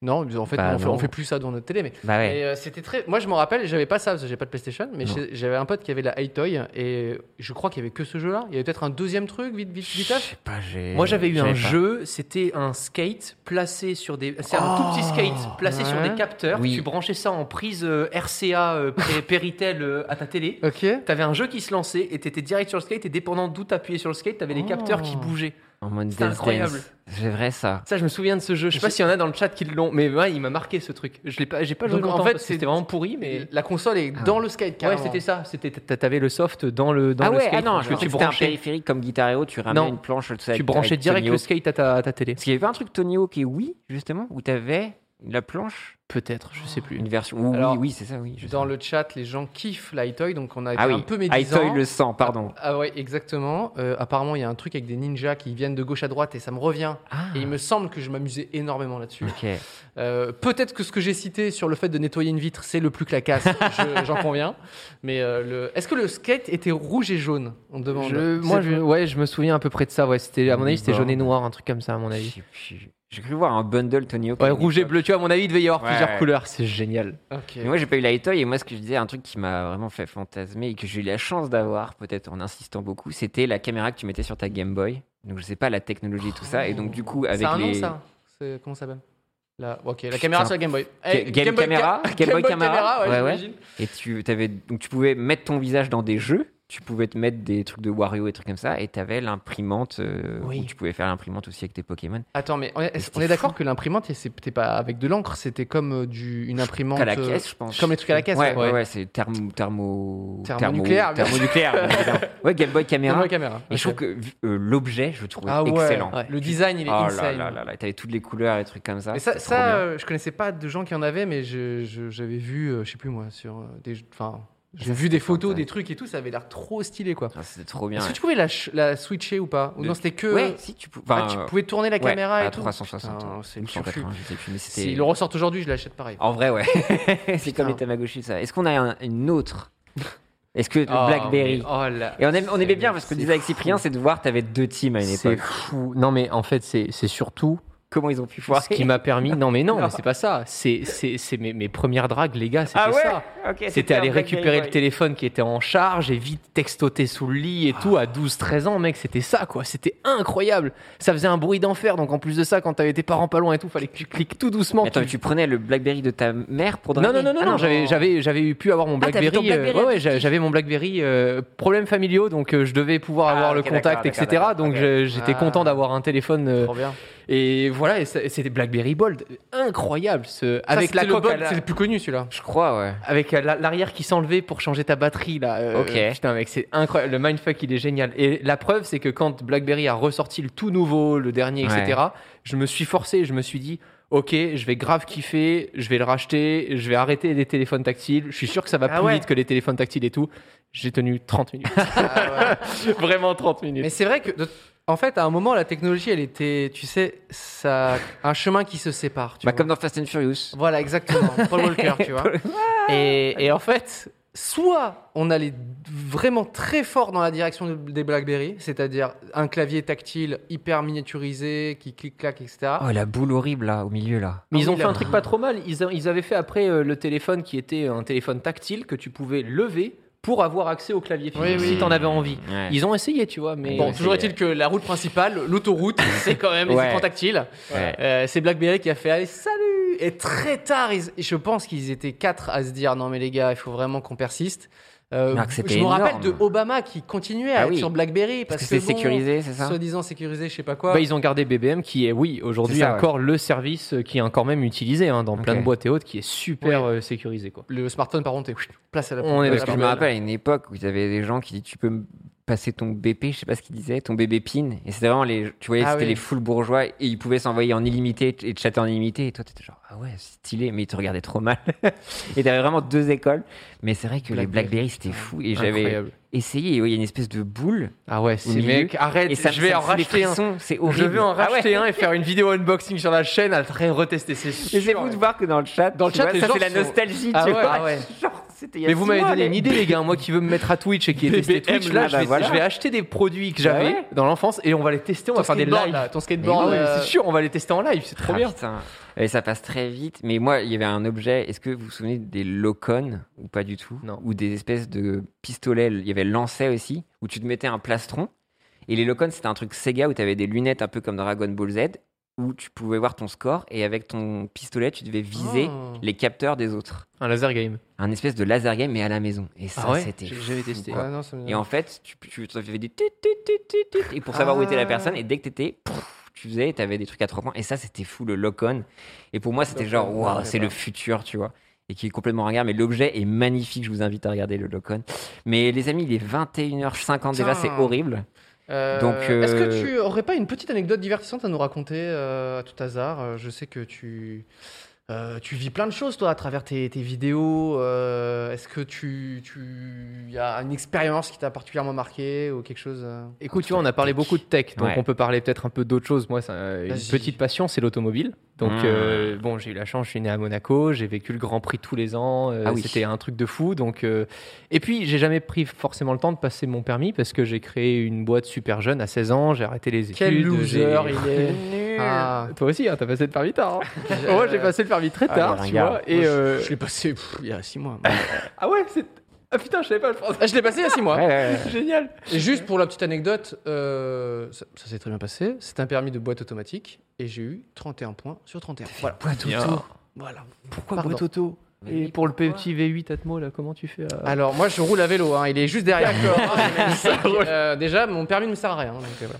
Non, en fait, Bah on, fait non. on fait plus ça devant notre télé, mais. Bah ouais. Et, euh, c'était très. Moi, je m'en rappelle, j'avais pas ça parce que j'ai pas de PlayStation, mais Non. j'ai- j'avais un pote qui avait la Hi-Toy et je crois qu'il y avait que ce jeu-là. Il y avait peut-être un deuxième truc, vite, vite, vite. Je sais pas, Bah, j'ai. Moi, j'avais eu un pas. jeu, c'était un skate placé sur des. C'est un tout petit skate placé sur ouais. des capteurs. Oui. Tu branchais ça en prise euh, RCA euh, pé- Péritel euh, à ta télé. Ok. T'avais un jeu qui se lançait et t'étais direct sur le skate et dépendant d'où t'appuyais sur le skate, t'avais les capteurs qui bougeaient. En mode C'était Death incroyable. Dance. C'est vrai ça. Ça, je me souviens de ce jeu. Je sais pas s'il y en a dans le chat qui l'ont, mais ouais, il m'a marqué ce truc. Je l'ai pas, j'ai pas joué Donc, en longtemps fait, parce que c'est- c'était vraiment pourri, mais. Et la console est dans le skate. carrément. Ah. Ouais, c'était ça. C'était, t'a- t'avais le soft dans le dans ah le ouais, skate ah non, je que pensais tu que c'était un branchais. périphérique comme Guitar Hero, tu ramenais Non. une planche, tout ça, Tu avec- branchais avec direct Tony le Hawk. skate à ta, à ta télé. Parce qu'il y avait pas un truc Tony Hawk et oui, justement, où t'avais la planche, Peut-être, je sais plus. une version. Oui, Alors, oui, oui, c'est ça, oui. je Dans sais. le chat, les gens kiffent la Hi-Toy, donc on a été ah oui, un peu I médisants. Toy le sang, pardon. Ah ouais, exactement. Euh, apparemment, il y a un truc avec des ninjas qui viennent de gauche à droite et ça me revient. Ah. Et il me semble que je m'amusais énormément là-dessus. Ok. Euh, Peut-être que ce que j'ai cité sur le fait de nettoyer une vitre, c'est le plus clacasse, je- j'en conviens. Mais euh, le... est-ce que le skate était rouge et jaune On demande. Je- moi, je, ouais, je me souviens à peu près de ça. Ouais, c'était à mon avis, c'était Bon. jaune et noir, un truc comme ça, à mon Je avis. sais plus. J'ai cru voir un bundle Tony Hawk. Ouais, à une rouge et époque. bleu. Tu vois, à mon avis, il devait y avoir Ouais, plusieurs ouais. couleurs. C'est génial. Ok. Mais moi, j'ai pas eu la Toy et moi, ce que je disais, un truc qui m'a vraiment fait fantasmer et que j'ai eu la chance d'avoir, peut-être en insistant beaucoup, c'était la caméra que tu mettais sur ta Game Boy. Donc, je sais pas, la technologie, tout ça. Et donc, du coup, avec C'est un nom, les. ça C'est- Comment ça s'appelle la... Ok, la caméra sur la Game Boy. Ga- Eh, Game Boy caméra, ca- Game Boy caméra, ouais, ouais, j'imagine. Et tu, t'avais, donc tu pouvais mettre ton visage dans des jeux, tu pouvais te mettre des trucs de Wario et trucs comme ça, et tu avais l'imprimante, euh, Oui. où tu pouvais faire l'imprimante aussi avec tes Pokémon. Attends, mais on est, Mais c'était on est d'accord fou. que l'imprimante, c'était pas avec de l'encre, c'était comme euh, du, une imprimante. À la euh, caisse, je pense. Comme les trucs à la caisse, Ouais, ouais. ouais, ouais, c'est thermo, thermo, Thermonucléaire, bien sûr. thermonucléaire. bien évidemment. ouais, Game Boy Game caméra. Boy caméra. Et je trouve Ok. que euh, l'objet, je le trouve Ah ouais, excellent. ouais. Le design, il est oh là insane. là là là, t'avais toutes les couleurs et trucs comme ça. Mais ça, c'était trop ça, bien. euh, je connaissais pas de gens qui en avaient, mais je- je- j'avais vu, euh, je sais plus moi, sur euh, des. Enfin, j'ai Ça, vu c'était des photos, fantastique. des trucs et tout, ça avait l'air trop stylé quoi. Ah, c'était trop bien. Est-ce que ouais. tu pouvais la, ch- la switcher ou pas Ou De- non, c'était que. Ouais, si tu, pou- Ah, enfin, tu euh, pouvais tourner la ouais, caméra à et tout. 360 Putain, c'est ou une surfu. 180, je sais plus, mais c'était- S'ils le ressortent aujourd'hui, je l'achète pareil. En vrai, ouais. c'est Putain. comme les Tamagotchi, ça. Est-ce qu'on a un- une autre Est-ce que le Oh, Blackberry mais- Oh là. Et on, aime- on aimait c'est- bien parce que c'est disait avec fou. Cyprien, c'est de voir, t'avais deux teams à une C'est époque. fou. Non, mais en fait, c'est c'est surtout Comment ils ont pu voir ce qui m'a permis. Non, mais non, mais c'est pas ça. C'est c'est- c'est mes, mes premières dragues, les gars. C'était Ah ouais ça. Ok, C'était un aller Blackberry récupérer Boy. le téléphone qui était en charge et vite textoter sous le lit et tout à 12-13 ans, mec. C'était ça, quoi. C'était incroyable. Ça faisait un bruit d'enfer. Donc en plus de ça, quand t'avais tes parents pas loin et tout, fallait que tu cliques tout doucement. Mais Attends, mais tu- tu prenais le Blackberry de ta mère pour draguer Non, non, non, non, Ah non, j'avais, j'avais, j'avais eu pu avoir mon Ah, t'avais Blackberry. ton euh, Blackberry ouais, ouais, à j'a- j'avais mon Blackberry. euh, problème familiaux, donc euh, je devais pouvoir Ah, avoir ok, le d'accord, contact, etc. d'accord, d'accord, donc ok. je- j'étais Ah. content d'avoir un téléphone. euh, Trop bien. et voilà, et ça- et c'était Blackberry Bold, incroyable. Ce, avec la coque, à la- c'est le plus connu celui-là. Je crois, ouais. avec euh, la- l'arrière qui s'enlevait pour changer ta batterie là. euh, Ok. Putain mec, c'est incroyable. Le mindfuck il est génial. Et la preuve c'est que quand BlackBerry a ressorti le tout nouveau, le dernier, Ouais. etc. Je me suis forcé, je me suis dit. Ok, je vais grave kiffer, je vais le racheter, je vais arrêter les téléphones tactiles. Je suis sûr que ça va Ah plus ouais. vite que les téléphones tactiles et tout. J'ai tenu 30 minutes. Ah Vraiment 30 minutes. Mais c'est vrai que, de- en fait, à un moment, la technologie, elle était, tu sais, ça, un chemin qui se sépare. Tu Bah, vois. comme dans Fast and Furious. Voilà, exactement. Paul Walker, tu vois. Et, et en fait, soit on allait vraiment très fort dans la direction de- des BlackBerry, c'est-à-dire un clavier tactile hyper miniaturisé qui clique-claque, etc. Oh, la boule horrible là, au milieu là. Mais ils Ah ont oui, fait là. un truc pas trop mal. Ils, a- ils avaient fait après euh, le téléphone qui était un téléphone tactile que tu pouvais lever pour avoir accès au clavier physique Oui, oui. si t'en avais envie. Ouais. Ils ont essayé, tu vois, mais Bon, Ouais, toujours c'est- est-il que la route principale, l'autoroute, c'est quand même les Ouais. écrans tactiles. Ouais. Euh, c'est BlackBerry qui a fait allez salut et très tard ils- je pense qu'ils étaient quatre à se dire non mais les gars il faut vraiment qu'on persiste Euh, Non, que c'était je me rappelle énorme. de Obama qui continuait à Ah être oui. sur BlackBerry parce, Parce que c'est bon, sécurisé, c'est ça soi-disant sécurisé je sais pas quoi Bah, ils ont gardé BBM qui est, oui, aujourd'hui C'est ça, ouais. encore le service euh, qui est encore même utilisé hein, dans plein Ok. de boîtes et autres, qui est super euh, sécurisé. Quoi. le smartphone par contre est- place à la On est à la Parce que je me poubelle. rappelle à une époque où il y avait des gens qui disaient Tu peux me passer ton BP, je sais pas ce qu'il disait, ton bébé pin. Et c'était vraiment les, tu voyais, Ah c'était oui. les full bourgeois et ils pouvaient s'envoyer en illimité et chatter en illimité. Et toi, t'étais genre, ah ouais, stylé, mais ils te regardaient trop mal. et t'avais vraiment deux écoles. Mais c'est vrai que les Blackberry, c'était fou. Et j'avais Incroyable. essayé. Et ouais, il y a une espèce de boule. Ah ouais, au c'est milieu. mec, arrête, Et ça, je vais ça en me fout des racheter un. frissons, C'est Je horrible. vais en Ah ouais. racheter un et faire une vidéo unboxing sur la chaîne à le retester, c'est Mais sûr. c'est fou de voir que dans le chat, Dans le tu chat, vois, les ça gens c'est la sont- nostalgie, Ah tu ouais, vois. ah ouais. Genre, c'était il y a Mais vous six m'avez mois, donné mais- une idée, les gars. Moi qui veux me mettre à Twitch et qui ai testé BBM, Twitch, là, là, je, vais, bah voilà. je vais acheter des produits que Bah j'avais ouais. dans l'enfance et on va les tester. On Ton va faire des skateboard, lives. là, ton Ah skateboard. ouais, euh, C'est sûr, on va les tester en live. C'est trop Ah, bien. putain. Et ça passe très vite. Mais moi, il y avait un objet. Est-ce que vous vous souvenez des locones ou pas du tout Non. Ou des espèces de pistolets. Il y avait le lancet aussi, où tu te mettais un plastron. Et les locones, c'était un truc Sega où tu avais des lunettes un peu comme dans Dragon Ball Z, où tu pouvais voir ton score et avec ton pistolet, tu devais viser Oh. les capteurs des autres. Un laser game. Un espèce de laser game, mais à la maison. Et ça, Ah ouais c'était. J'ai jamais fou, testé. quoi. ouais, non, ça me- Et en fait, tu, tu, tu faisais des tut, tut, tut, tut, tut, et pour savoir où était la personne, et dès que t'étais, pouf, tu faisais, et t'avais des trucs à trois points, et ça, c'était fou, le lock-on. Et pour moi, c'était genre, waouh, c'est le futur, tu vois, et qui est complètement regard, mais l'objet est magnifique, je vous invite à regarder le lock-on. Mais les amis, il est 21h50 déjà, c'est Putain. horrible. Euh, Donc, euh, Est-ce que tu aurais pas une petite anecdote divertissante à nous raconter euh, à tout hasard Euh, Je sais que tu. euh, tu vis plein de choses, toi, à travers tes, tes vidéos. euh, Est-ce que tu. tu- Il y a une expérience qui t'a particulièrement marqué ou quelque chose euh Écoute, tu vois, on a parlé beaucoup de tech, donc Ouais. on peut parler peut-être un peu d'autre chose. Moi, c'est euh, une Vas-y. petite passion, c'est l'automobile. Donc, Mmh. euh, bon, j'ai eu la chance, je suis né à Monaco, j'ai vécu le Grand Prix tous les ans. euh, Ah oui. C'était un truc de fou. Donc, euh, et puis, j'ai jamais pris forcément le temps de passer mon permis parce que j'ai créé une boîte super jeune à 16 ans, j'ai arrêté les études. Quel j'ai- loser il est. Euh, Ah. Toi aussi, hein, t'as passé le permis tard. hein. Moi, j'ai passé le permis très tard, voilà, tu regarde. vois. Et Moi, je- euh, Je l'ai passé pff, il y a 6 mois. ah ouais, c'est ah putain, je savais pas le français. Ah, je l'ai passé il y a 6 mois. Ouais, ouais, ouais. Génial. Et juste pour la petite anecdote, euh, ça, ça s'est très bien passé. C'est un permis de boîte automatique et j'ai eu 31 points sur 31. Voilà. Voilà. Pourquoi Pardon. boîte auto Mais Et pour le pourquoi petit V8 Atmo, là, comment tu fais euh à- Alors moi je roule à vélo, hein. il est juste derrière. D'accord. déjà mon permis ne me sert à rien. donc, euh, voilà.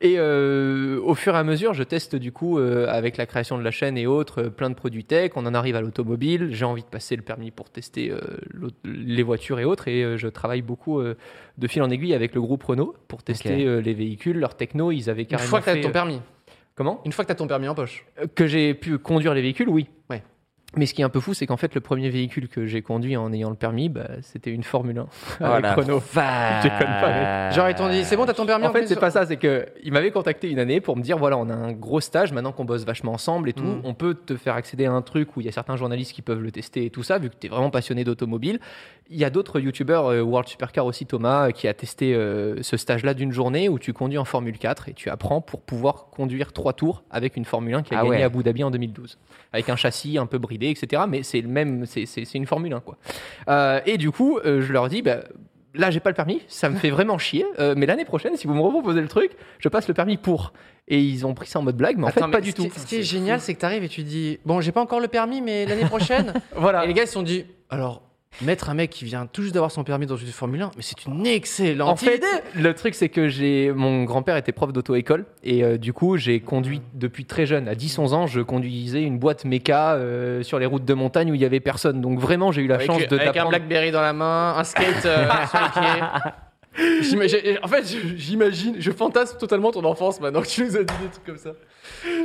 Et euh, au fur et à mesure, je teste du coup euh, avec la création de la chaîne et autres, euh, plein de produits tech. On en arrive à l'automobile. J'ai envie de passer le permis pour tester euh, l'au- les voitures et autres. Et euh, je travaille beaucoup euh, de fil en aiguille avec le groupe Renault pour tester Ok. euh, les véhicules, leur techno. Ils avaient Une carrément fois que fait, t'as ton euh, permis, comment une fois que t'as ton permis en poche. Euh, Que j'ai pu conduire les véhicules, oui. Ouais. Mais ce qui est un peu fou, c'est qu'en fait, le premier véhicule que j'ai conduit en ayant le permis, bah, c'était une Formule 1 Oh avec la Renault. vache. Je déconne pas, Genre ils t'ont dit c'est bon t'as ton permis en, Euh, En fait, plus c'est pas ça, c'est que il m'avait contacté une année pour me dire voilà, on a un gros stage maintenant qu'on bosse vachement ensemble et tout, Mm. on peut te faire accéder à un truc où il y a certains journalistes qui peuvent le tester et tout ça, vu que tu es vraiment passionné d'automobile. Il y a d'autres youtubeurs euh, World Supercar aussi Thomas euh, qui a testé euh, ce stage-là d'une journée où tu conduis en Formule 4 et tu apprends pour pouvoir conduire trois tours avec une Formule 1 qui a Ah gagné ouais. à Abu Dhabi en 2012 avec un châssis un peu bridé, etc. Mais c'est le même, c'est- c'est c'est une Formule 1 quoi. Euh, et du coup, euh, je leur dis, bah, là, j'ai pas le permis, ça me fait vraiment chier. euh, mais l'année prochaine, si vous me reproposez le truc, je passe le permis pour. Et ils ont pris ça en mode blague, mais en Attends, fait, pas mais du ce qui- tout. Ce qui est génial, c'est que t'arrives et tu dis bon j'ai pas encore le permis mais l'année prochaine. Voilà. Et les gars ils se sont dit alors mettre un mec qui vient tout juste d'avoir son permis dans une Formule 1 mais c'est une excellente En fait, idée. le truc, c'est que j'ai mon grand-père était prof d'auto-école et euh, du coup, j'ai conduit depuis très jeune. À 10-11 ans, je conduisais une boîte méca euh, sur les routes de montagne où il y avait personne. Donc vraiment, j'ai eu la Avec- chance de avec un d'apprendre- Blackberry dans la main, un skate euh, sur les pieds. J'imagine- En fait, je- j'imagine, je fantasme totalement ton enfance maintenant que tu nous as dit des trucs comme ça.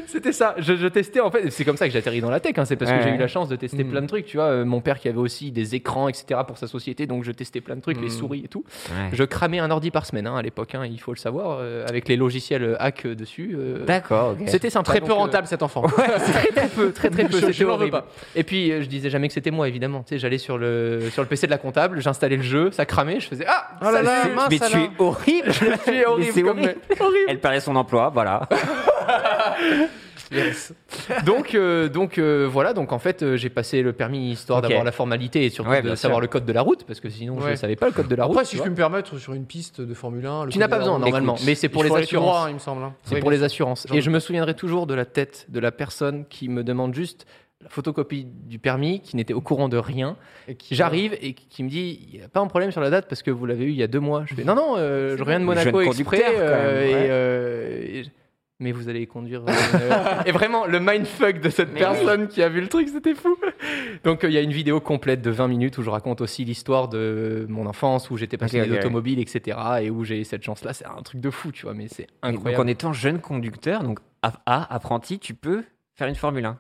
C'était ça. Je, je testais en fait. C'est comme ça que j'ai atterri dans la tech. hein. C'est parce que Ouais, j'ai ouais. eu la chance de tester Mm. plein de trucs. Tu vois, Euh, mon père qui avait aussi des écrans, etc. pour sa société, donc je testais plein de trucs, les Mm. souris et tout. Ouais. Je cramais un ordi par semaine hein, à l'époque. hein, il faut le savoir, euh, avec les logiciels euh, hack euh, dessus. euh, D'accord, ok. C'était sympa. Très donc, peu euh, rentable cet enfant. très très peu, très très peu. Je- je c'était n'en veux horrible. pas. Et puis euh, je disais jamais que c'était moi évidemment. Tu sais, j'allais sur le sur le PC de la comptable, j'installais le jeu, ça cramait, je faisais ah Oh là ça- là, c'est- mince, Mais tu alors. es horrible. je suis horrible, c'est comme- horrible. horrible. Elle perdait son emploi, voilà. donc, euh, donc euh, voilà, donc en fait, euh, j'ai passé le permis histoire Ok. d'avoir la formalité et surtout Ouais, de bien savoir sûr. le code de la route, parce que sinon je Ouais. ne savais pas le code de la route. Après, si Bah tu je vois. puis me permettre, sur une piste de Formule 1, le Tu n'as Formule pas besoin, 1, normalement, écoute, mais c'est pour il les faut aller tout assurances. droit, hein, il me semble. hein. C'est Oui, pour bien les sûr. assurances. J'en Et doute. je me souviendrai toujours de la tête de la personne qui me demande juste la photocopie du permis, qui n'était au courant de rien. Et qui- J'arrive et qui qui me dit il n'y a pas un problème sur la date parce que vous l'avez eu il y a deux mois. Je fais non, non, euh, je reviens de Le Monaco jeune conducteur, exprès. quand même, euh, ouais. et, euh, et je- mais vous allez conduire. euh, et vraiment, le mindfuck de cette personne qui a vu le truc, c'était fou. Donc, euh, il y a une vidéo complète de 20 minutes où je raconte aussi l'histoire de mon enfance, où j'étais passionné ok, ouais. d'automobile, etc. Et où j'ai eu cette chance-là. C'est un truc de fou, tu vois, mais c'est Et donc, en incroyable. étant jeune conducteur, donc AA, apprenti, tu peux faire une Formule 1.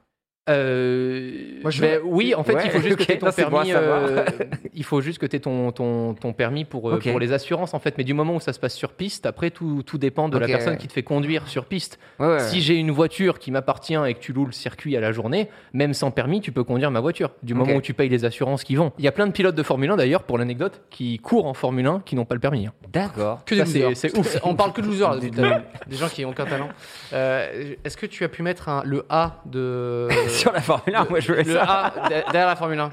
Euh, Moi, je ben, veux- oui, en fait, Ouais, il faut juste que ok, tu aies ton ça, c'est bon à permis. savoir. euh, il faut juste que tu ton, ton, ton permis pour, euh, Ok. pour les assurances, en fait. Mais du moment où ça se passe sur piste, après, tout, tout dépend de Ok, la personne ouais. qui te fait conduire sur piste. Ouais, ouais. Si j'ai une voiture qui m'appartient et que tu loues le circuit à la journée, même sans permis, tu peux conduire ma voiture, du moment Ok. où tu payes les assurances qui vont. Il y a plein de pilotes de Formule 1, d'ailleurs, pour l'anecdote, qui courent en Formule 1 qui n'ont pas le permis. hein. D'accord. Que Ça, des c'est- losers. c'est ouf. On parle que de losers, là, depuis tout à l'heure. Des gens qui ont aucun talent. Euh, Est-ce que tu as pu mettre un- le A de. Sur la Formule 1, moi je voulais le ça. A de- derrière la Formule 1.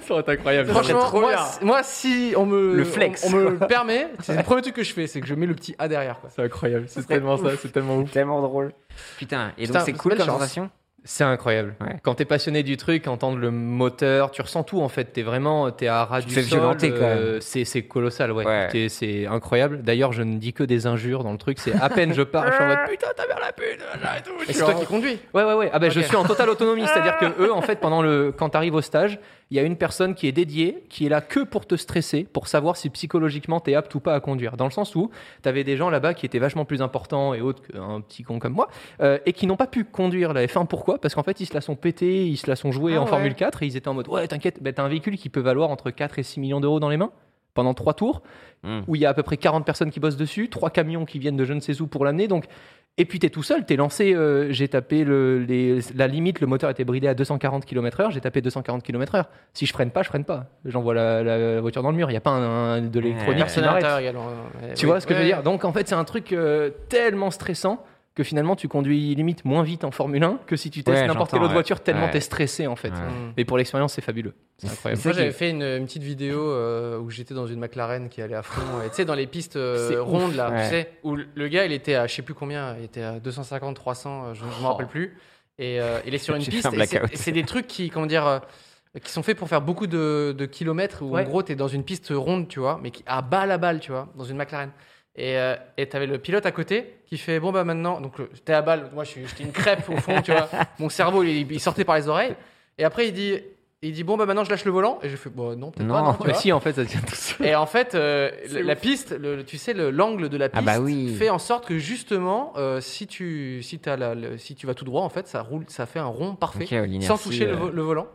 Ça aurait été incroyable. Franchement, trop moi, bien. si- moi, si on me Le flex, on, on me le permet, c'est le premier truc que je fais, c'est que je mets le petit A derrière. quoi. c'est incroyable. C'est tellement ça, c'est tellement ouf. Tellement drôle. Putain, et donc Putain, c'est cool belle comme chance. sensation C'est incroyable. Ouais. Quand t'es passionné du truc, entendre le moteur, tu ressens tout en fait. T'es vraiment, t'es à ras Tu te du fais sol. violenter, quand euh, c'est c'est colossal, ouais. Ouais. T'es- C'est incroyable. D'ailleurs, je ne dis que des injures dans le truc. C'est à peine je pars, je suis en mode putain ta mère la pute. là, et tout, Et tu c'est vois. toi qui conduis. Ouais, ouais, ouais. Ah ben, je Ok. suis en totale autonomie. C'est-à-dire que eux, en fait, pendant le, quand t'arrives au stage, il y a une personne qui est dédiée, qui est là que pour te stresser, pour savoir si psychologiquement t'es apte ou pas à conduire. Dans le sens où t'avais des gens là-bas qui étaient vachement plus importants et autres qu'un petit con comme moi, euh, et qui n'ont pas pu conduire la F1. Pourquoi Parce qu'en fait, ils se la sont pété, ils se la sont jouée Ah en ouais. Formule 4 et ils étaient en mode, ouais, t'inquiète, ben, t'as un véhicule qui peut valoir entre 4 et 6 millions d'euros dans les mains pendant trois tours, Mm. où il y a à peu près 40 personnes qui bossent dessus, trois camions qui viennent de je ne sais où pour l'amener. Donc, et puis t'es tout seul, t'es lancé. euh, j'ai tapé le, les- la limite, le moteur était bridé à 240 km/h, j'ai tapé 240 km/h. Si je freine pas, je freine pas. J'envoie la, la voiture dans le mur. Il y a pas un, un- de l'électronique qui Personne à m'arrête. l'intérieur également. Euh, Tu oui. vois ce que je veux Ouais. dire Donc en fait, c'est un truc euh, tellement stressant que finalement tu conduis limite moins vite en Formule 1 que si tu testes Ouais, n'importe j'entends, quelle autre ouais. voiture tellement Ouais. t'es stressé en fait. Ouais. Mm. Mais pour l'expérience, c'est fabuleux. C'est incroyable. Moi, j'avais fait une, une petite vidéo euh, où j'étais dans une McLaren qui allait à fond. et Tu sais, dans les pistes euh, C'est ouf, rondes, là, ouais. tu sais, où le- le gars, il était à je sais plus combien, il était à 250, 300, euh, je ne me rappelle plus. Et euh, il est sur une Oh. J'ai fait piste. un et c'est- blackout. et C'est des trucs qui, comment dire. euh, qui sont faits pour faire beaucoup de, de kilomètres où Ouais. en gros t'es dans une piste ronde tu vois mais qui à bas la balle tu vois dans une McLaren et euh, et t'avais le pilote à côté qui fait bon bah maintenant donc le- t'es à balle moi je suis j'étais une crêpe au fond tu vois mon cerveau il, il sortait par les oreilles et après il dit il dit bon bah maintenant je lâche le volant et je fais bon non peut-être Non. pas non, tu Mais vois. si en fait, ça tient tout seul. et en fait euh, la, la piste le, tu sais le- l'angle de la Ah piste bah oui. fait en sorte que justement euh, si tu si t'as la- le- si tu vas tout droit en fait ça roule ça fait un rond parfait Ok, Oli, sans merci, toucher le, euh. vo- le volant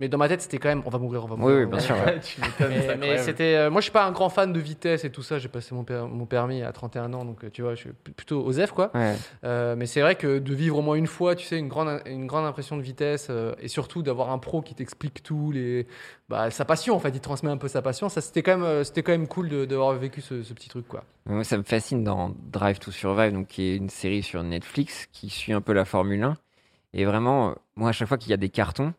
mais dans ma tête c'était quand même on va mourir on va Oui, mourir oui, on bien va sûr. mourir. ouais. Mais, mais c'était. euh, moi, je suis pas un grand fan de vitesse et tout ça. J'ai passé mon, per- mon permis à 31 ans, donc euh, tu vois, je suis p- plutôt aux F, quoi. Ouais. Euh, mais c'est vrai que de vivre au moins une fois, tu sais, une grande, une grande impression de vitesse euh, et surtout d'avoir un pro qui t'explique tout, les, bah, sa passion en fait, il transmet un peu sa passion. Ça, c'était quand même, euh, c'était quand même cool de- d'avoir vécu ce, ce petit truc quoi. Moi, ça me fascine dans Drive to Survive, donc, qui est une série sur Netflix qui suit un peu la Formule 1. Et vraiment, euh, moi, à chaque fois qu'il y a des cartons,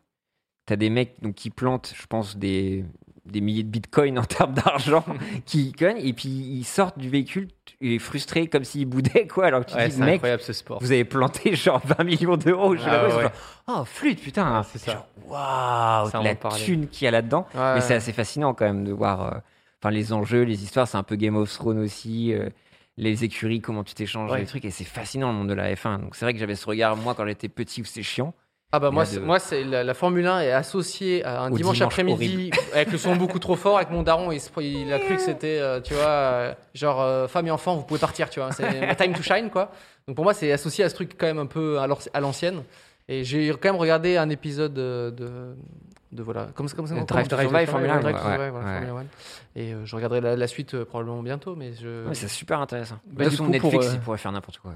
t'as des mecs donc, qui plantent, je pense, des, des milliers de bitcoins en termes d'argent, qui cognent, et puis ils sortent du véhicule t- et frustrés comme s'ils boudaient, quoi. Alors que tu te Ouais, dis, c'est mec, incroyable ce sport. vous avez planté genre 20 millions d'euros. je sais Ah pas quoi, ils sont ouais. genre, Oh, flûte, putain. Ouais, c'est ça. Genre, Waouh, Ça, on la en parlait. thune qu'il y a là-dedans. Ouais. Mais c'est assez fascinant quand même de voir euh, enfin, les enjeux, les histoires. C'est un peu Game of Thrones aussi. euh, les écuries, comment tu t'échanges, Ouais. les trucs. Et c'est fascinant le monde de la F1. Donc c'est vrai que j'avais ce regard, moi, quand j'étais petit, où c'est chiant. Ah bah Il y moi, a de- c'est- moi c'est la, la Formule 1 est associée à un Au dimanche, dimanche après-midi avec le son beaucoup trop fort, avec mon daron, il, se- il a cru que c'était, euh, tu vois, euh, genre euh, femme et enfant, vous pouvez partir, tu vois, c'est ma time to shine quoi. Donc pour moi c'est associé à ce truc quand même un peu à l'or- à l'ancienne. Et j'ai quand même regardé un épisode de, de, de voilà, comme comme ça, Le comment- Drive to Drive Survive, to Formule Survive, 1, Drive to ouais, Survive, voilà, ouais. Formule 1. Et euh, je regarderai la, la suite euh, probablement bientôt, mais je. Ouais, c'est super intéressant. Bah, de du son coup, pour, Netflix, euh, il pourrait faire n'importe quoi.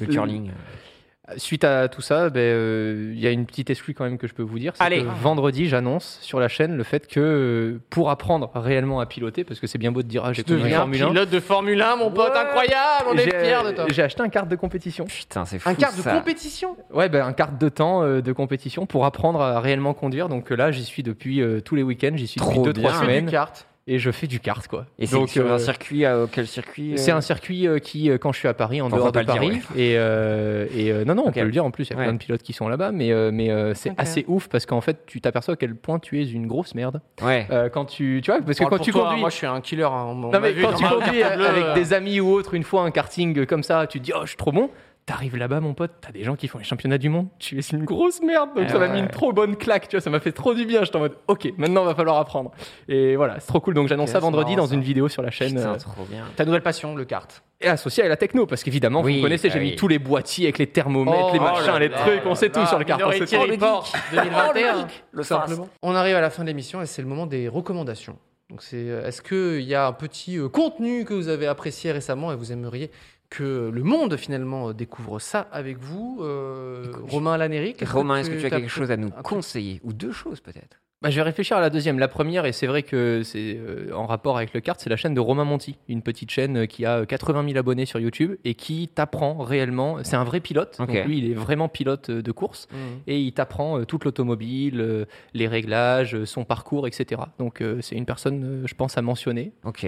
le curling. euh, Suite à tout ça, ben, euh, il y a une petite exclue quand même que je peux vous dire. c'est Allez. que vendredi, j'annonce sur la chaîne le fait que euh, pour apprendre réellement à piloter, parce que c'est bien beau de dire ah, j'ai Tu conduit deviens Formule 1, pilote de Formule 1, mon pote, Ouais. incroyable, on est j'ai- fiers de toi. J'ai acheté un carte de compétition. Putain, c'est fou. Un quart de ça. compétition Ouais, ben, un carte de temps euh, de compétition pour apprendre à réellement conduire. Donc euh, là, j'y suis depuis euh, tous les weeks-ends, j'y suis Trop depuis 2-3 bien. semaines. carte. Et et je fais du kart, quoi. Et c'est sur euh, un circuit, euh, quel circuit euh, c'est un circuit euh, qui, euh, quand je suis à Paris, en Enfin, dehors faut de pas le Paris, dire, et, euh, et, euh, non, non, Ok. on peut le dire en plus, il y a Ouais. plein de pilotes qui sont là-bas, mais, euh, mais euh, c'est Ok. assez ouf parce qu'en fait, tu t'aperçois à quel point tu es une grosse merde. Ouais. Euh, quand tu, tu vois, parce que Parle quand pour tu toi, conduis. Moi, je suis un killer. hein, on- on Non, m'a mais vu quand dans tu ma conduis carte bleue, avec euh, des amis ou autre une fois un karting comme ça, tu te dis oh je suis trop bon. T'arrives là-bas mon pote, t'as des gens qui font les championnats du monde. Tu es une grosse merde. Donc Ah ça m'a ouais. mis une trop bonne claque. Tu vois, ça m'a fait trop du bien. J'étais en mode ok, maintenant va falloir apprendre. Et voilà, c'est trop cool. Donc j'annonce Ok, ça c'est vendredi marrant, dans ça. une vidéo sur la chaîne. Putain, euh, trop bien. Ta nouvelle passion, le kart. et associé à la techno parce qu'évidemment Oui, vous connaissez j'ai ah oui. mis tous les boîtiers avec les thermomètres bah Oh les là machins là les là trucs on là sait là, tout sur le carton Minority c'est trop Report 2021. Oh, Le Simplement. On arrive à la fin de l'émission et c'est le moment des recommandations. Donc c'est, euh, est-ce qu'il y a un petit euh, contenu que vous avez apprécié récemment et vous aimeriez que le monde finalement euh, découvre ça avec vous, euh, Romain Lanéric est-ce Romain, est-ce que tu as t'as- quelque chose à nous truc- conseiller Ou deux choses peut-être Bah, je vais réfléchir à la deuxième. La première, et c'est vrai que c'est euh, en rapport avec le kart, c'est la chaîne de Romain Monti, une petite chaîne euh, qui a euh, 80 000 abonnés sur YouTube et qui t'apprend réellement. C'est un vrai pilote. Ok. Donc lui, il est vraiment pilote euh, de course Mhm. et il t'apprend euh, toute l'automobile, euh, les réglages, euh, son parcours, etc. Donc euh, c'est une personne, euh, je pense, à mentionner. Ok.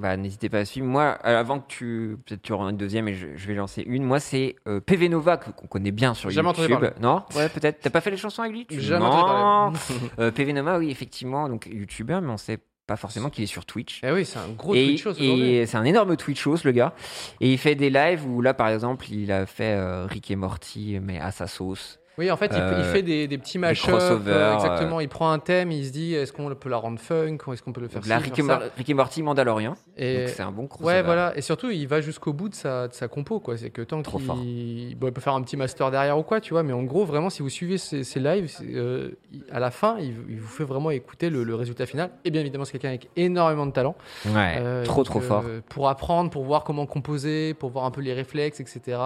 Bah, n'hésitez pas à suivre. Moi, euh, avant que tu. Peut-être tu auras une deuxième et je, je vais lancer une. Moi, c'est euh, PV Nova, que- qu'on connaît bien sur J'ai jamais YouTube. entendu Non Ouais, peut-être. T'as pas fait les chansons avec lui Tu Jamais mens. entendu parler. Euh, PV Nova, oui, effectivement. Donc, YouTuber, mais on sait pas forcément qu'il est sur Twitch. Eh oui, c'est un gros et, truc chose aujourd'hui. et c'est un énorme Twitchos, le gars. Et il fait des lives où, là, par exemple, il a fait euh, Rick et Morty, mais à sa sauce. Oui, en fait, il, Euh, il fait des, des petits match crossovers, euh. exactement, il prend un thème, il se dit est-ce qu'on peut la rendre funk, ou est-ce qu'on peut le faire Donc, là, ci, Rick et, faire ça. Mor- Rick et Morty Mandalorian. Et- Donc, c'est un bon crossover. Ouais, voilà. Et surtout, il va jusqu'au bout de sa, de sa compo, quoi. C'est que tant Trop qu'il fort. bon, il peut faire un petit master derrière ou quoi, tu vois. Mais en gros, vraiment, si vous suivez ses, ses lives, c'est, euh, il- à la fin, il, il vous fait vraiment écouter le, le résultat final. Et bien évidemment, c'est quelqu'un avec énormément de talent. Ouais, Euh, trop, donc, trop euh, fort. Pour apprendre, pour voir comment composer, pour voir un peu les réflexes, etc.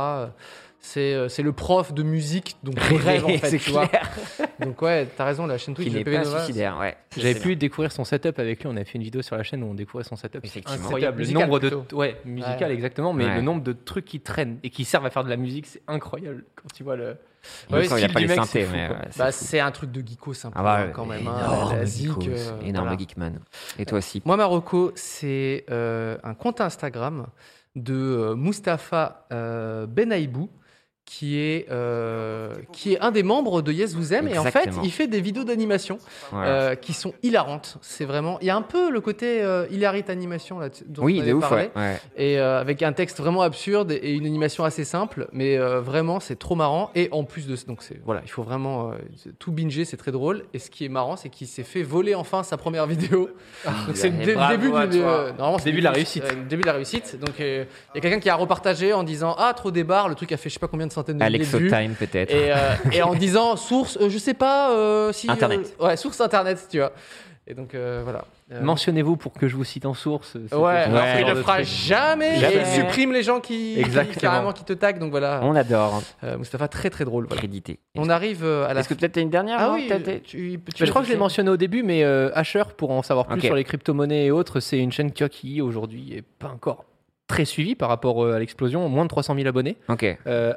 C'est euh, c'est le prof de musique, donc rêve, en fait, c'est tu vois. clair. Donc ouais, t'as raison, la chaîne Twitch Qui de n'est PV pas Nova, suicidaire, ouais. J'avais C'est pu découvrir son setup avec lui. On avait fait une vidéo sur la chaîne où on découvrait son setup. C'est Effectivement. incroyable. Setup le nombre musical, de ouais musical Ouais. exactement, mais Ouais. le nombre de trucs qui traînent et qui servent à faire de la musique, c'est incroyable. Quand tu vois le euh, bien. Ouais, Encore, il style n'y a pas du mec, les synthés, c'est fou, mais quoi. ouais, c'est Bah, fou. c'est un truc de geeko sympa Ah bah, quand même. hein, énorme la zik, geekos, euh, énorme voilà. geekman. Et toi aussi. Moi, Marocco, c'est euh, un compte Instagram de euh, Mustapha euh, Benaibou, qui est, euh, qui est un des membres de Yes Vous Aime. Et en fait, Exactement. il fait des vidéos d'animation Voilà. euh, qui sont hilarantes. C'est vraiment. Il y a un peu le côté euh, hilarite animation là, dont oui, on il avait est ouf, parlé ouais. ouais. et euh, avec un texte vraiment absurde et une animation assez simple, mais euh, vraiment c'est trop marrant. Et en plus de donc c'est voilà, il faut vraiment euh, c'est- tout binger, c'est très drôle. Et ce qui est marrant, c'est qu'il s'est fait voler enfin sa première vidéo. Ah, donc c'est le dé- bravo début, à d'une- toi. euh, normalement, c'est Début le de la réussite. euh, début de la réussite. Donc euh, il y a quelqu'un qui a repartagé en disant ah trop des barres, le truc a fait je sais pas combien de centaines de Alexo milliers de vues. Time, peut-être. Et, euh, et en disant source, euh, je sais pas euh, si euh, Internet. ouais, source internet, tu vois. Et donc euh, voilà. Euh, Mentionnez-vous pour que je vous cite en source. euh, c'était Ouais, ce genre alors qu'il de le fera truc. jamais, Jamais. et il supprime les gens qui, Exactement. qui- carrément qui te taguent. Donc voilà, On adore. Euh, Mustapha, très très drôle. voilà. Crédité. On arrive euh, à la Est-ce que peut-être t'as une dernière Ah non oui, T'as- t'as- tu, tu- Mais je crois que je l'ai mentionné au début, mais euh, Asher, pour en savoir plus Ok. sur les crypto-monnaies et autres, c'est une chaîne tu vois, qui aujourd'hui est pas encore très suivie par rapport euh, à l'explosion, moins de 300 000 abonnés, Ok. euh,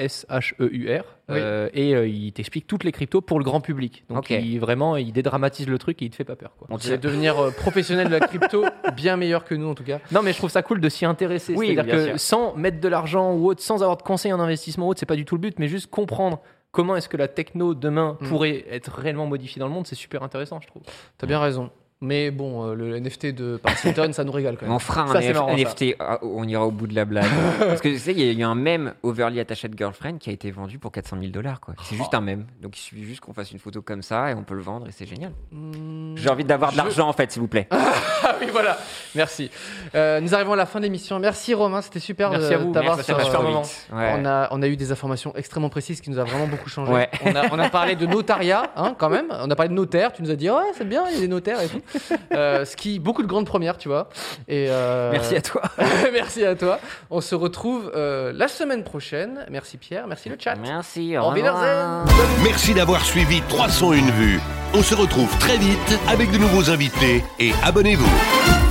H-A-S-H-E-U-R, Oui. E euh, et euh, il t'explique toutes les cryptos pour le grand public. Donc Ok. il, vraiment, il dédramatise le truc et il te fait pas peur. Quoi. On Vous allez tire. devenir euh, professionnel de la crypto, bien meilleur que nous en tout cas. Non, mais je trouve ça cool de s'y intéresser. Oui, C'est-à-dire bien que sûr. sans mettre de l'argent ou autre, sans avoir de conseils en investissement ou autre, c'est pas du tout le but, mais juste comprendre comment est-ce que la techno demain Mm. pourrait être réellement modifiée dans le monde, c'est super intéressant, je trouve. T'as bien raison. Mais bon, euh, le NFT de Partington, ça nous régale quand Mais On même. fera un Ça, c'est NF- marrant, ça. NFT, ah, on ira au bout de la blague. Parce que tu sais, il y a eu un meme Overly Attached Girlfriend qui a été vendu pour 400 000 dollars. quoi. C'est juste un mème. Donc il suffit juste qu'on fasse une photo comme ça et on peut le vendre et c'est génial. J'ai envie d'avoir de l'argent en fait, s'il vous plaît. Ah oui, voilà, merci. Euh, nous arrivons à la fin de l'émission. Merci Romain, c'était super Merci de à vous. t'avoir Merci, sur, ça passe euh, super Trop vraiment. vite. Ouais. On, a, on a eu des informations extrêmement précises qui nous a vraiment beaucoup changé. Ouais. On, a, on a parlé de notariat, hein, quand même. On a parlé de notaire. Tu nous as dit, ouais, c'est bien, il y a des notaires et tout. Euh, ce qui, beaucoup de grandes premières, tu vois. Et, euh, Merci à toi. merci à toi. On se retrouve euh, la semaine prochaine. Merci Pierre, merci le chat. Merci. Au revoir. Wiedersehen. Merci d'avoir suivi 301 vues. On se retrouve très vite avec de nouveaux invités et abonnez-vous.